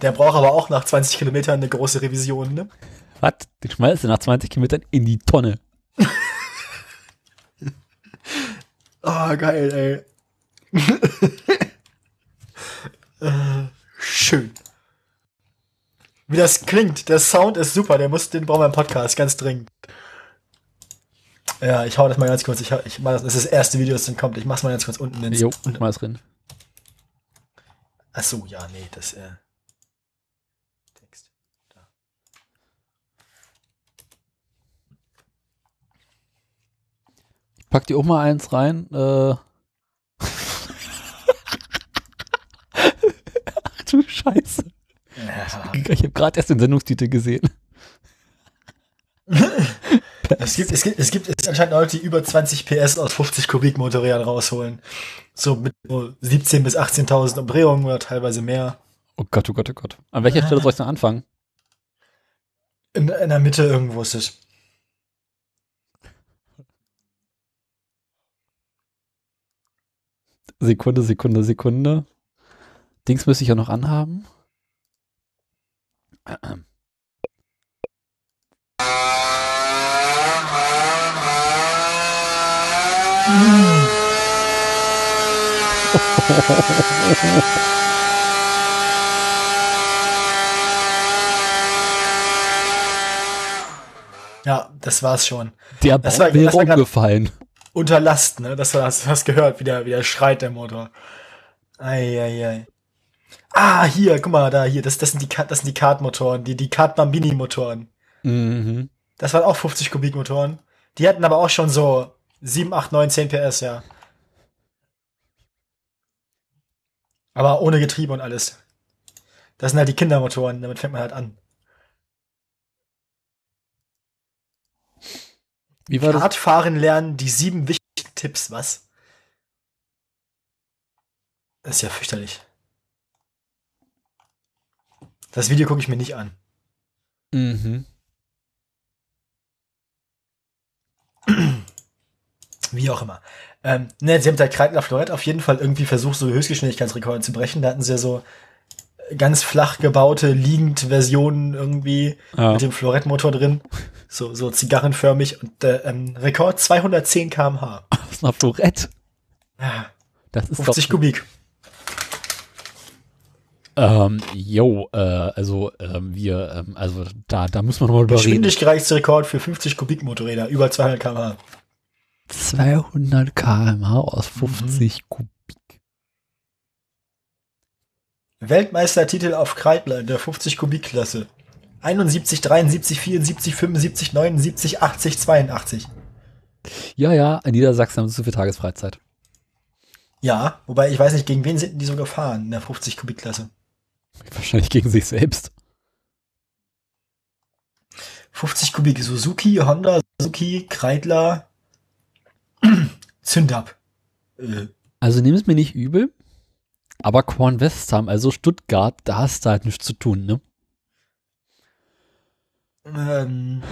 Der braucht aber auch nach 20 Kilometern eine große Revision, ne?
Was? Den schmeißt du nach 20 Kilometern in die Tonne.
Ah, geil, ey. äh, <laughs> Äh, schön. Wie das klingt, der Sound ist super, der muss, den brauchen wir im Podcast, ganz dringend. Ja, ich hau das mal ganz kurz. Ich, hau- ich mach das, das ist das erste Video, das dann kommt. Ich mach's mal ganz kurz unten ins.
Jo, schmeiß rein.
Ach so, ja, nee, das äh Text. Da.
Ich pack dir auch mal eins rein. Äh. Ach du Scheiße. Ich habe gerade erst den Sendungstitel gesehen.
Es gibt, es gibt, es gibt es gibt anscheinend Leute, die über 20 PS aus 50 Kubik Motorrädern rausholen. So mit so 17 bis 18.000 Umdrehungen oder teilweise mehr.
Oh Gott, oh Gott, oh Gott. An welcher Stelle soll ich denn anfangen?
In, in der Mitte irgendwo ist es.
Sekunde, Sekunde, Sekunde. Dings müsste ich ja noch anhaben.
Ja, das war's schon.
Der
Das
Baum
war-
wäre
das war grad-
umgefallen.
Unter Last, ne? Das war- hast du hast gehört, wie der, wie der schreit, der Motor. Eieiei. Ah, hier, guck mal, da, hier, das, das sind die, Ka- das sind die Kart-Motoren, die, die Kart-Bambini-Motoren.
Mhm.
Das waren auch 50 Kubikmotoren. Die hatten aber auch schon so 7, 8, 9, 10 PS, ja. Aber ohne Getriebe und alles. Das sind halt die Kindermotoren, damit fängt man halt an.
Wie war das?
Radfahren lernen, die sieben wichtigen Tipps, was? Das ist ja fürchterlich. Das Video gucke ich mir nicht an.
Mhm.
Wie auch immer. Ähm, ne, sie haben da Kreidler Florett auf jeden Fall irgendwie versucht, so Höchstgeschwindigkeitsrekorde zu brechen. Da hatten sie ja so ganz flach gebaute, liegend Versionen irgendwie
Ja.
mit dem Florettmotor drin. So, so zigarrenförmig. Und äh, ähm, Rekord 210 km/h.
Das ist ein Florett.
Ja,
<laughs> Das ist
50
doch.
Kubik.
Ähm, yo, äh, also ähm, wir, ähm, also da, da muss man nochmal drüber reden.
Geschwindigkeitsrekord für 50 Kubik Motorräder, über 200 km/h.
200 km/h aus
Mhm.
50 Kubik.
Weltmeistertitel auf Kreidler in der 50 Kubik Klasse. 71, 73, 74, 75, 79, 80, 82.
Ja, ja, in Niedersachsen haben sie zu viel Tagesfreizeit.
Ja, wobei ich weiß nicht, gegen wen sind die so gefahren in der 50 Kubik Klasse?
Wahrscheinlich gegen sich selbst.
50 Kubik Suzuki, Honda, Suzuki, Kreidler, <clears throat> Zündab. Äh,
Also nimm es mir nicht übel, aber Kornwestheim, also Stuttgart, da hast du halt nichts zu tun, ne?
ähm,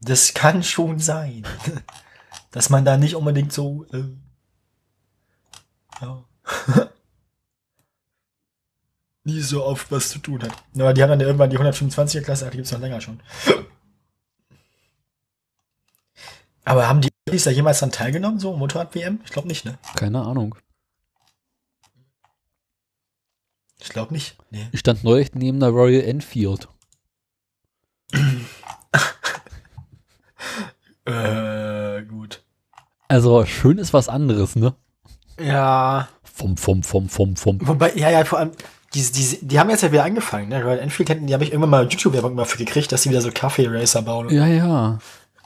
das kann schon <laughs> sein, dass man da nicht unbedingt so. Äh, ja. <laughs> nie so oft was zu tun hat. Aber die haben dann irgendwann die 125er Klasse, ach, die gibt's noch länger schon. Aber haben die Öffis da jemals dran teilgenommen, so Motorrad-WM? Ich glaube nicht, ne?
Keine Ahnung.
Ich glaube nicht. Nee.
Ich stand neulich neben der Royal Enfield.
Äh, gut.
Also schön ist was anderes, ne?
Ja,
Vom, vom, vom, vom, vom.
Wobei, ja, ja, vor allem, die, die, die haben jetzt ja wieder angefangen, ne? Royal Enfield, hätten- die habe ich irgendwann mal YouTube-Werbung mal für gekriegt, dass sie wieder so Kaffee-Racer bauen.
Ja, ja.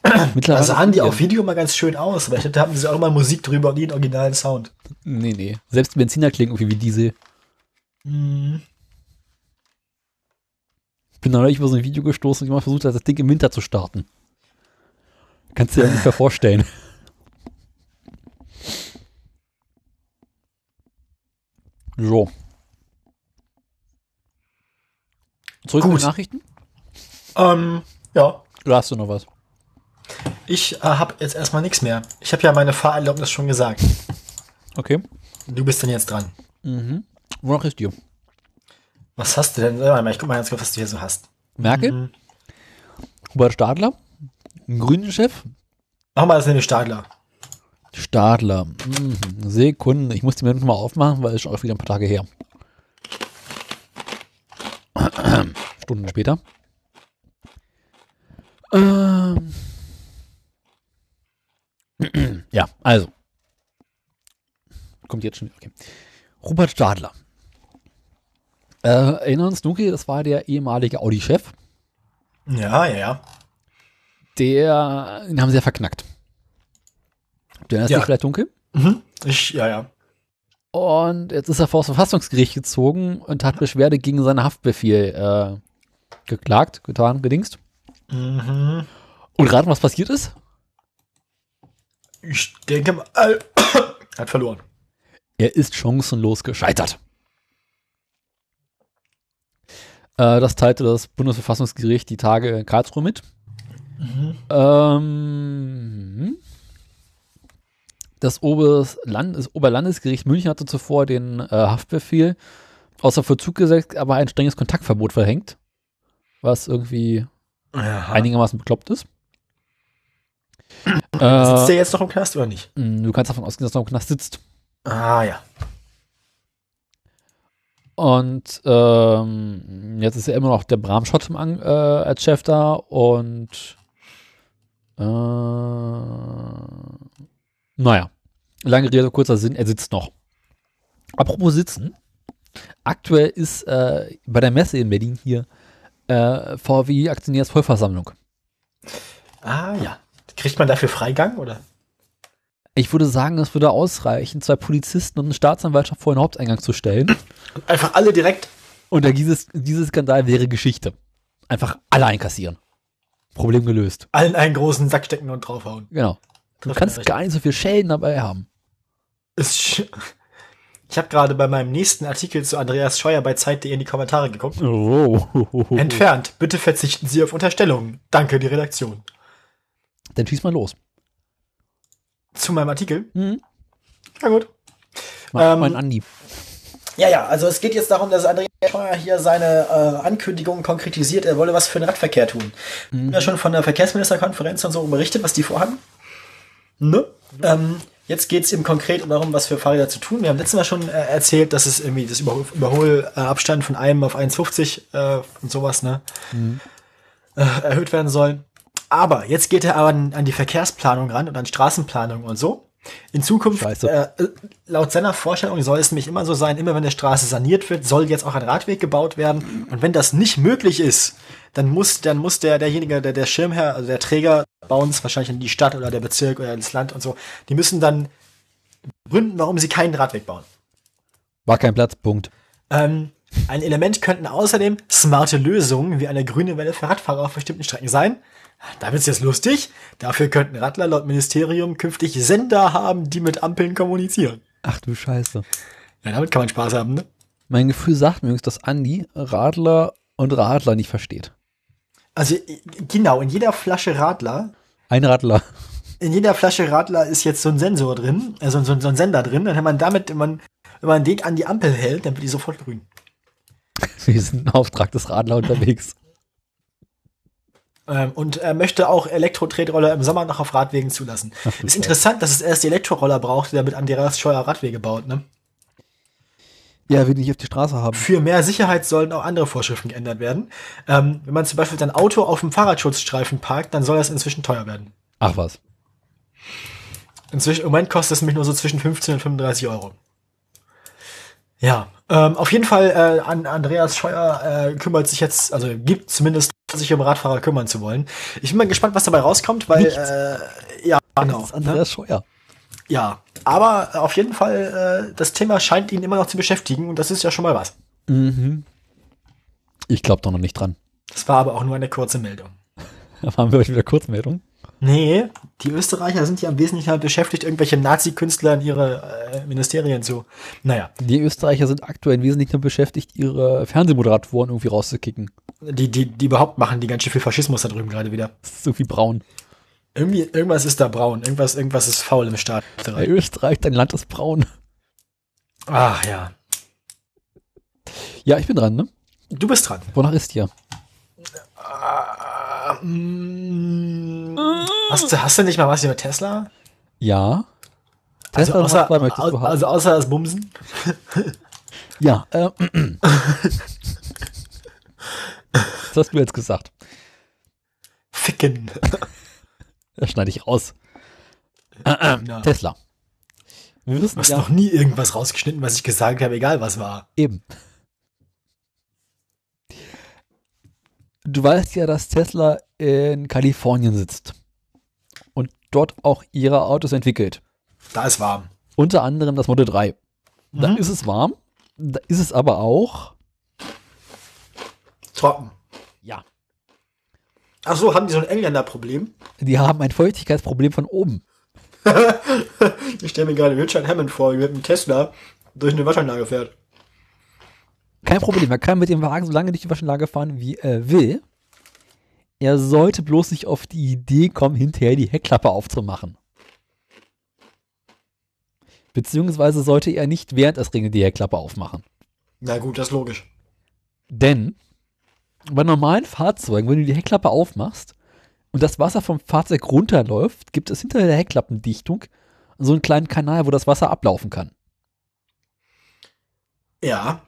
<coughs> Mittlerweile
Da sahen Also die auf Video mal ganz schön aus, aber ich dachte, da hatten sie auch mal Musik drüber und nie den originalen Sound.
Nee, nee. Selbst Benziner klingen irgendwie wie Diesel.
Mhm.
Ich bin neulich über so ein Video gestoßen und jemand versucht hat, das Ding im Winter zu starten. Kannst du dir ungefähr <laughs> vorstellen. So. Zurück zu
Gut.
den Nachrichten?
Ähm, ja,
Oder hast du noch was?
ich äh, habe jetzt erstmal nichts mehr. Ich habe ja meine Fahrerlaubnis schon gesagt.
Okay.
Du bist denn jetzt dran.
Mhm. Wonach ist dir?
Was hast du denn? Warte mal, ich guck mal ganz kurz, was du hier so hast.
Merkel?
Mhm.
Hubert Stadler? Ein grünen Chef?
Mach mal das in den Stadler.
Stadler. Mhm. Sekunde. Ich muss die mir nochmal aufmachen, weil es ist auch wieder ein paar Tage her. Stunden später. Ähm. Ja, also. Kommt jetzt schon. Okay. Robert Stadler. Äh, erinnern uns dunkel, das war der ehemalige Audi-Chef.
Ja, ja, ja.
Der, den haben sie ja verknackt. Du erinnerst
Ja.
dich vielleicht dunkel?
Mhm. Ich, ja, ja.
Und jetzt ist er vor das Verfassungsgericht gezogen und hat Beschwerde gegen seinen Haftbefehl äh, geklagt, getan, gedingst.
Mhm.
Und raten, was passiert ist?
Ich denke mal, <coughs> äh, hat verloren.
Er ist chancenlos gescheitert. Äh, das teilte das Bundesverfassungsgericht die Tage in Karlsruhe mit. Ähm, das, Oberes Land, das Oberlandesgericht München hatte zuvor den äh, Haftbefehl außer Vollzug gesetzt, aber ein strenges Kontaktverbot verhängt. Was irgendwie
Ja.
einigermaßen bekloppt ist.
Sitzt
Äh,
der jetzt noch im Knast oder nicht?
mh, du kannst davon ausgehen, dass er noch im Knast sitzt.
Ah ja.
Und ähm, jetzt ist ja immer noch der Bram Schott im An- äh, als Chef da und Äh, naja, lange Rede, kurzer Sinn, er sitzt noch. Apropos Sitzen. Aktuell ist äh, bei der Messe in Berlin hier äh, VW Aktionärsvollversammlung.
Ah ja. Kriegt man dafür Freigang oder?
Ich würde sagen, es würde ausreichen, zwei Polizisten und eine Staatsanwaltschaft vor den Haupteingang zu stellen.
Einfach alle direkt.
Und dann dieses, dieses Skandal wäre Geschichte. Einfach alle einkassieren. Problem gelöst.
Allen einen großen Sack stecken und draufhauen.
Genau. Du
Das
kannst
wäre
gar nicht so viel Schäden dabei haben.
Ist sch- <laughs> Ich habe gerade bei meinem nächsten Artikel zu Andreas Scheuer bei Zeit.de in die Kommentare geguckt.
Oh.
Entfernt. Bitte verzichten Sie auf Unterstellungen. Danke, die Redaktion.
Dann schieß mal los.
Zu meinem Artikel.
Mhm.
Na gut.
Mach
Ähm,
mal einen Andi.
Ja, ja, also es geht jetzt darum, dass Andreas Scheuer hier seine äh, Ankündigungen konkretisiert, er wolle was für den Radverkehr tun. Wir haben ja schon von der Verkehrsministerkonferenz und so berichtet, was die vorhaben. Ne? Ähm, jetzt geht's eben konkret darum, was für Fahrräder zu tun. Wir haben letztes Mal schon äh, erzählt, dass es irgendwie das Überhol Überholabstand von einem auf 1,50 äh, und sowas, ne? Äh, erhöht werden soll. Aber jetzt geht er aber an, an die Verkehrsplanung ran und an Straßenplanung und so. In Zukunft,
Scheiße.
äh, äh, laut seiner Vorstellung soll es nämlich immer so sein, immer wenn eine Straße saniert wird, soll jetzt auch ein Radweg gebaut werden. Und wenn das nicht möglich ist, dann muss, dann muss der, derjenige, der, der Schirmherr, also der Träger, bauen es wahrscheinlich in die Stadt oder der Bezirk oder das Land und so. Die müssen dann gründen, warum sie keinen Radweg bauen.
War kein Platz, Punkt.
Ähm, ein Element könnten außerdem smarte Lösungen wie eine grüne Welle für Radfahrer auf bestimmten Strecken sein. Da wird's jetzt lustig. Dafür könnten Radler laut Ministerium künftig Sender haben, die mit Ampeln kommunizieren.
Ach du Scheiße.
Ja, damit kann man Spaß haben, ne?
Mein Gefühl sagt mir übrigens, dass Andi Radler und Radler nicht versteht.
Also i- genau, in jeder Flasche Radler,
Ein Radler. <laughs>
in jeder Flasche Radler ist jetzt so ein Sensor drin, also so, ein- so ein Sender drin. Dann hat man damit, wenn man, wenn man den an die Ampel hält, dann wird die sofort grün.
Wir sind im Auftrag des Radler unterwegs.
Ähm, und er möchte auch Elektro-Tretroller im Sommer noch auf Radwegen zulassen.
Ach, du
ist
Scheiße.
interessant, dass es erst die Elektroroller brauchte, damit Andreas Scheuer Radwege baut. Ne?
Ja, will ich auf die Straße haben.
Für mehr Sicherheit sollen auch andere Vorschriften geändert werden. Ähm, wenn man zum Beispiel sein Auto auf dem Fahrradschutzstreifen parkt, dann soll das inzwischen teuer werden.
Ach was.
Inzwischen, Im Moment kostet es mich nur so zwischen 15 und 35 Euro. Ja, ähm, auf jeden Fall, äh, an Andreas Scheuer äh, kümmert sich jetzt, also gibt zumindest, sich um Radfahrer kümmern zu wollen. Ich bin mal gespannt, was dabei rauskommt, weil,
Nichts.
äh, ja, genau.
Das ist Andreas Scheuer.
Ja, aber auf jeden Fall, äh, das Thema scheint ihn immer noch zu beschäftigen und das ist ja schon mal was.
Mhm. Ich glaube doch noch nicht dran. <laughs>
Das war aber auch nur eine kurze Meldung.
Da haben wir euch wieder Kurzmeldung.
Nee, die Österreicher sind ja im Wesentlichen halt beschäftigt, irgendwelche Nazi-Künstler in ihre äh, Ministerien zu. Naja,
Die Österreicher sind aktuell wesentlich nur beschäftigt, ihre Fernsehmoderatoren irgendwie rauszukicken.
die, die, die überhaupt machen die ganz schön viel Faschismus da drüben gerade wieder.
Das ist irgendwie braun.
Irgendwie, irgendwas ist da braun, irgendwas, irgendwas ist faul im Staat
Bei
Österreich.
Österreich, dein Land ist braun.
Ach ja.
Ja, ich bin dran, ne?
Du bist dran.
Wonach ist hier?
Mm, Hast, du- hast du nicht mal was über Tesla?
Ja.
Also
Tesla Nummer
außer,
zwei möchtest du haben.
also außer das Bumsen?
ja. Äh, das hast du jetzt gesagt.
Ficken.
Das schneide ich raus.
Na.
Tesla. Wir
Du
wissen
hast
ja
Ah. noch nie irgendwas rausgeschnitten, was ich gesagt habe, egal was war.
eben. Du weißt ja, dass Tesla in Kalifornien sitzt und dort auch ihre Autos entwickelt.
Da ist warm.
Unter anderem das Model 3. Da
Mhm.
ist es warm, da ist es aber auch.
Trocken.
Ja.
Ach so, haben die so ein Engländer-Problem?
Die haben ein Feuchtigkeitsproblem von oben.
Ich stelle mir gerade Richard Hammond vor, wie mit einem Tesla durch eine Waschanlage fährt.
Kein Problem, er kann mit dem Wagen so lange durch die Waschanlage fahren, wie er will. Er sollte bloß nicht auf die Idee kommen, hinterher die Heckklappe aufzumachen. Beziehungsweise sollte er nicht während es regnet die Heckklappe aufmachen.
Na gut, das ist logisch.
Denn bei normalen Fahrzeugen, wenn du die Heckklappe aufmachst und das Wasser vom Fahrzeug runterläuft, gibt es hinter der Heckklappendichtung so einen kleinen Kanal, wo das Wasser ablaufen kann.
Ja,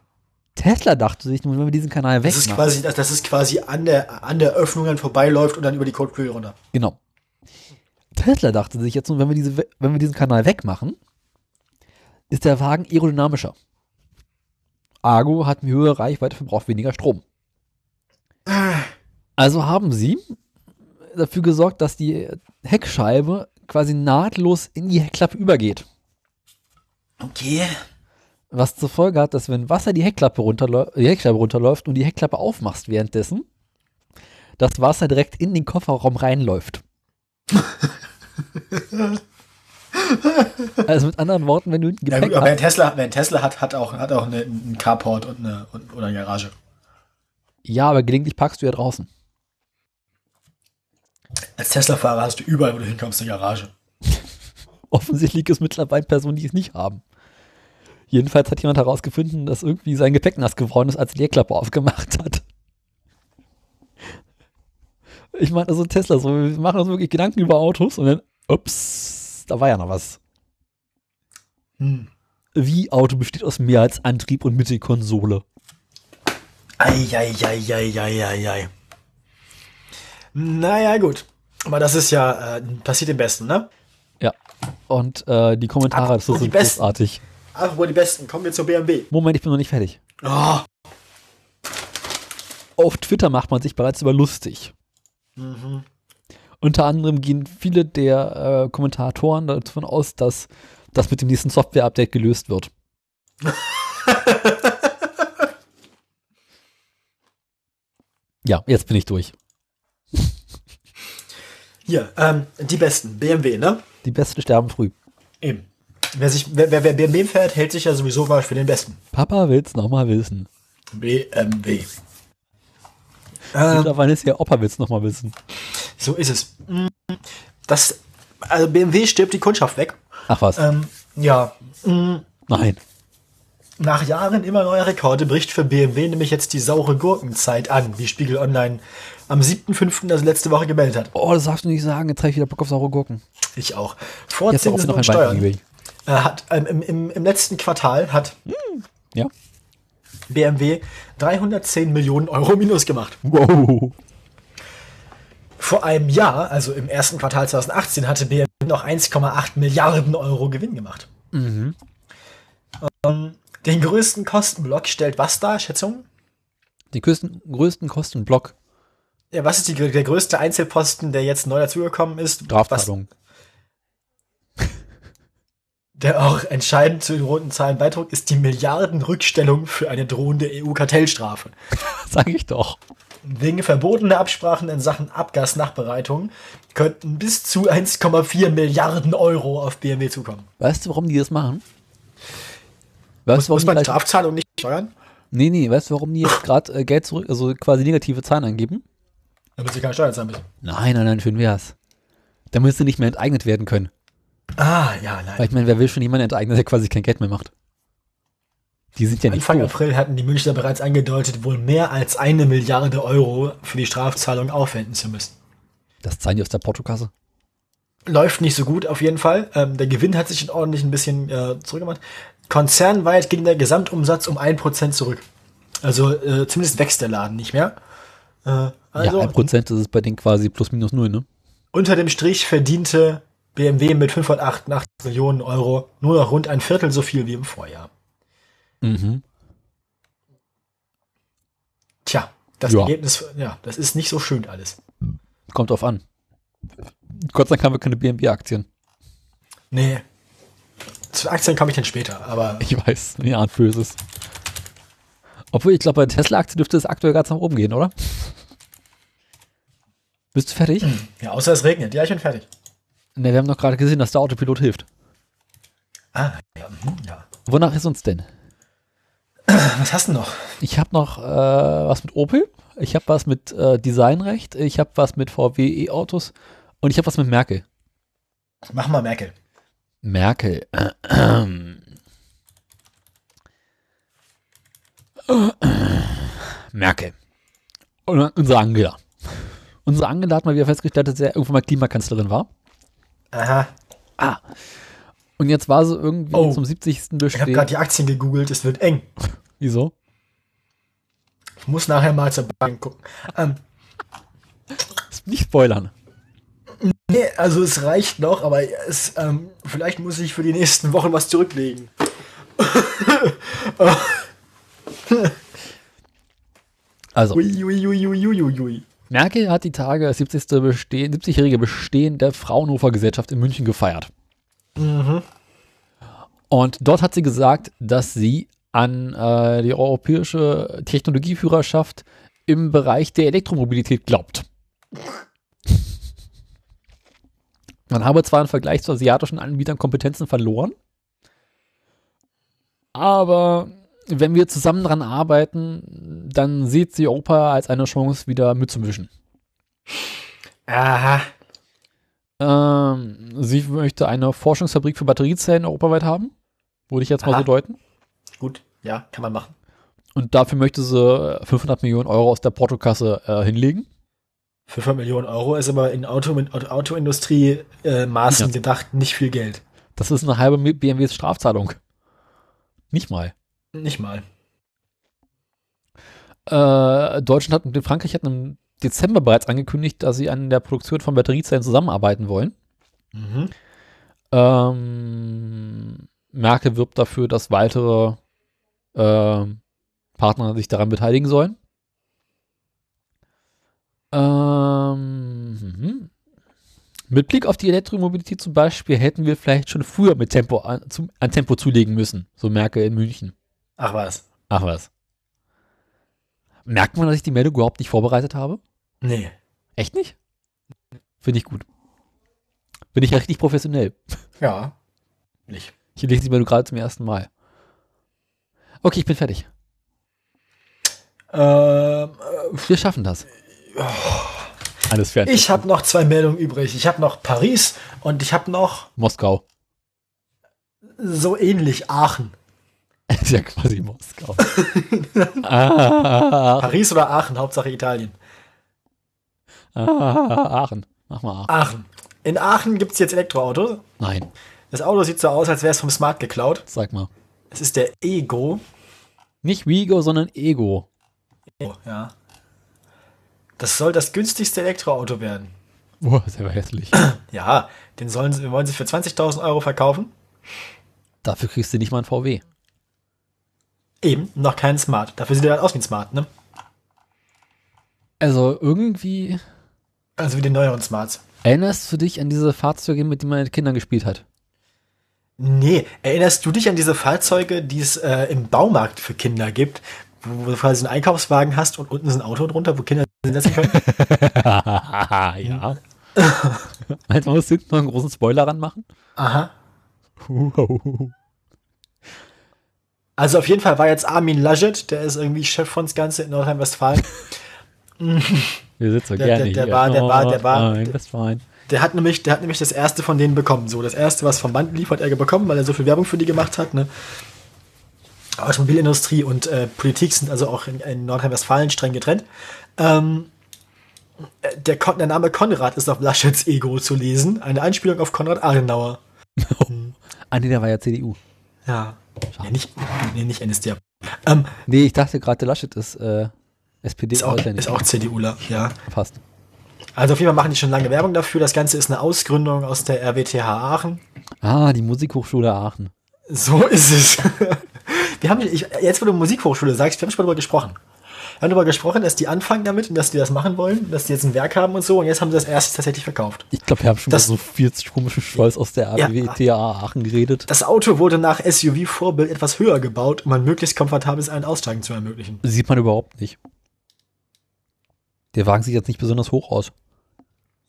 Tesla dachte sich, nun, wenn wir diesen Kanal
das ist
wegmachen,
quasi, dass, dass es quasi an der, an der Öffnung dann vorbeiläuft und dann über die Kotflügel runter.
genau, Tesla dachte sich jetzt, nun, wenn wir, diese, We- wenn wir diesen Kanal wegmachen, ist der Wagen aerodynamischer. Argo hat eine höhere Reichweite, verbraucht weniger Strom. Also haben sie dafür gesorgt, dass die Heckscheibe quasi nahtlos in die Heckklappe übergeht.
Okay.
Was zur Folge hat, dass wenn Wasser die, Heckklappe runterläu- die Heckscheibe runterläuft und die Heckklappe aufmachst währenddessen, das Wasser direkt in den Kofferraum
<laughs>
reinläuft. also mit anderen Worten, wenn du ein
Na
Gepäck
gut, aber wer einen Tesla, wer einen Tesla hat, hat auch, hat auch eine, einen Carport und eine, und, oder eine Garage.
Ja, aber gelegentlich parkst du ja draußen.
Als Tesla-Fahrer hast du überall, wo du hinkommst, eine Garage.
Offensichtlich gibt es mittlerweile Personen, die es nicht haben. Jedenfalls hat jemand herausgefunden, dass irgendwie sein Gepäck nass geworden ist, als er die Leerklappe aufgemacht hat. Ich meine, also Tesla, so, wir machen uns wirklich Gedanken über Autos und dann, ups, da war ja noch was.
Hm.
Wie Auto besteht aus mehr als Antrieb und Mittelkonsole.
Eieieiei. Naja, gut. Aber das ist ja, äh, passiert dem Besten, ne?
Ja. Und äh, die Kommentare
Ab-
dazu
die
sind
besten.
großartig.
Apropos die Besten, kommen wir zu BMW.
Moment, ich bin noch nicht fertig.
Oh,
auf Twitter macht man sich bereits über lustig.
Mhm.
Unter anderem gehen viele der äh, Kommentatoren davon aus, dass das mit dem nächsten Software-Update
<laughs>
gelöst wird. ja, jetzt bin ich durch.
hier, ähm, die Besten, BMW, ne?
Die Besten sterben früh.
Eben. Wer, sich, wer, wer, wer BMW fährt, hält sich ja sowieso mal für den Besten.
Papa will's nochmal wissen.
BMW.
Und
Ähm,
auf ist ja Opa will's nochmal wissen.
so ist es. Mm, Das, also BMW stirbt die Kundschaft weg.
Ach was,
Ähm, ja, mm,
nein.
nach Jahren immer neuer Rekorde bricht für BMW nämlich jetzt die saure Gurkenzeit an, wie Spiegel Online am 7.5., also letzte Woche gemeldet hat.
Oh, das darfst du nicht sagen. Jetzt habe ich wieder Bock auf saure Gurken.
Ich auch. Vor
Jetzt brauchst du
Zinsen
noch ein
und
Wein.
Steuern.
Baby.
Äh, hat, ähm, im, im, Im letzten Quartal hat
Ja.
BMW 310 Millionen Euro Minus gemacht.
Wow.
Vor einem Jahr, also im ersten Quartal 2018, hatte BMW noch 1,8 Milliarden Euro Gewinn gemacht. Ähm, den größten Kostenblock stellt was dar, Schätzung?
Den größten, größten Kostenblock
Ja, was ist die, der größte Einzelposten, der jetzt neu dazugekommen ist? Was,
Strafzahlung.
der auch entscheidend zu den roten Zahlen beiträgt, ist die Milliardenrückstellung für eine drohende E EU-Kartellstrafe.
<laughs> Sag ich doch.
Wegen verbotener Absprachen in Sachen Abgasnachbereitung könnten bis zu 1,4 Milliarden Euro auf BMW zukommen.
Weißt du, warum die das machen? Weißt du, warum
Muss man
die gleich,
Strafzahlung nicht steuern?
nee, nee, weißt du, warum die jetzt gerade äh, Geld zurück, also quasi negative Zahlen angeben?
Damit sie keine Steuern zahlen müssen.
Nein, nein, nein, schön wär's. Damit sie nicht mehr enteignet werden können.
Ah, ja, nein.
Weil ich meine, wer will schon jemanden enteignen, der quasi kein Geld mehr macht? Die sind ja nicht
Anfang
doof.
April hatten die Münchner bereits angedeutet, wohl mehr als eine Milliarde Euro für die Strafzahlung aufwenden zu müssen.
Das zahlen die aus der Portokasse.
Läuft nicht so gut auf jeden Fall. Ähm, der Gewinn hat sich ordentlich ein bisschen äh, zurückgemacht. Konzernweit ging der Gesamtumsatz um 1% zurück. Also äh, zumindest wächst der Laden nicht mehr. Äh, also
ja, 1% ist es bei denen quasi plus minus null, ne?
Unter dem Strich verdiente BMW mit 588 Millionen Euro nur noch rund ein Viertel so viel wie im Vorjahr.
Mhm.
Tja, das
Ja.
Ergebnis, ja, das ist nicht so schön alles.
Kommt drauf an. Gott sei Dank haben wir keine BMW-Aktien.
Nee. Zu Aktien komme ich dann später, aber
Ich weiß, ja, ein böses. Obwohl, ich glaube, bei der Tesla-Aktie dürfte es aktuell ganz nach oben gehen, oder? Bist du fertig?
ja, außer es regnet. Ja, ich bin fertig.
Ne, wir haben doch gerade gesehen, dass der Autopilot hilft.
Ah, ja. mhm, ja.
Wonach ist uns denn?
Was hast du noch?
Ich habe noch äh, was mit Opel, ich habe was mit äh, Designrecht, ich habe was mit VW E-Autos und ich habe was mit Merkel.
Mach mal Merkel.
<clears throat> Merkel. Merkel. Und dann unsere Angela. Unsere Angela hat mal wieder festgestellt, dass sie ja irgendwann mal Klimakanzlerin war.
Aha.
Und jetzt war sie irgendwie
Oh.
zum
Ich
70.
habe gerade
Bestehen.
die Aktien gegoogelt, es wird eng.
Wieso?
Ich muss nachher mal zur Bank gucken. Ähm,
Nicht spoilern.
Nee, also es reicht noch, aber es, ähm, vielleicht muss ich für die nächsten Wochen was zurücklegen.
Also,
Ui, ui, ui, ui, ui, ui, ui.
Merkel hat die Tage das 70. Bestehen, 70-jährige Bestehen der Fraunhofer Gesellschaft in München gefeiert. Und dort hat sie gesagt, dass sie an äh, die europäische Technologieführerschaft im Bereich der Elektromobilität glaubt. Man habe zwar im Vergleich zu asiatischen Anbietern Kompetenzen verloren, aber wenn wir zusammen daran arbeiten, dann sieht sie Europa als eine Chance, wieder mitzumischen.
Aha.
Ähm, sie möchte eine Forschungsfabrik für Batteriezellen europaweit haben. Würde ich jetzt mal
Aha.
so deuten.
Gut, ja, kann man machen.
Und dafür möchte sie äh, 500 Millionen Euro aus der Portokasse äh, hinlegen.
Für 5 Millionen Euro ist aber in Auto, in Auto- Autoindustrie äh, Maßen
Ja.
gedacht nicht viel Geld.
Das ist eine halbe Mi- BMWs Strafzahlung. Nicht mal.
Nicht mal.
Äh, Deutschland hat und Frankreich hat im Dezember bereits angekündigt, dass sie an der Produktion von Batteriezellen zusammenarbeiten wollen.
Mhm.
Ähm, Merkel wirbt dafür, dass weitere ähm, Partner sich daran beteiligen sollen. Ähm, mhm. mit Blick auf die Elektromobilität zum Beispiel hätten wir vielleicht schon früher mit Tempo an, zum, an Tempo zulegen müssen, so Merkel in München.
Ach was.
Ach was. Merkt man, dass ich die Meldung überhaupt nicht vorbereitet habe?
Nee.
Echt nicht? Finde ich gut. Bin ich ja richtig professionell.
Ja. Nicht.
Ich lese sie mir nur gerade zum ersten Mal. Okay, ich bin fertig.
Ähm, äh,
Wir schaffen das. Alles fertig.
ich habe noch zwei Meldungen übrig. Ich habe noch Paris und ich habe noch
Moskau. <laughs>
so ähnlich Aachen.
Ist ja quasi Moskau. <laughs> ah,
Paris oder Aachen, Hauptsache Italien.
ah, Aachen. Mach mal Aachen.
Aachen. In Aachen gibt es jetzt Elektroautos.
Nein,
Das Auto sieht so aus, als wäre es vom Smart geklaut.
sag mal.
Es ist der Ego.
Nicht Wigo, sondern Ego.
Oh, ja. Das soll das günstigste Elektroauto werden.
Boah, ist aber hässlich.
Ja, den sollen sie, wollen sie für 20.000 Euro verkaufen.
Dafür kriegst du nicht mal ein VW.
Eben, noch kein Smart. Dafür sieht er dann aus wie ein Smart, ne?
Also irgendwie
Also wie die neueren Smarts.
erinnerst du dich an diese Fahrzeuge, mit denen man mit Kindern gespielt hat?
Nee, erinnerst du dich an diese Fahrzeuge, die es äh, im Baumarkt für Kinder gibt, wo, wo du quasi einen Einkaufswagen hast und unten ist ein Auto drunter, wo Kinder sitzen können?
ja. Meinst du, man muss hinten noch einen großen Spoiler ranmachen?
<laughs> Aha. Also auf jeden Fall war jetzt Armin Laschet, der ist irgendwie Chef von das Ganze in Nordrhein-Westfalen.
Wir sitzen
Der-
gerne
der- der
hier. Oh,
war- der war- der war-
Nein, das war ein.
Der hat nämlich, der hat nämlich das erste von denen bekommen. So, das erste, was vom Band lief, hat er bekommen, weil er so viel Werbung für die gemacht hat. Ne? Automobilindustrie und äh, Politik sind also auch in, in Nordrhein-Westfalen streng getrennt. Ähm, äh, der, Kon der Name Konrad ist auf Laschets Ego zu lesen. Eine Anspielung auf Konrad Adenauer.
Ah, nee, der war ja CDU.
Ja. Nee, nicht, nee, nicht NSDAP. Ähm,
Nee, ich dachte gerade, der Laschet ist äh, SPD.
ist, auch,
auswendig.
ist auch CDUler, ja.
Passt.
Also auf jeden Fall machen die schon lange Werbung dafür. Das Ganze ist eine Ausgründung aus der RWTH Aachen.
Ah, die Musikhochschule Aachen.
So <laughs> ist es. Wir haben, ich, jetzt, wo du Musikhochschule sagst, wir haben schon mal darüber gesprochen. Wir haben darüber gesprochen, dass die anfangen damit und dass die das machen wollen, dass die jetzt ein Werk haben und so. Und jetzt haben sie das erste tatsächlich verkauft.
Ich glaube, wir haben schon
Das-
mal so viel komischen Stolz aus der
Ja.
AWTA Aachen geredet.
Das Auto wurde nach SUV-Vorbild etwas höher gebaut, um ein möglichst komfortables Ein- und Aussteigen zu ermöglichen.
Sieht man überhaupt nicht. Der Wagen sieht jetzt nicht besonders hoch aus.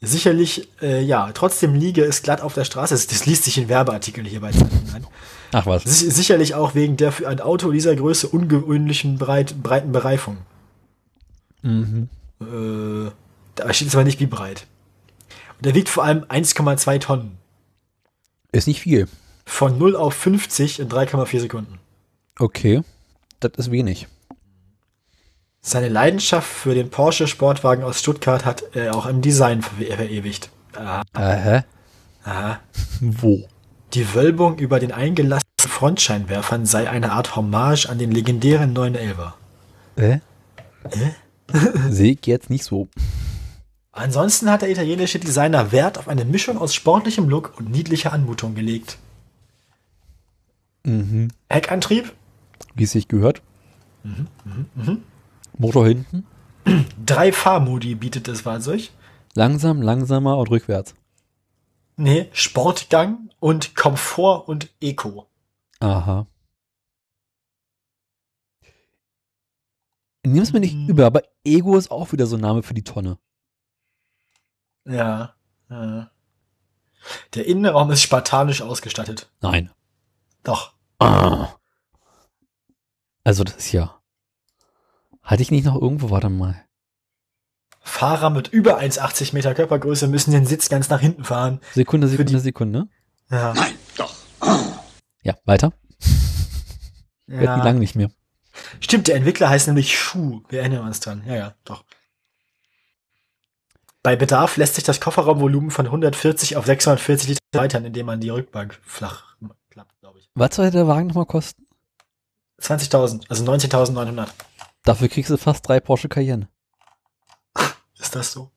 Sicherlich, äh, ja, trotzdem liege es glatt auf der Straße. Das, das liest sich in Werbeartikeln hier bei Zeitungen ein.
Ach was.
Sich, sicherlich auch wegen der für ein Auto dieser Größe ungewöhnlichen breit, breiten Bereifung.
Mhm.
Äh, da steht jetzt aber nicht wie breit. Und er wiegt vor allem 1,2 Tonnen.
Ist nicht viel.
Von 0 auf 50 in 3,4 Sekunden.
Okay. Das ist wenig.
Seine Leidenschaft für den Porsche Sportwagen aus Stuttgart hat er auch im Design ver verewigt. Aha.
Aha.
Aha.
Äh, Wo?
Die Wölbung über den eingelassenen Frontscheinwerfern sei eine Art Hommage an den legendären 911er.
Äh? Sehe ich jetzt nicht so.
Ansonsten hat der italienische Designer Wert auf eine Mischung aus sportlichem Look und niedlicher Anmutung gelegt.
Mhm.
Heckantrieb,
Wie es sich gehört. Motor hinten.
drei Fahrmodi bietet das Fahrzeug.
Langsam, langsamer und rückwärts.
Nee, Sportgang und Komfort und Eco.
Aha. Nimm's mir nicht
Mhm.
über, aber Ego ist auch wieder so ein Name für die Tonne.
Ja. ja. Der Innenraum ist spartanisch ausgestattet.
Nein.
Doch.
Ah. Also das ist ja. Hatte ich nicht noch irgendwo, warte mal.
Fahrer mit über 1,80 Meter Körpergröße müssen den Sitz ganz nach hinten fahren.
Sekunde,
Für die-
Sekunde, Sekunde.
Ja.
Ja, weiter. Wir hatten
ja.
lange nicht mehr.
Stimmt, der Entwickler heißt nämlich Schuh. Wir erinnern uns dran. Ja, ja, doch. Bei Bedarf lässt sich das Kofferraumvolumen von 140 auf 640 Liter erweitern, indem man die Rückbank flach klappt, glaube ich.
Was soll der Wagen nochmal kosten?
20.000, also 19.900.
Dafür kriegst du fast drei Porsche Cayenne.
Ist das so?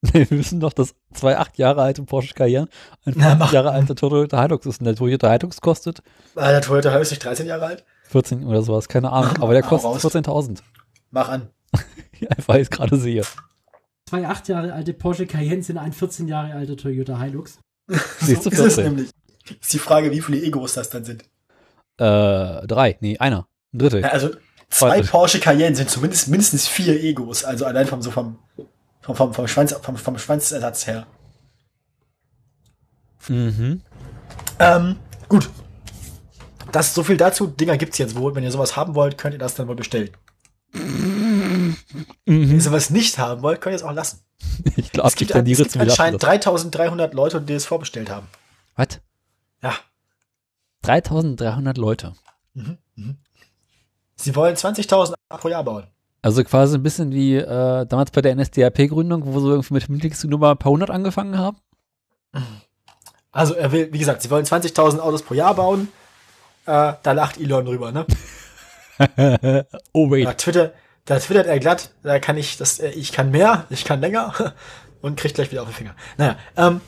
Wir wissen doch, dass zwei acht Jahre alte Porsche Cayenne ein
Na,
acht
mach-
Jahre alter Toyota Hilux ist. Und der Toyota Hilux kostet
Ah, der Toyota Hilux ist nicht 13 Jahre alt?
14 oder sowas, keine Ahnung. Aber der
Hau
kostet
raus.
14.000. <laughs>
Mach an.
Einfach jetzt gerade sehe.
Zwei acht Jahre alte Porsche Cayenne sind ein 14 Jahre alter Toyota Hilux.
Siehst du,
ist es
14.
nämlich. Ist die Frage, wie viele Egos das dann sind.
Äh, drei, nee, einer. Ein Drittel.
Ja, also zwei
Warte.
Porsche Cayenne sind zumindest mindestens vier Egos, also allein vom so vom vom, vom, vom, Schwanz, vom, vom Schwanzersatz her.
Mhm.
Ähm, gut. Das so viel dazu. Dinger gibt's jetzt wohl. Wenn ihr sowas haben wollt, könnt ihr das dann wohl bestellen. Wenn ihr sowas nicht haben wollt, könnt ihr es auch lassen.
<laughs> Ich glaube,
es gibt,
dann
an,
die
es gibt
Ritzen wieder.
anscheinend 3300 Leute, die es vorbestellt haben.
Was?
Ja.
3300 Leute.
Mhm. Mhm. Sie wollen 20.000 pro Jahr bauen.
Also quasi ein bisschen wie äh, damals bei der NSDAP-Gründung, wo sie irgendwie mit dem niedrigsten Nummer paar hundert angefangen haben.
Also er will, wie gesagt, sie wollen 20.000 Autos pro Jahr bauen. Äh, da lacht Elon drüber, ne?
<laughs> oh, wait.
Da, twitter, da twittert er glatt, da kann ich, das, äh, ich kann mehr, ich kann länger <laughs> und kriegt gleich wieder auf den Finger. Naja, ähm,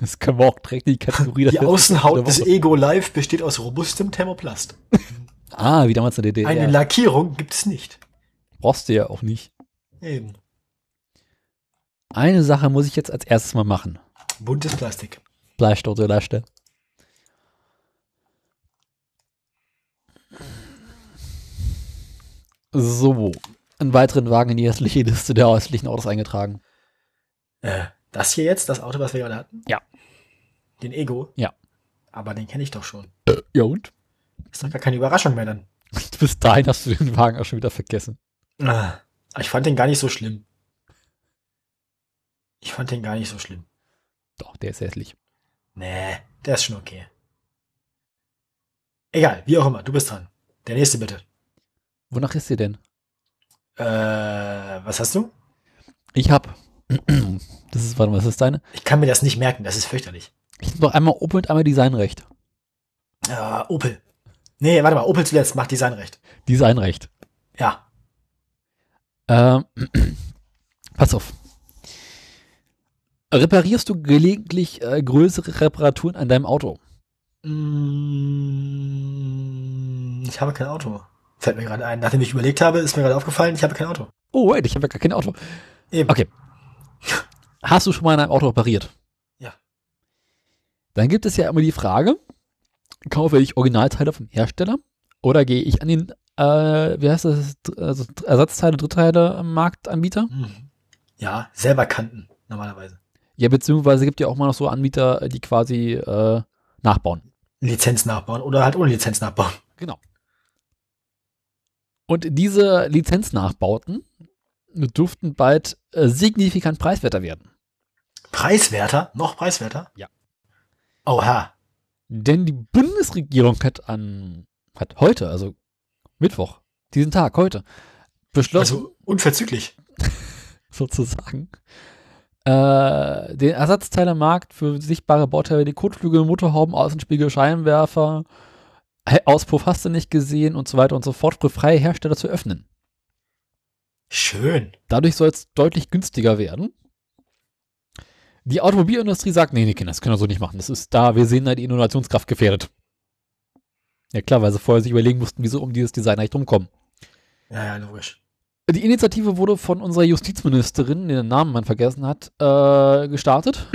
Das können wir auch direkt in die Kategorie.
Die
dafür-
Außenhaut des
Woche.
Ego Live besteht aus robustem Thermoplast.
Ah, wie damals in der DDR.
Eine Lackierung gibt es nicht.
Brauchst du ja auch nicht.
Eben.
Eine Sache muss ich jetzt als erstes mal machen.
Buntes Plastik.
Bleistift oder Leiste. So. Einen weiteren Wagen in die hässliche Liste der häuslichen Autos eingetragen.
Äh, das hier jetzt, das Auto, was wir gerade hatten?
Ja.
Den Ego?
Ja.
Aber den kenne ich doch schon.
Ja und?
Ist doch gar keine Überraschung mehr dann.
<laughs> Bis dahin hast du den Wagen auch schon wieder vergessen.
Ah, Ich fand den gar nicht so schlimm. Ich fand den gar nicht so schlimm.
Doch, der ist hässlich.
Nee, der ist schon okay. Egal, wie auch immer, du bist dran. Der nächste bitte.
Wonach ist dir denn?
Äh, was hast du?
Ich hab. <clears throat> Das ist, warte mal, das ist deine.
Ich kann mir das nicht merken, das ist fürchterlich.
Ich hab noch einmal Opel und einmal Designrecht.
Ah, Opel. Nee, warte mal, Opel zuletzt macht Designrecht.
Designrecht.
Ja.
Ähm, <clears throat> pass auf. Reparierst du gelegentlich äh, größere Reparaturen an deinem Auto?
Mm, Ich habe kein Auto. Fällt mir gerade ein. Nachdem ich überlegt habe, ist mir gerade aufgefallen, ich habe kein Auto.
Oh, wait, ich habe ja gar kein Auto.
Eben.
Okay. Hast du schon mal an einem Auto repariert?
Ja.
Dann gibt es ja immer die Frage, kaufe ich Originalteile vom Hersteller oder gehe ich an den, äh, wie heißt das, Dr- also Dr- Ersatzteile, Drittteile am Marktanbieter?
Mhm. Ja, selber Kanten, normalerweise.
Ja, beziehungsweise gibt ja auch mal noch so Anbieter, die quasi äh, nachbauen.
Lizenz nachbauen oder halt ohne Lizenz nachbauen.
Genau. Und diese Lizenznachbauten dürften bald äh, signifikant preiswerter werden.
Preiswerter? Noch preiswerter?
Ja.
Oha.
Denn die Bundesregierung hat an, hat heute, also Mittwoch, diesen Tag, heute, beschlossen,
Also unverzüglich.
<laughs> sozusagen, äh, den Ersatzteilemarkt für sichtbare Bauteile wie Kotflügel, Motorhauben, Außenspiegel, Scheinwerfer, He- Auspuff hast du nicht gesehen und so weiter und so fort für freie Hersteller zu öffnen.
Schön.
Dadurch soll es deutlich günstiger werden. Die Automobilindustrie sagt, nee, nee, Kinder, das können wir so nicht machen. Das ist da, wir sehen da die Innovationskraft gefährdet. Ja klar, weil sie vorher sich überlegen mussten, wieso um dieses Design eigentlich rumkommen.
Ja, ja, logisch.
Die Initiative wurde von unserer Justizministerin, den Namen man vergessen hat, äh, gestartet.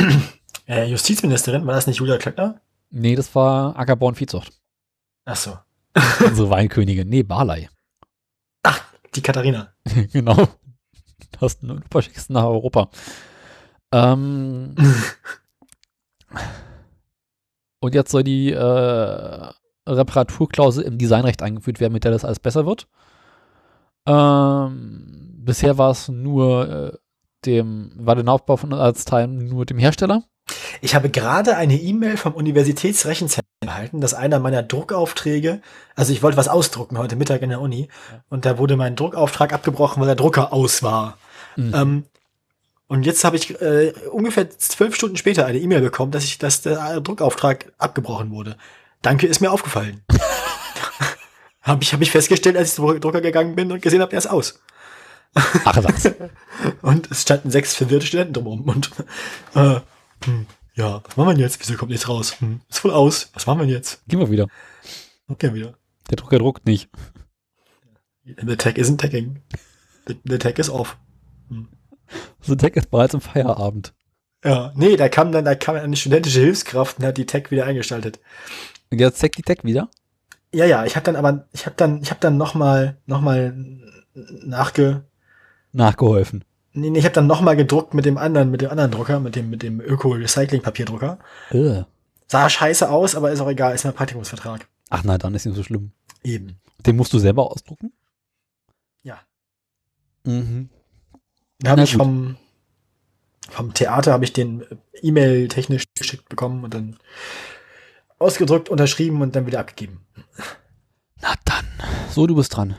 Äh, Justizministerin, war das nicht Julia Klöckner?
Nee, das war Ackerbau und Viehzucht.
Ach so.
Unsere Weinkönigin. Nee, Barley. <laughs>
Die Katharina.
genau. Das ist ein Überschicksten nach Europa. Ähm, und jetzt soll die äh, Reparaturklausel im Designrecht eingeführt werden, mit der das alles besser wird. Ähm, bisher war es nur äh, dem, war der Aufbau von Ersatzteilen nur dem Hersteller.
Ich habe gerade eine E-Mail vom Universitätsrechenzentrum erhalten, dass einer meiner Druckaufträge, also ich wollte was ausdrucken heute Mittag in der Uni, und da wurde mein Druckauftrag abgebrochen, weil der Drucker aus war.
Mhm.
Ähm, und jetzt habe ich äh, ungefähr zwölf Stunden später eine E-Mail bekommen, dass ich, dass der äh, Druckauftrag abgebrochen wurde. Danke, ist mir aufgefallen. habe ich, hab ich festgestellt, als ich zum Drucker gegangen bin und gesehen habe, der ist aus.
Ach <laughs> was.
Und es standen sechs verwirrte Studenten drumherum. Und äh, hm, ja, was machen wir jetzt? Wieso kommt nichts raus? Hm, ist voll aus. Was machen wir jetzt?
Gehen wir wieder.
Okay, wieder.
Der Drucker druckt nicht.
The tag isn't tagging. The, the tag is off.
So Tech ist bereits im Feierabend.
Ja, nee, da kam dann, da kam eine studentische Hilfskraft und hat die Tag wieder eingestaltet.
Und jetzt zeigt die Tech wieder.
Ja, ja, ich habe dann aber, ich habe dann, ich habe dann nochmal, nochmal nachge,
Nachgeholfen.
nee, nee, ich habe dann nochmal gedruckt mit dem anderen, mit dem anderen Drucker, mit dem, mit dem Öko-Recycling-Papierdrucker.
Äh.
Sah scheiße aus, aber ist auch egal, ist mein Praktikumsvertrag.
Ach na, dann ist nicht so schlimm.
Eben.
Den musst du selber ausdrucken?
Ja.
Mhm.
Da habe
Na
ich
gut.
vom, vom Theater habe ich den äh, E-Mail technisch geschickt bekommen und dann ausgedruckt, unterschrieben und dann wieder abgegeben.
Na dann. So, du bist dran.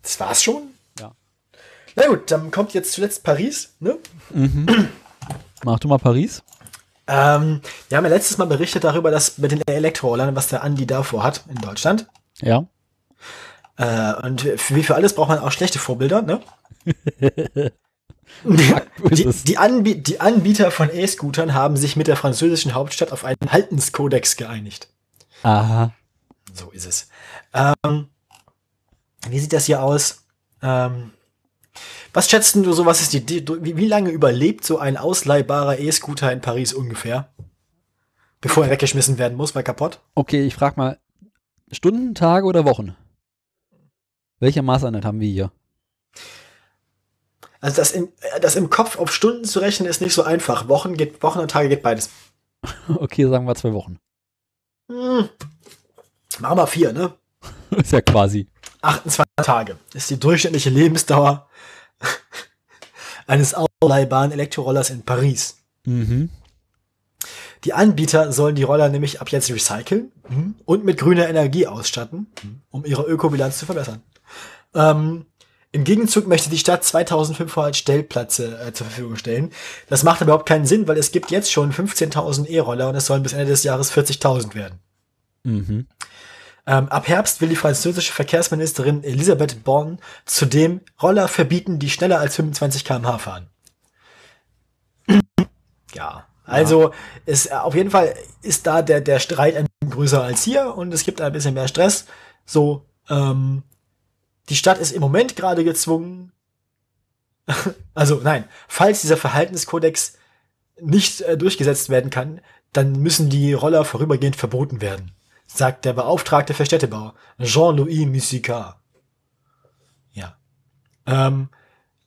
Das war's schon?
Ja.
Na gut, dann kommt jetzt zuletzt Paris, ne?
Mhm. Mach du mal Paris.
Ähm, wir haben ja letztes Mal berichtet darüber, dass mit den Elektrorollern, was der Andi davor hat in Deutschland.
Ja.
Äh, und für, wie für alles braucht man auch schlechte Vorbilder,
<laughs>
ne? Die,
Böses.
die, Anbie die Anbieter von E-Scootern haben sich mit der französischen Hauptstadt auf einen Haltenskodex geeinigt.
Aha.
So ist es. Ähm, wie sieht das hier aus? Ähm, was schätzt denn du so, was ist die, die wie, wie lange überlebt so ein ausleihbarer E E-Scooter in Paris ungefähr? Bevor er weggeschmissen werden muss, weil kaputt?
Okay, ich frag mal. Stunden, Tage oder Wochen? Welche Maßeinheit haben wir hier? <laughs>
Also das, in, äh, das im Kopf auf Stunden zu rechnen ist nicht so einfach. Wochen geht, Wochen und Tage geht beides.
Okay, sagen wir zwei Wochen. <laughs>
Hm. Machen wir vier, ne?
ist ja quasi.
28 Tage ist die durchschnittliche Lebensdauer <laughs> eines ausleihbaren Elektrorollers in Paris.
Mhm.
Die Anbieter sollen die Roller nämlich ab jetzt recyceln und mit grüner Energie ausstatten, um ihre Ökobilanz zu verbessern. Ähm, Im Gegenzug möchte die Stadt 2500 Stellplätze äh, zur Verfügung stellen. Das macht aber überhaupt keinen Sinn, weil es gibt jetzt schon 15.000 E-Roller und es sollen bis Ende des Jahres 40.000 werden.
Mhm.
Ähm, ab Herbst will die französische Verkehrsministerin Elisabeth Born zudem Roller verbieten, die schneller als 25 km/h fahren. ja, also ist äh, auf jeden Fall ist da der, der Streit ein bisschen größer als hier und es gibt ein bisschen mehr Stress. So, ähm, die Stadt ist im Moment gerade gezwungen, <laughs> also nein, falls dieser Verhaltenskodex nicht äh, durchgesetzt werden kann, dann müssen die Roller vorübergehend verboten werden sagt der Beauftragte für Städtebau, Jean-Louis Musicard. Ja. Ähm,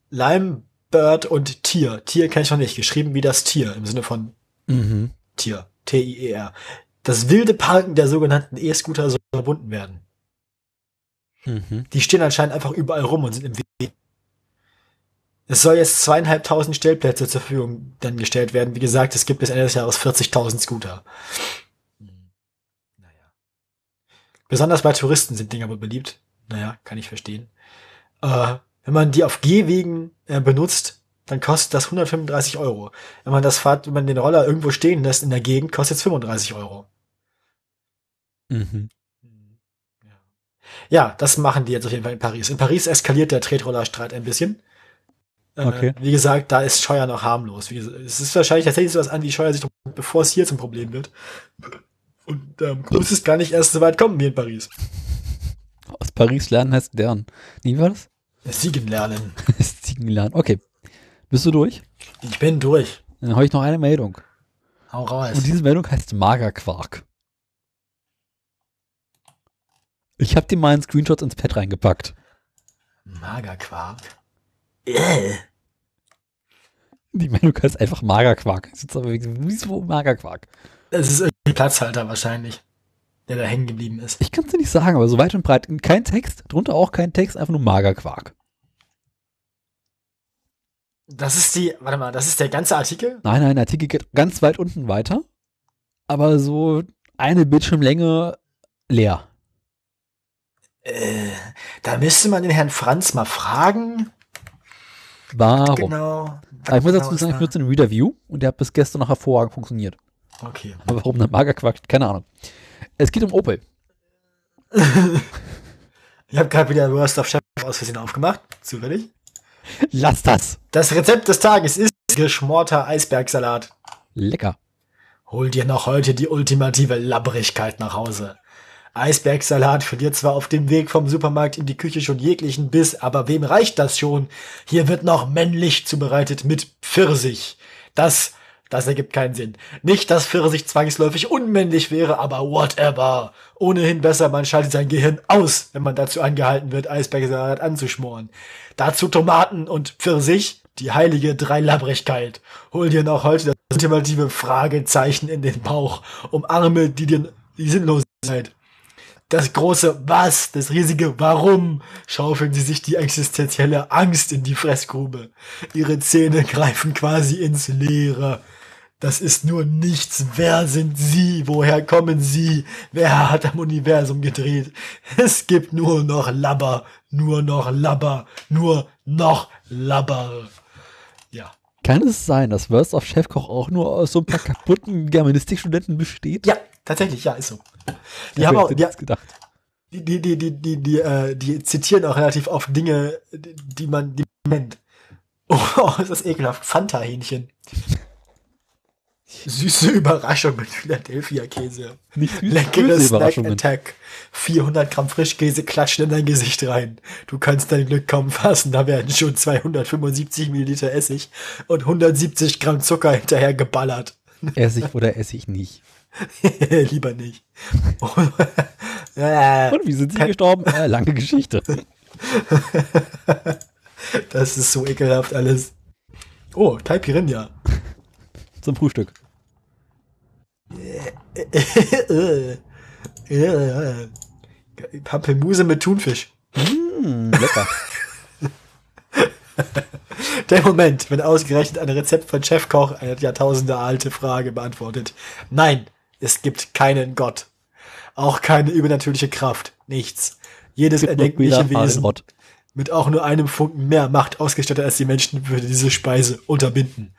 Limebird und Tier. Tier kenne ich noch nicht. Geschrieben wie das Tier im Sinne von
Mhm.
Tier. T-I-E-R. Das wilde Parken der sogenannten E-Scooter soll verbunden werden.
Mhm.
Die stehen anscheinend einfach überall rum und sind im Weg. Es soll jetzt zweieinhalbtausend Stellplätze zur Verfügung dann gestellt werden. Wie gesagt, es gibt bis Ende des Jahres 40.000 Scooter. Naja. Besonders bei Touristen sind Dinger aber beliebt. Naja, kann ich verstehen. Äh, wenn man die auf Gehwegen äh, benutzt, dann kostet das 135 Euro. Wenn man das Fahrt, wenn man den Roller irgendwo stehen lässt in der Gegend, kostet es 35 Euro.
Mhm.
Ja. Ja, das machen die jetzt auf jeden Fall in Paris. In Paris eskaliert der Tretrollerstreit ein bisschen. Äh,
Okay.
Wie gesagt, da ist Scheuer noch harmlos. Wie, gesagt, es ist wahrscheinlich tatsächlich so, dass Andi Scheuer sich drum, bevor es hier zum Problem wird. Und ähm, muss es gar nicht erst so weit kommen wie in Paris.
Aus Paris lernen heißt lernen. Nee, wie war das? <laughs>
Siegen lernen.
Ziegen lernen. Okay. Bist du durch?
Ich bin durch.
Dann habe ich noch eine Meldung.
Hau raus.
Und diese Meldung heißt Magerquark. Ich habe dir mal einen Screenshot ins Pad reingepackt.
Magerquark. Äh.
Die Meldung heißt einfach Magerquark. Ich sitze aber wegen wieso Magerquark.
Das ist irgendwie Platzhalter wahrscheinlich, der da hängen geblieben ist.
Ich kann es dir nicht sagen, aber so weit und breit kein Text, drunter auch kein Text, einfach nur Magerquark.
Das ist die, warte mal, das ist der ganze Artikel?
Nein, nein, der Artikel geht ganz weit unten weiter, aber so eine Bildschirmlänge leer.
Äh, da müsste man den Herrn Franz mal fragen.
Warum?
Genau.
Aber ich muss dazu
Genau
sagen,
ist
ich nutze den Reader View und der hat bis gestern noch hervorragend funktioniert. <laughs>
da. Okay.
Aber warum der Magerquark? Keine Ahnung. Es geht um Opel.
Ich habe gerade wieder Worst of Chef aus Versehen aufgemacht. Zufällig.
Lass das!
Das Rezept des Tages ist geschmorter Eisbergsalat.
Lecker.
Hol dir noch heute die ultimative Labbrigkeit nach Hause. Eisbergsalat verliert zwar auf dem Weg vom Supermarkt in die Küche schon jeglichen Biss, aber wem reicht das schon? Hier wird noch männlich zubereitet mit Pfirsich. Das, das ergibt keinen Sinn. Nicht, dass Pfirsich zwangsläufig unmännlich wäre, aber whatever. Ohnehin besser, man schaltet sein Gehirn aus, wenn man dazu angehalten wird, Eisbergsalat anzuschmoren. Dazu Tomaten und Pfirsich, die heilige Dreilabrigkeit. Hol dir noch heute das ultimative Fragezeichen in den Bauch. Umarme die, dir, die Sinnlosigkeit. Das große Was, das riesige Warum schaufeln sie sich die existenzielle Angst in die Fressgrube. Ihre Zähne greifen quasi ins Leere. Das ist nur nichts. Wer sind Sie? Woher kommen Sie? Wer hat am Universum gedreht? Es gibt nur noch Labber, nur noch Labber, nur noch Labber. Ja.
Kann es sein, dass Worst of Chefkoch auch nur aus so ein paar kaputten Germanistikstudenten besteht?
Ja, tatsächlich, ja, ist so. Die
Hab
haben
ich
auch,
jetzt
die,
nicht gedacht.
die, die, die, die, die, äh, die zitieren auch relativ oft Dinge, die die man, die man nennt. <laughs> Oh, ist das ekelhaft. Fanta-Hähnchen. Süße Überraschung mit Philadelphia-Käse.
Nicht süß,
Leckere
böse
Snack
Überraschungen.
Attack. 400 Gramm Frischkäse klatschen in dein Gesicht rein. Du kannst dein Glück kaum fassen, da werden schon 275 Milliliter Essig und 170 Gramm Zucker hinterher geballert. <laughs>
Esse ich oder esse ich nicht?
Lieber nicht. <laughs> Äh,
Und wie sind sie gestorben? Äh, lange Geschichte.
das ist so ekelhaft alles. Oh, Caipirinha.
Zum Frühstück.
Äh, äh. Pampelmuse mit Thunfisch.
Hm, <laughs> lecker.
Der Moment, wenn ausgerechnet ein Rezept von Chefkoch eine jahrtausendealte Frage beantwortet. Nein, es gibt keinen Gott. Auch keine übernatürliche Kraft. Nichts. Jedes erdenkliche Wesen
Wort.
mit auch nur einem Funken mehr Macht ausgestattet als die Menschen würde diese Speise
<laughs>
unterbinden.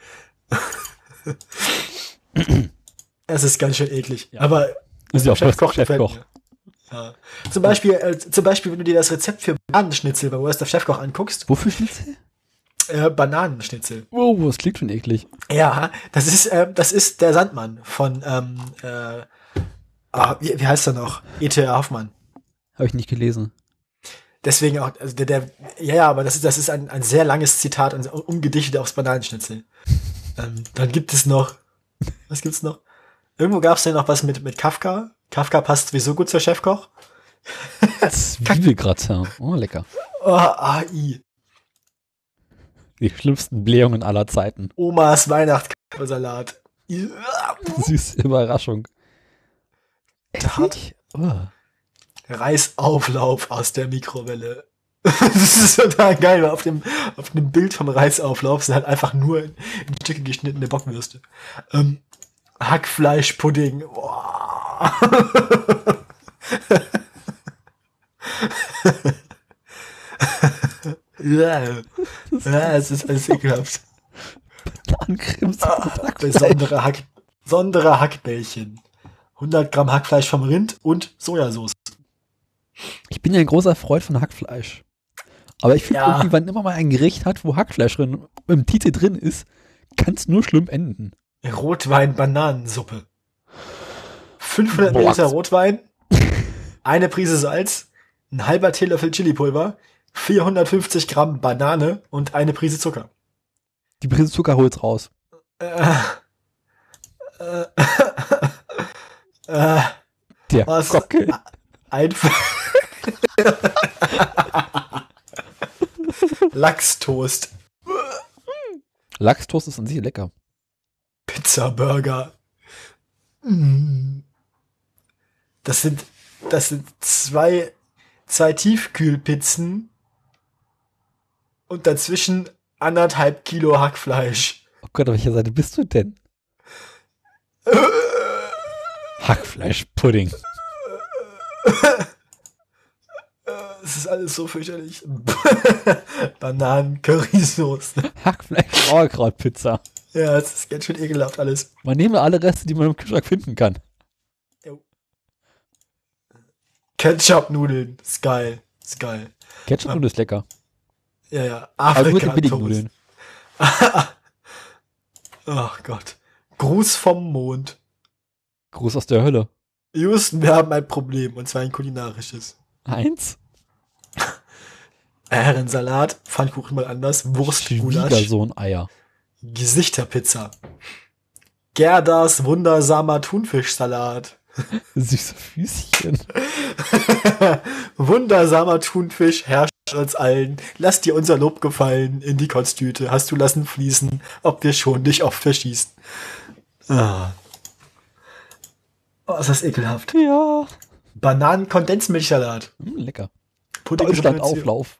es ist ganz schön eklig. Aber
Ist ja auch Worst of
Chefkoch gefällt
Chefkoch.
mir. Ja. Zum Beispiel, äh, zum Beispiel, wenn du dir das Rezept für Bananenschnitzel bei Worst of Chefkoch anguckst,
Wofür Schnitzel?
äh, Bananenschnitzel.
Oh, das klingt schon eklig.
Ja, das ist, ähm, das ist der Sandmann von, ähm, äh, ah, wie, wie heißt er noch? E.T.A. Hoffmann.
Habe ich nicht gelesen.
Deswegen auch, also der, der, ja, ja, aber das ist, das ist ein, ein sehr langes Zitat und umgedichtet aufs Bananenschnitzel. Ähm, dann gibt es noch, was gibt's noch? Irgendwo gab's ja noch was mit, mit Kafka. Kafka passt sowieso gut zur Chefkoch.
Zwiebelgratin. Oh, lecker.
Oh, AI.
Die schlimmsten Blähungen aller <laughs> Zeiten.
Omas Weihnachtskartoffelsalat. Ja.
Süße Überraschung.
Tat.
Essig? Oh.
Reisauflauf aus der Mikrowelle. <laughs> das ist total geil, weil auf dem, auf dem Bild vom Reisauflauf sind halt einfach nur in, in Stücke geschnittene Bockwürste. Ähm, Hackfleischpudding. Boah. <laughs> ja, ja, es ist alles ekelhaft.
Angrims.
Besondere, Hack, besondere Hackbällchen. 100 Gramm Hackfleisch vom Rind und Sojasauce.
Ich bin ja ein großer Freund von Hackfleisch. Aber ich finde,
Ja.
irgendwie, wann immer man ein Gericht hat, wo Hackfleisch drin, im Titel drin ist, kann es nur schlimm enden.
Rotwein-Bananensuppe. 500
Boah.
Milliliter Rotwein, eine Prise Salz, ein halber Teelöffel Chilipulver, 450 Gramm Banane und eine Prise Zucker.
Die Prise Zucker holt's raus.
Äh, äh, äh,
Der
Was?
Gockel.
einfach. <laughs> Lachstoast,
Lachstoast ist an sich lecker.
Pizza Burger. Mm. Das sind, das sind zwei, zwei Tiefkühlpizzen und dazwischen anderthalb Kilo Hackfleisch. <laughs>
Oh Gott, auf welcher Seite bist du denn? <laughs> Hackfleischpudding.
Äh, Es ist alles so fürchterlich. <laughs> Bananen, Currysoße.
Hackfleisch-Sauerkrautpizza.
Ja, es ist ganz schön ekelhaft alles.
Man nehme alle Reste, die man im Kühlschrank finden kann.
Ketchup-Nudeln. Ist geil. Ist geil.
Ketchup und ist lecker.
Ja, ja.
Aber nur die
Afrika-Toast.
billigen Nudeln.
Ach Gott. Gruß vom Mond.
Gruß aus der Hölle.
Houston, wir haben ein Problem. Und zwar ein kulinarisches.
Eins.
Herrensalat, Pfannkuchen mal anders, Wurstgulasch,
Schwiegersohn-Eier.
Gesichterpizza. Gerdas wundersamer Thunfischsalat. <laughs>
Süße Füßchen.
Wundersamer Thunfisch herrscht uns allen. Lass dir unser Lob gefallen in die Kotztüte. Hast du lassen fließen, ob wir schon dich oft verschießen. Ah. Oh, ist das ekelhaft.
Ja.
Bananenkondensmilchsalat.
Hm, lecker.
Pudding
Deutschland-Auflauf.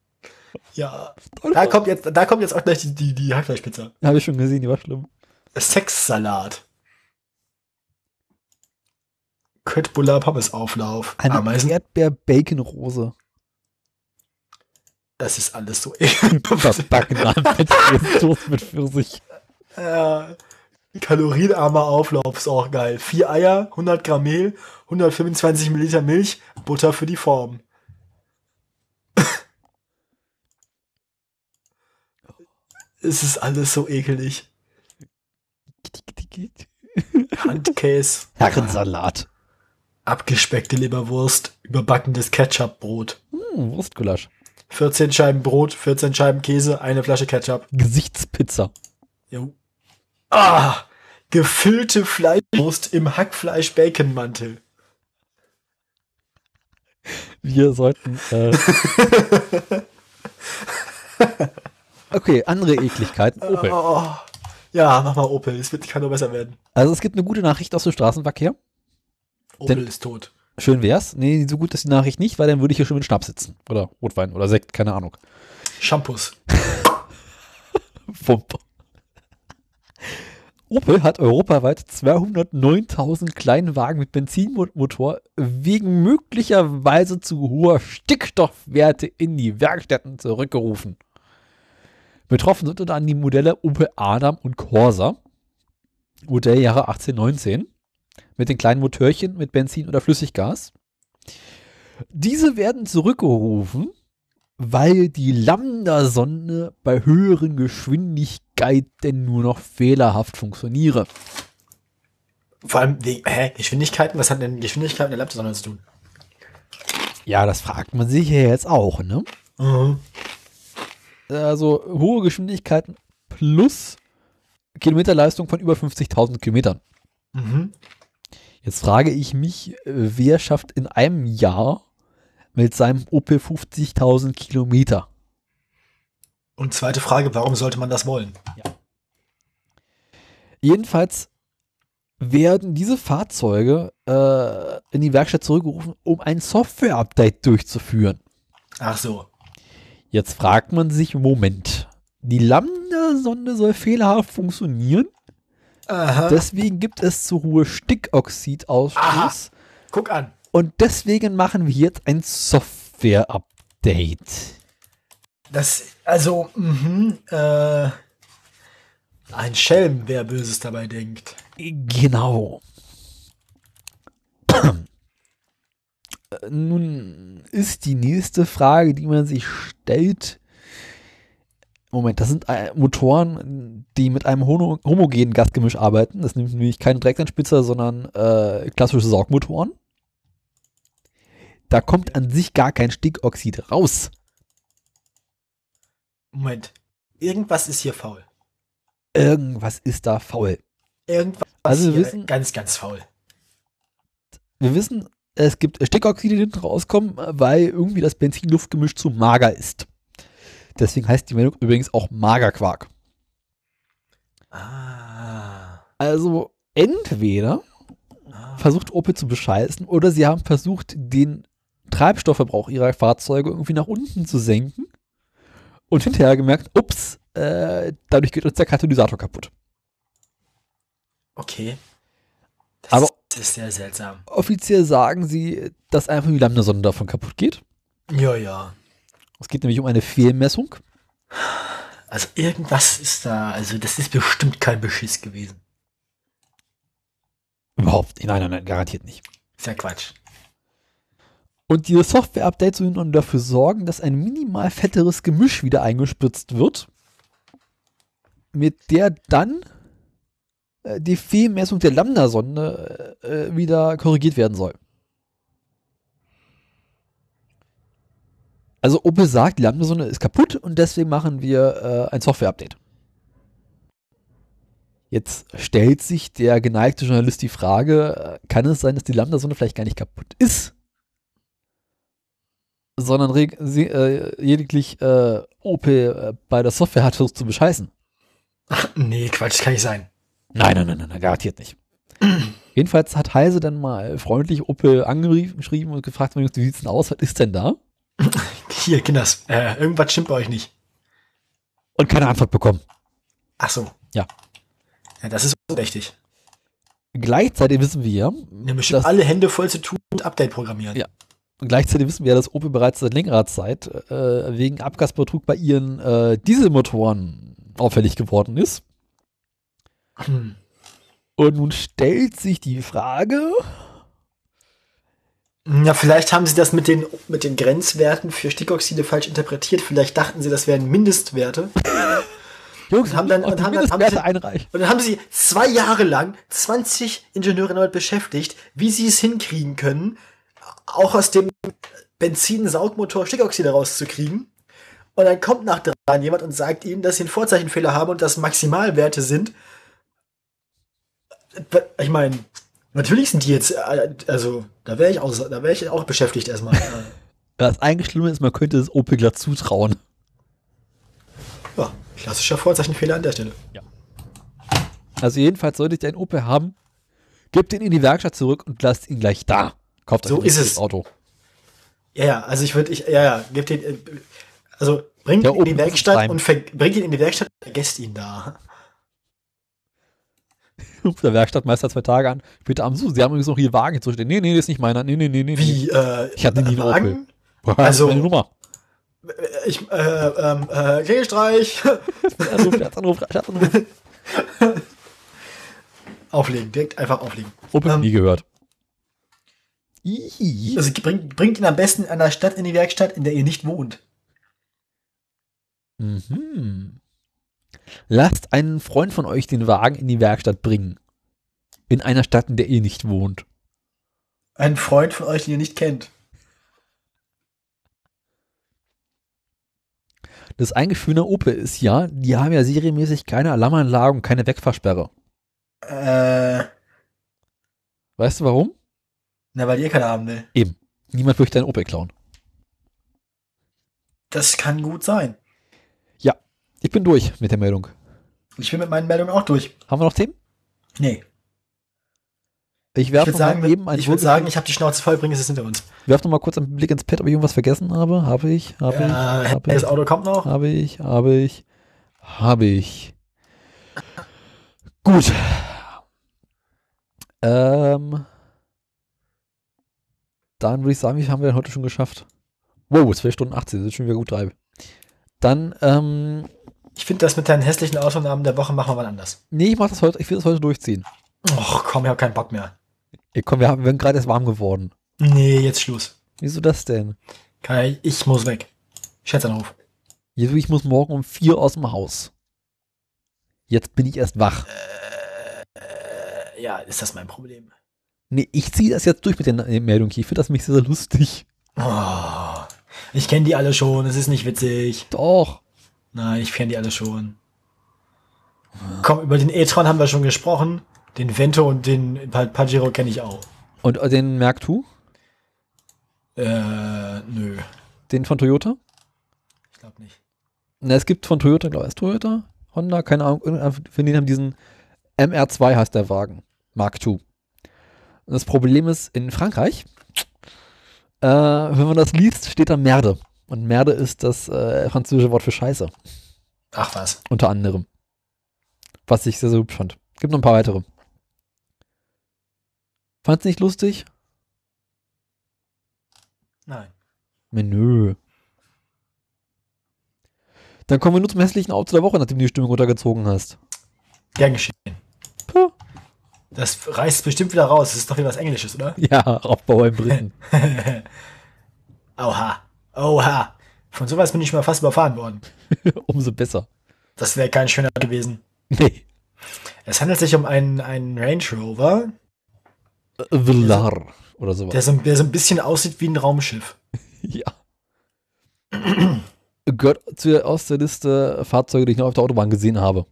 Ja. Da kommt, jetzt, da kommt jetzt auch gleich die, die, die Hackfleischpizza.
Habe ich schon gesehen, die war schlimm.
Sexsalat. Köttbullar Pommesauflauf.
Eine
Ameisen.
Erdbeer-Bacon-Rose.
Das ist alles so e- ekelhaft.
Verbacken an Toast mit Pfirsich.
<laughs> Ja. Kalorienarmer Auflauf ist auch geil. Vier Eier, 100 Gramm Mehl, 125 Milliliter Milch, Butter für die Form. <laughs> es ist alles so ekelig. Handkäse,
Herrensalat.
abgespeckte Leberwurst, überbackenes Ketchupbrot,
Hm, Wurstgulasch.
14 Scheiben Brot, 14 Scheiben Käse, eine Flasche Ketchup.
Gesichtspizza.
Jo. Ah! Gefüllte Fleischwurst im Hackfleisch-Bacon-Mantel.
Wir sollten. Äh <laughs> okay, andere Ekligkeiten. Opel.
Oh. Ja, mach mal Opel. Es wird, kann nur besser werden.
Also es gibt eine gute Nachricht aus dem Straßenverkehr.
Opel
Denn-
ist tot.
Schön wär's. Nee, so gut ist die Nachricht nicht, weil dann würde ich hier schon mit Schnaps sitzen. Oder Rotwein oder Sekt, keine Ahnung.
Shampoos.
Wumpe. Opel hat europaweit 209.000 Kleinwagen mit Benzinmotor wegen möglicherweise zu hoher Stickstoffwerte in die Werkstätten zurückgerufen. Betroffen sind unter anderem die Modelle Opel Adam und Corsa, Modelljahre 1819, mit den kleinen Motörchen mit Benzin oder Flüssiggas. Diese werden zurückgerufen, weil die Lambda-Sonde bei höheren Geschwindigkeiten nur noch fehlerhaft funktioniere.
Vor allem wegen, hä, Geschwindigkeiten? Was hat denn Geschwindigkeit mit der Laptop zu tun?
Ja, das fragt man sich ja jetzt auch, ne?
Mhm.
Also hohe Geschwindigkeiten plus Kilometerleistung von über 50.000 Kilometern.
Mhm.
Jetzt frage ich mich, äh, wer schafft in einem Jahr mit seinem Opel 50.000 Kilometer?
Und zweite Frage, warum sollte man das wollen?
Jedenfalls werden diese Fahrzeuge äh, in die Werkstatt zurückgerufen, um ein Software-Update durchzuführen.
Ach so.
Jetzt fragt man sich, Moment, die Lambda-Sonde soll fehlerhaft funktionieren,
Aha.
deswegen gibt es zu hohe Stickoxidausstoß
Guck an.
und deswegen machen wir jetzt ein Software-Update.
Das, also, mhm, äh, ein Schelm, wer Böses dabei denkt.
Genau. nun ist die nächste Frage, die man sich stellt. Moment, das sind äh, Motoren, die mit einem hono- homogenen Gasgemisch arbeiten. Das nimmt nämlich keine Direktanspitzer, sondern äh, klassische Saugmotoren. Da kommt an sich gar kein Stickoxid raus.
Moment. Irgendwas ist hier faul.
Irgendwas ist da faul.
Irgendwas
Also wir
hier
wissen-
ganz, ganz faul.
Wir wissen, es gibt Stickoxide, die hinten rauskommen, äh, weil irgendwie das Benzin-Luftgemisch zu mager ist. Deswegen heißt die Meldung übrigens auch Magerquark.
Ah.
Also entweder
ah.
versucht Opel zu bescheißen oder sie haben versucht, den Treibstoffverbrauch ihrer Fahrzeuge irgendwie nach unten zu senken und hinterher gemerkt, ups, äh, dadurch geht uns der Katalysator kaputt.
Okay. Das
Aber-
ist- ist sehr seltsam.
Offiziell sagen sie, dass einfach die Lambda-Sonde davon kaputt geht.
Ja, ja.
Es geht nämlich um eine Fehlmessung.
Also irgendwas ist da. Also das ist bestimmt kein Beschiss gewesen.
Überhaupt, nicht. nein, nein, nein, garantiert nicht.
Ist ja Quatsch.
Und diese Software-Updates sollen nun dafür sorgen, dass ein minimal fetteres Gemisch wieder eingespritzt wird, mit der dann äh, die Fehlmessung der Lambda-Sonde äh, äh, wieder korrigiert werden soll. Also Opel sagt, die Lambda-Sonde ist kaputt und deswegen machen wir äh, ein Software-Update. Jetzt stellt sich der geneigte Journalist die Frage, äh, kann es sein, dass die Lambda-Sonde vielleicht gar nicht kaputt ist? sondern reg- sie, äh, lediglich äh, Opel äh, bei der Software hat versucht zu bescheißen.
Nee, Quatsch kann nicht sein.
Nein, nein, nein, nein, nein,
<clears throat>
garantiert nicht. Jedenfalls hat Heise dann mal freundlich Opel angerufen geschrieben und gefragt, wie sieht's denn aus, was ist denn da?
Hier, Kinders, äh, irgendwas stimmt bei euch nicht.
Und keine Antwort bekommen.
Ach so.
Ja.
ja das ist unrechtig.
Gleichzeitig wissen wir ja,
Wir haben bestimmt
dass,
alle Hände voll zu tun und Update programmieren.
Ja. gleichzeitig wissen wir ja, dass Opel bereits seit längerer Zeit äh, wegen Abgasbetrug bei ihren äh, Dieselmotoren auffällig geworden ist.
Hm.
Und nun stellt sich die Frage,
Ja, vielleicht haben sie das mit den, mit den Grenzwerten für Stickoxide falsch interpretiert. Vielleicht dachten sie, das wären Mindestwerte.
Jungs,
Und haben dann-
auch
und
die
haben dann- haben
Mindestwerte
sie-
einreichen.
Und dann haben sie zwei Jahre lang 20 Ingenieure damit beschäftigt, wie sie es hinkriegen können, auch aus dem Benzin-Saugmotor Stickoxide rauszukriegen. Und dann kommt nach drei Jahren jemand und sagt ihnen, dass sie einen Vorzeichenfehler haben und dass Maximalwerte sind. Ich meine, natürlich sind die jetzt, äh, also da wäre ich, auch- da wär ich auch beschäftigt erstmal. Äh,
Das eigentlich Schlimme ist, man könnte es Opel glatt zutrauen.
ja, klassischer Vorzeichenfehler an der Stelle.
Also jedenfalls solltet ihr einen Opel haben, gebt ihn in die Werkstatt zurück und lasst ihn gleich da. Kauft euch
So
ein
ist
richtiges
es.
Auto.
Ja, ja, also ich würde, ich, ja, ja, gebt den, äh, also bringt
Der
ihn in
oben
die
muss
Werkstatt
rein.
und ver, bringt ihn in die Werkstatt und vergesst ihn da.
Ruft der Werkstattmeister zwei Tage an. Bitte am Su, Sie haben übrigens noch hier Wagen zu stehen. Nee, nee, das ist nicht meiner. Nee, nee, nee, nee.
Wie, äh,
Ich hatte nie einen
Wagen?
nee.
also-
meine Nummer.
Ich, äh, ähm, äh, Regelstreich.
Scherzanruf, Scherzanruf, Scherzanruf.
<laughs> auflegen, direkt einfach auflegen.
Opel
Ähm,
nie gehört. Ihi.
Also bringt, bringt ihn am besten in einer Stadt in die Werkstatt, in der ihr nicht wohnt.
Mhm. Lasst einen Freund von euch den Wagen in die Werkstatt bringen. In einer Stadt, in der ihr nicht wohnt.
Ein Freund von euch, den ihr nicht kennt.
Das eingeführte Opel ist ja, die haben ja serienmäßig keine Alarmanlagen, keine Wegfahrsperre.
Äh,
Weißt du warum?
na, weil ihr keiner haben will.
Niemand möchte einen Opel klauen.
Das kann gut sein.
Ich bin durch mit der Meldung.
Ich bin mit meinen Meldungen auch durch.
Haben wir noch Themen?
Nee.
Ich
Ich
werfe
würde
nochmal
sagen,
eben einen
ich, würd sagen, ich habe die Schnauze voll, bringe es hinter uns.
werf noch mal kurz einen Blick ins Pad, ob ich irgendwas vergessen habe. Habe ich, habe ich,
Äh,
habe ich,
das Auto kommt noch.
habe ich, habe ich, habe ich. Gut. Ähm, dann würde ich sagen, wie viel haben wir denn heute schon geschafft? Wow, 12 Stunden 18, sind schon wieder gut drei. Dann, ähm,
Ich finde das mit deinen hässlichen Autonamen der Woche machen wir mal anders.
nee, ich mach das heute, ich will das heute durchziehen.
Och, komm, ich habe keinen Bock mehr.
Ey, komm, wir, haben, wir sind gerade erst warm geworden.
Nee, jetzt Schluss.
Wieso das denn?
Kai, ich muss weg. Schätzanruf.
Ja, du, Ich muss morgen um vier aus dem Haus. Jetzt bin ich erst wach.
Äh, ja, ist das mein Problem?
Nee, ich ziehe das jetzt durch mit der Na- Meldung hier. Ich finde das mich sehr, sehr lustig.
Oh, ich kenne die alle schon, es ist nicht witzig.
Doch.
Nein, ich kenne die alle schon. Komm, über den E-Tron haben wir schon gesprochen. Den Vento und den Pa- Pajero kenne ich auch.
Und äh, den merkst du?
Äh, nö.
Den von Toyota?
Ich glaube nicht.
Na, es gibt von Toyota, glaube ich, ist Toyota, Honda, keine Ahnung, irgendeiner von denen haben diesen MR2 heißt der Wagen, Mark II. Und das Problem ist, in Frankreich, äh, wenn man das liest, steht da Merde. Und Merde ist das äh, französische Wort für Scheiße,
Ach was.
unter anderem. Was ich sehr, sehr hübsch fand. Gibt noch ein paar weitere. Fand's nicht lustig?
Nein.
Menü. Dann kommen wir nur zum hässlichen Auto der Woche, nachdem du die Stimmung runtergezogen hast.
Gern geschehen.
Puh.
Das reißt bestimmt wieder raus. Das ist doch wieder was Englisches, oder?
Ja, Aufbauer in <laughs> Briten.
Oha. Oha. Von sowas bin ich mal fast überfahren worden.
Umso besser.
Das wäre kein schöner gewesen.
Nee.
Es handelt sich um einen, einen Range Rover,
Äh, Villar oder sowas.
der so, der so ein bisschen aussieht wie ein Raumschiff.
ja. Gehört zu der, aus der Liste Fahrzeuge, die ich noch auf der Autobahn gesehen habe.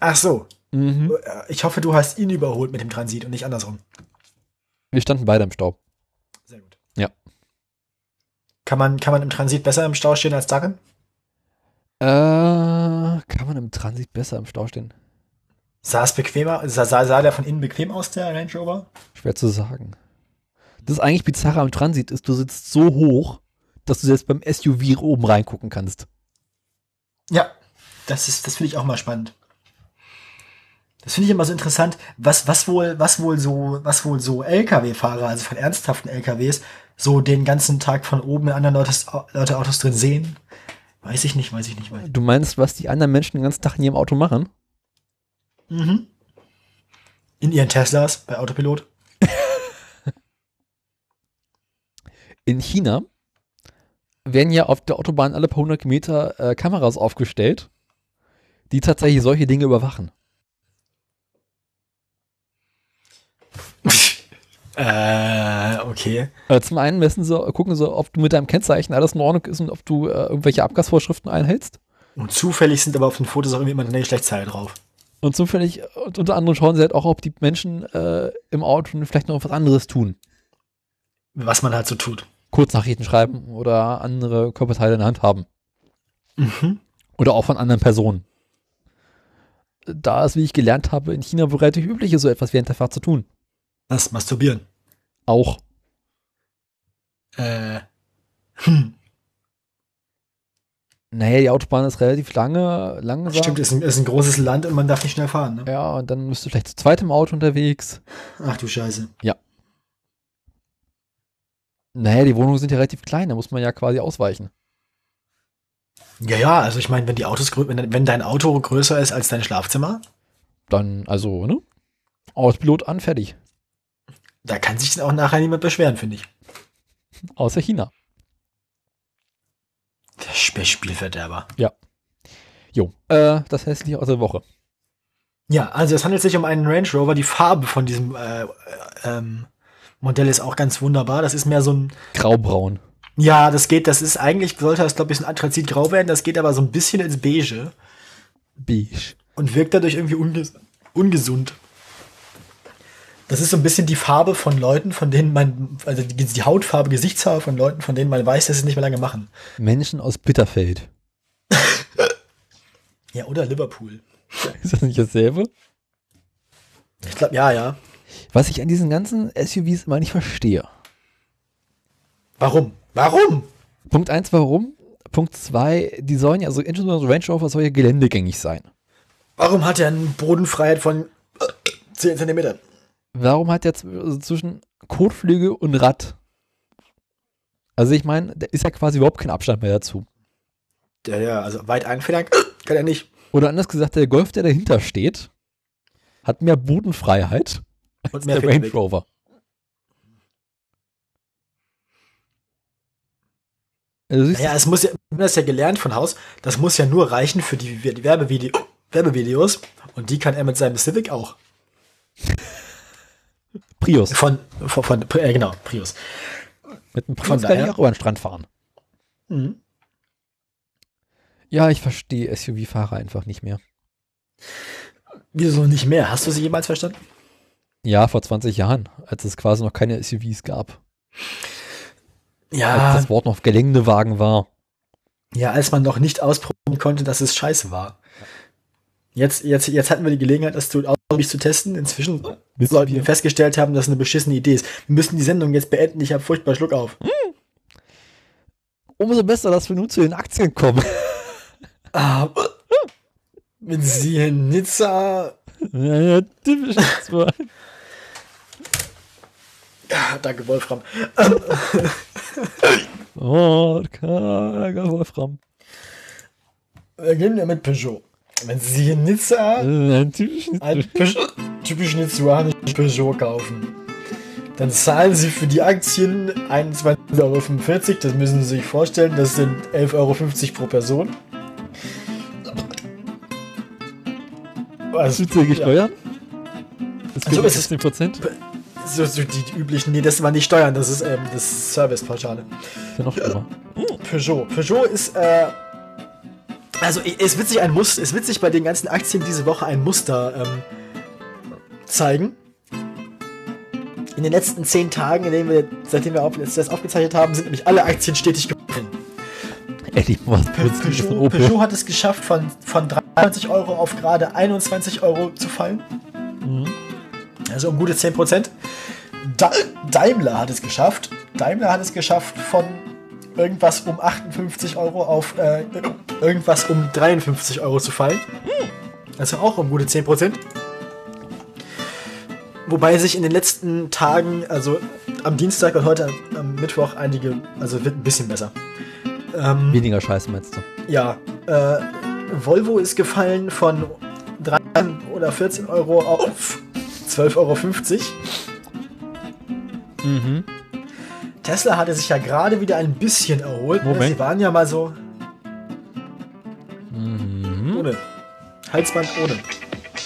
Ach so. äh,
Mhm.
Ich hoffe, du hast ihn überholt mit dem Transit und nicht andersrum.
Wir standen beide im Staub.
Sehr gut.
Ja.
Kann man, kann man im Transit besser im Stau stehen als darin?
Äh, kann man im Transit besser im Stau stehen?
Sah es bequemer, sah, sah, sah der von innen bequem aus, der Range Rover?
Schwer zu sagen. Das ist eigentlich bizarre am Transit ist, du sitzt so hoch, dass du selbst beim SUV oben reingucken kannst.
Ja, das ist, das finde ich auch mal spannend. Das finde ich immer so interessant, was, was wohl, was wohl so, was wohl so LKW-Fahrer, also von ernsthaften LKWs, so den ganzen Tag von oben in anderen Leutes, Leute Autos drin sehen. Weiß ich nicht, weiß ich nicht, weiß ich nicht.
Du meinst, was die anderen Menschen den ganzen Tag in ihrem Auto machen?
Mhm. In ihren Teslas bei Autopilot.
in China werden ja auf der Autobahn alle paar hundert Meter äh, Kameras aufgestellt, die tatsächlich solche Dinge überwachen.
<laughs> äh, okay.
Äh, zum einen messen sie, gucken sie, ob du mit deinem Kennzeichen alles in Ordnung ist und ob du äh, irgendwelche Abgasvorschriften einhältst.
Und zufällig sind aber auf den Fotos auch irgendwie immer eine Geschlechtszahl drauf.
Und zufällig, äh, und unter anderem schauen sie halt auch, ob die Menschen äh, im Auto vielleicht noch was anderes tun.
Was man halt so tut.
Kurznachrichten schreiben oder andere Körperteile in der Hand haben.
Mhm.
Oder auch von anderen Personen. Da es, wie ich gelernt habe, in China wohl relativ üblich ist, so etwas während der Fahrt zu tun.
Das Masturbieren.
Auch
Äh,
Naja, die Autobahn ist relativ lange, langsam.
stimmt, ist ein, ist ein großes Land und man darf nicht schnell fahren, ne?
Ja, und dann bist du vielleicht zu zweit im Auto unterwegs.
Ach du Scheiße.
Naja, die Wohnungen sind ja relativ klein, da muss man ja quasi ausweichen.
Ja, ja, also ich meine, wenn die Autos grö- wenn, wenn dein Auto größer ist als dein Schlafzimmer,
Dann, also, ne? Autopilot an, fertig.
da kann sich dann auch nachher niemand beschweren, finde ich.
Außer China.
Der Sp- Spielverderber.
Jo, äh, das hässliche aus der Woche.
Ja, also es handelt sich um einen Range Rover. Die Farbe von diesem äh, äh, ähm, Modell ist auch ganz wunderbar. Das ist mehr so ein,
Graubraun.
ja, das geht, das ist eigentlich, sollte das, glaube ich, so ein Anthrazitgrau werden. Das geht aber so ein bisschen ins Beige
Beige.
und wirkt dadurch irgendwie unges ungesund. Das ist so ein bisschen die Farbe von Leuten, von denen man, also die, die Hautfarbe, Gesichtsfarbe von Leuten, von denen man weiß, dass sie es nicht mehr lange machen.
Menschen aus Bitterfeld. <laughs>
Ja, oder Liverpool.
Ist das nicht dasselbe?
Ich glaube, ja, ja.
Was ich an diesen ganzen SUVs immer nicht verstehe.
Warum? Warum?
Punkt eins, warum? Punkt zwei, die sollen ja, also insbesondere so Range Rover soll ja geländegängig sein.
Warum hat er eine Bodenfreiheit von 10 Zentimetern?
warum hat der zw- also zwischen Kotflügel und Rad? Also ich meine, da ist ja quasi überhaupt kein Abstand mehr dazu.
Ja, ja, also weit einfedern kann er nicht.
Oder anders gesagt, der Golf, der dahinter steht, hat mehr Bodenfreiheit
Und
als der Range Rover. Also, du siehst,
Naja, es muss ja, wir haben das ja gelernt von Haus, das muss ja nur reichen für die, die Werbevideo, Werbevideos und die kann er mit seinem Civic auch.
Prius.
Von, von, von äh, genau, Prius.
Mit
Von
einem Prius kann ich
daher-
auch über den Strand fahren.
Hm.
Ja, ich verstehe SUV-Fahrer einfach nicht mehr.
Wieso nicht mehr? Hast du sie jemals verstanden?
Ja, vor 20 Jahren, als es quasi noch keine SUVs gab. Als
Ja,
das Wort noch Geländewagen war.
ja, als man noch nicht ausprobieren konnte, dass es scheiße war. Jetzt, jetzt, jetzt hatten wir die Gelegenheit, das zu, ausgiebig zu testen. Inzwischen
Wissen
sollten
wir.
wir festgestellt haben, dass es eine beschissene Idee ist. Wir müssen die Sendung jetzt beenden. Ich habe furchtbar Schluck auf.
Umso besser, dass wir nun zu den
<laughs>
Aktien kommen.
Ah, wenn Sie in Nizza.
Ja, ja, typisch Schwarzwald.
Ah, Danke, Wolfram.
Oh, Karger Wolfram.
Wir Äh, gehen wir mit Peugeot. Wenn Sie in Nizza
Äh, Ein typisch
einen Peugeot, typischen nizzuanischen ah, Peugeot kaufen, dann zahlen Sie für die Aktien 21,45 Euro. Das müssen Sie sich vorstellen. Das sind 11,50 Euro pro Person. Also,
Sind sie gesteuert? Das
So ist es.
15 Prozent.
so, so die üblichen, nee, das waren nicht Steuern, das ist, ähm, das ist Servicepauschale.
Ist ja noch schlimmer.
Peugeot. Peugeot ist, äh, also i- ist witzig ein Muster, ist witzig bei den ganzen Aktien diese Woche ein Muster ähm, zeigen. In den letzten zehn Tagen, in denen wir, seitdem wir auf, das aufgezeichnet haben, sind nämlich alle Aktien stetig gefallen.
Eddie, was
Pe
willst du jetzt von
Peugeot,
Opel?
Peugeot hat es geschafft, von, von 93 Euro auf gerade 21 Euro zu fallen.
Mhm.
Also um gute 10 Prozent. Da Daimler hat es geschafft. Daimler hat es geschafft, von irgendwas um 58 Euro auf äh, irgendwas um 53 Euro zu fallen. Also auch um gute 10 Prozent. Wobei sich in den letzten Tagen, also am Dienstag und heute am- am Mittwoch, einige, also wird ein bisschen besser. Ähm,
Weniger Scheiße meinst du?
ja, äh, Volvo ist gefallen von 13 oder 14 Euro auf 12,50 Euro.
Mhm.
Tesla hatte sich ja gerade wieder ein bisschen erholt. ne?
Moment.
Sie waren ja mal so
Mhm.
ohne. Halsband ohne.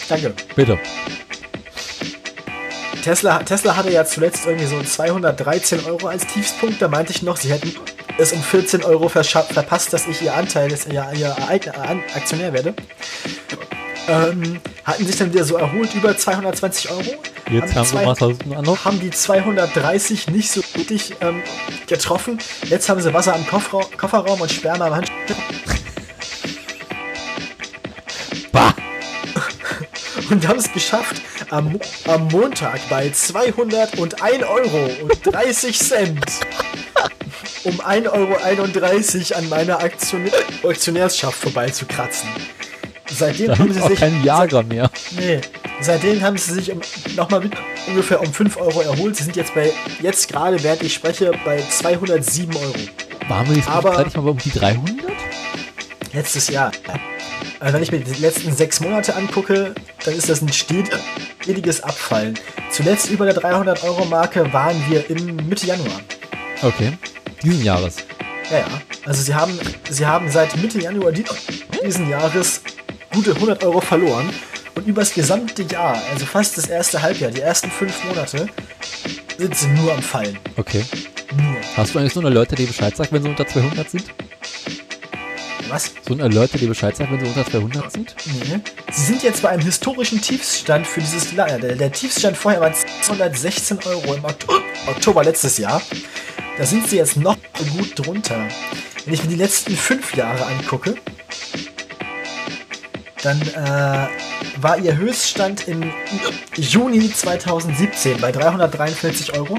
Danke.
Bitte.
Tesla, Tesla hatte ja zuletzt irgendwie so 213 Euro als Tiefspunkt. Da meinte ich noch, sie hätten es um 14 Euro verscha- verpasst, dass ich ihr Anteil, dass ihr, ihr Eigner- An- Aktionär werde. Ähm, hatten sich dann wieder so erholt über 220 Euro.
Jetzt haben
zwei-
wir Wasser noch.
haben die 230 nicht so richtig ähm, getroffen. Jetzt haben sie Wasser am Kofferraum, Kofferraum und Sperma am Handsch
Bah!
und haben es geschafft, am, Mo- am Montag bei 201 Euro und 30 Cent um 1,31 Euro an meiner Aktion Aktionärschaft vorbeizukratzen. Seitdem
Da
haben
haben
sie
auch
sich
kein Jager mehr.
Nee, seitdem haben sie sich um, nochmal mit ungefähr um 5 Euro erholt. Sie sind jetzt bei, jetzt gerade, während ich spreche, bei 207 Euro.
Waren wir jetzt
Aber-
gleich mal um die 300?
Letztes Jahr. Also wenn ich mir die letzten sechs Monate angucke, dann ist das ein stet- stetiges Abfallen. Zuletzt über der 300 Euro Marke waren wir im Mitte Januar.
Okay. Diesen Jahres.
Ja, ja. Also sie haben, sie haben seit Mitte Januar die- diesen Jahres gute 100 Euro verloren. Und übers gesamte Jahr, also fast das erste Halbjahr, die ersten fünf Monate, sind sie nur am Fallen.
Okay.
Nur.
Hast du eigentlich so eine Leute, die Bescheid sagt, wenn sie unter 200 sind?
Was?
So eine Leute, die Bescheid sagt, wenn sie unter 200 sind?
Nee. Sie sind jetzt bei einem historischen Tiefstand für dieses Lager. Der, der Tiefstand vorher war 216 Euro im Oktober, Oktober letztes Jahr. Da sind sie jetzt noch gut drunter. Wenn ich mir die letzten fünf Jahre angucke, dann äh, war ihr Höchststand im Juni 2017 bei 343 Euro.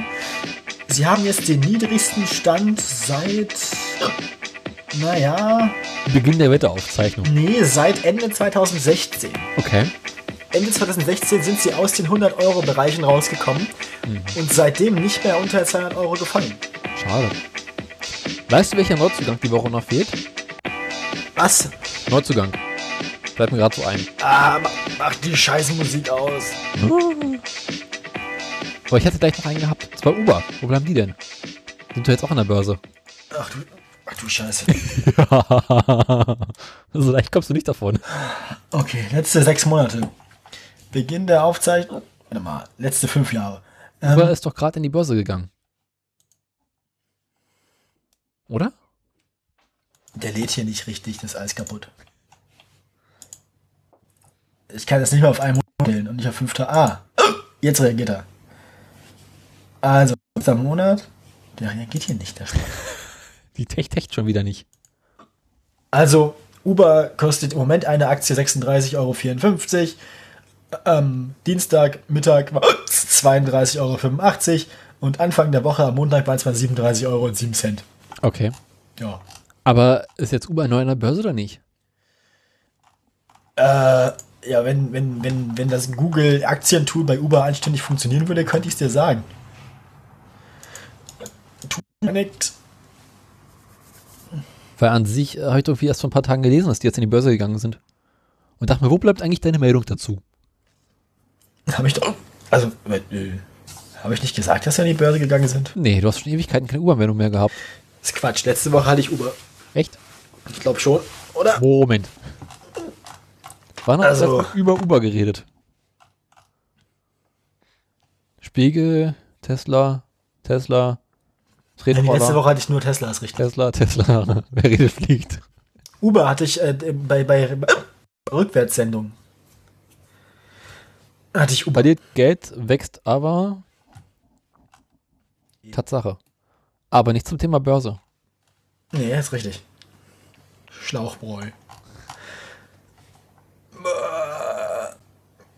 Sie haben jetzt den niedrigsten Stand seit, naja,
Beginn der Wetteraufzeichnung.
nee, seit Ende 2016.
Okay.
Ende 2016 sind sie aus den 100-Euro-Bereichen rausgekommen und seitdem nicht mehr unter 200 Euro gefallen.
Schade. Weißt du, welcher Neuzugang die Woche noch fehlt?
Was?
Neuzugang. Bleibt mir gerade so ein.
Ah, ma- mach die scheiß Musik aus.
Aber ich hatte gleich noch einen gehabt. Zwei Uber. Wo bleiben die denn? Sind doch jetzt auch an der Börse. <laughs>
Ach du, Ach du Scheiße.
Ja. so leicht kommst du nicht davon.
<laughs> Okay, letzte sechs Monate. Beginn der Aufzeichnung. Warte mal, letzte fünf Jahre.
Uber
Ähm,
ist doch gerade in die Börse gegangen. Oder?
der lädt hier nicht richtig, das Eis kaputt. Ich kann das nicht mehr auf einen Monat stellen und nicht auf fünf Tage. Ah, jetzt reagiert er. Also, letzter Monat. Der reagiert hier nicht, der Spaß.
Die Tech Tech schon wieder nicht.
Also, Uber kostet im Moment eine Aktie 36,54 Euro. Ähm, Dienstag, Mittag war 32,85 Euro. Und Anfang der Woche am Montag waren es mal 37,07 Euro.
Okay.
Ja.
Aber ist jetzt Uber neu an der Börse oder nicht?
Äh, ja, wenn, wenn, wenn, wenn das Google-Aktientool bei Uber anständig funktionieren würde, könnte ich es dir sagen. Tut mir nix.
Weil an sich äh, habe ich irgendwie erst vor ein paar Tagen gelesen, dass die jetzt in die Börse gegangen sind. Und dachte mir, wo bleibt eigentlich deine Meldung dazu?
Habe ich doch. Also, äh, habe ich nicht gesagt, dass wir in die Börse gegangen sind?
Nee, du hast schon Ewigkeiten keine Uber-Meldung mehr gehabt.
Das ist Quatsch. Letzte Woche hatte ich Uber.
Echt?
Ich glaube schon, oder?
Moment. Wann hast
Also-
du über Uber geredet? Spiegel, Tesla, Tesla,
Nee, die letzte
Tretmodder,
Woche hatte ich nur Tesla, ist richtig.
Tesla, Tesla. <laughs> Wer redet, fliegt.
Uber hatte ich äh, bei, bei Rückwärtssendung. Hatte ich Uber.
Verliert Geld, wächst aber. Tatsache. Aber nicht zum Thema Börse.
Nee, ist richtig. Schlauchbräu.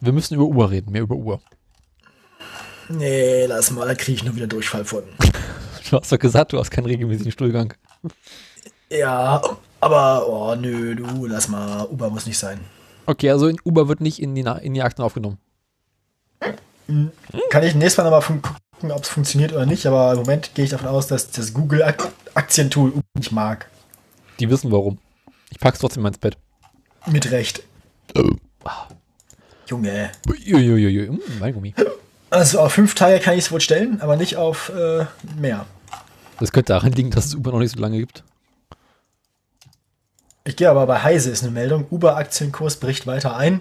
Wir müssen über Uber reden, mehr über Uber.
Nee, lass mal, da kriege ich nur wieder Durchfall von.
<laughs> Du hast doch gesagt, du hast keinen regelmäßigen Stuhlgang.
Ja, aber, oh nö, du, lass mal, Uber muss nicht sein.
Okay, also in Uber wird nicht in die, Na- in die Akten aufgenommen.
Kann ich nächstes Mal nochmal fun- gucken, ob es funktioniert oder nicht, aber im Moment gehe ich davon aus, dass das Google-Aktientool Uber nicht mag.
Die wissen warum. Ich pack's trotzdem mal ins Bett.
Mit Recht. Junge.
Uiuiuiui, mm, mein Gummi.
Also auf fünf Tage kann ich es wohl stellen, aber nicht auf äh, mehr.
Das könnte daran liegen, dass es Uber noch nicht so lange gibt.
Ich gehe aber bei Heise ist eine Meldung. Uber-Aktienkurs bricht weiter ein.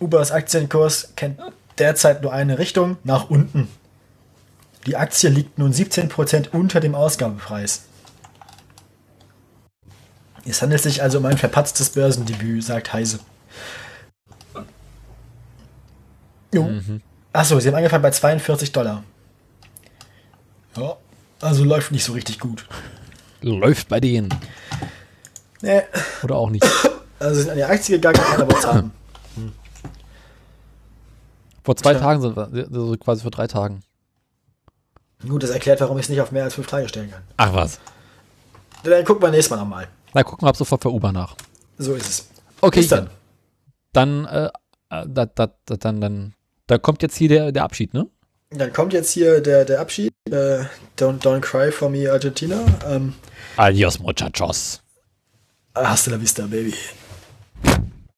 Ubers Aktienkurs kennt derzeit nur eine Richtung, nach unten. Die Aktie liegt nun 17% unter dem Ausgabepreis. Es handelt sich also um ein verpatztes Börsendebüt, sagt Heise. Jo. Achso, sie haben angefangen bei 42 Dollar. Ja, also läuft nicht so richtig gut.
Läuft bei denen.
Nee,
Oder auch nicht.
Also sind an die Aktie gegangen, kann aber zahlen.
Vor zwei
Tja.
Tagen sind wir, also quasi vor drei Tagen.
Gut, das erklärt, warum ich es nicht auf mehr als fünf Tage stellen kann.
Ach was.
Dann gucken wir nächstes Mal nochmal.
Na, gucken wir ab sofort bei Uber nach.
So ist es.
Okay,
Bis dann.
Dann, äh, äh, da, da, da, dann, dann, da kommt jetzt hier der, der Abschied, ne?
Dann kommt jetzt hier der, der Abschied. Äh, don't, don't cry for me, Argentina. Ähm,
Adios, muchachos.
hasta la vista, baby.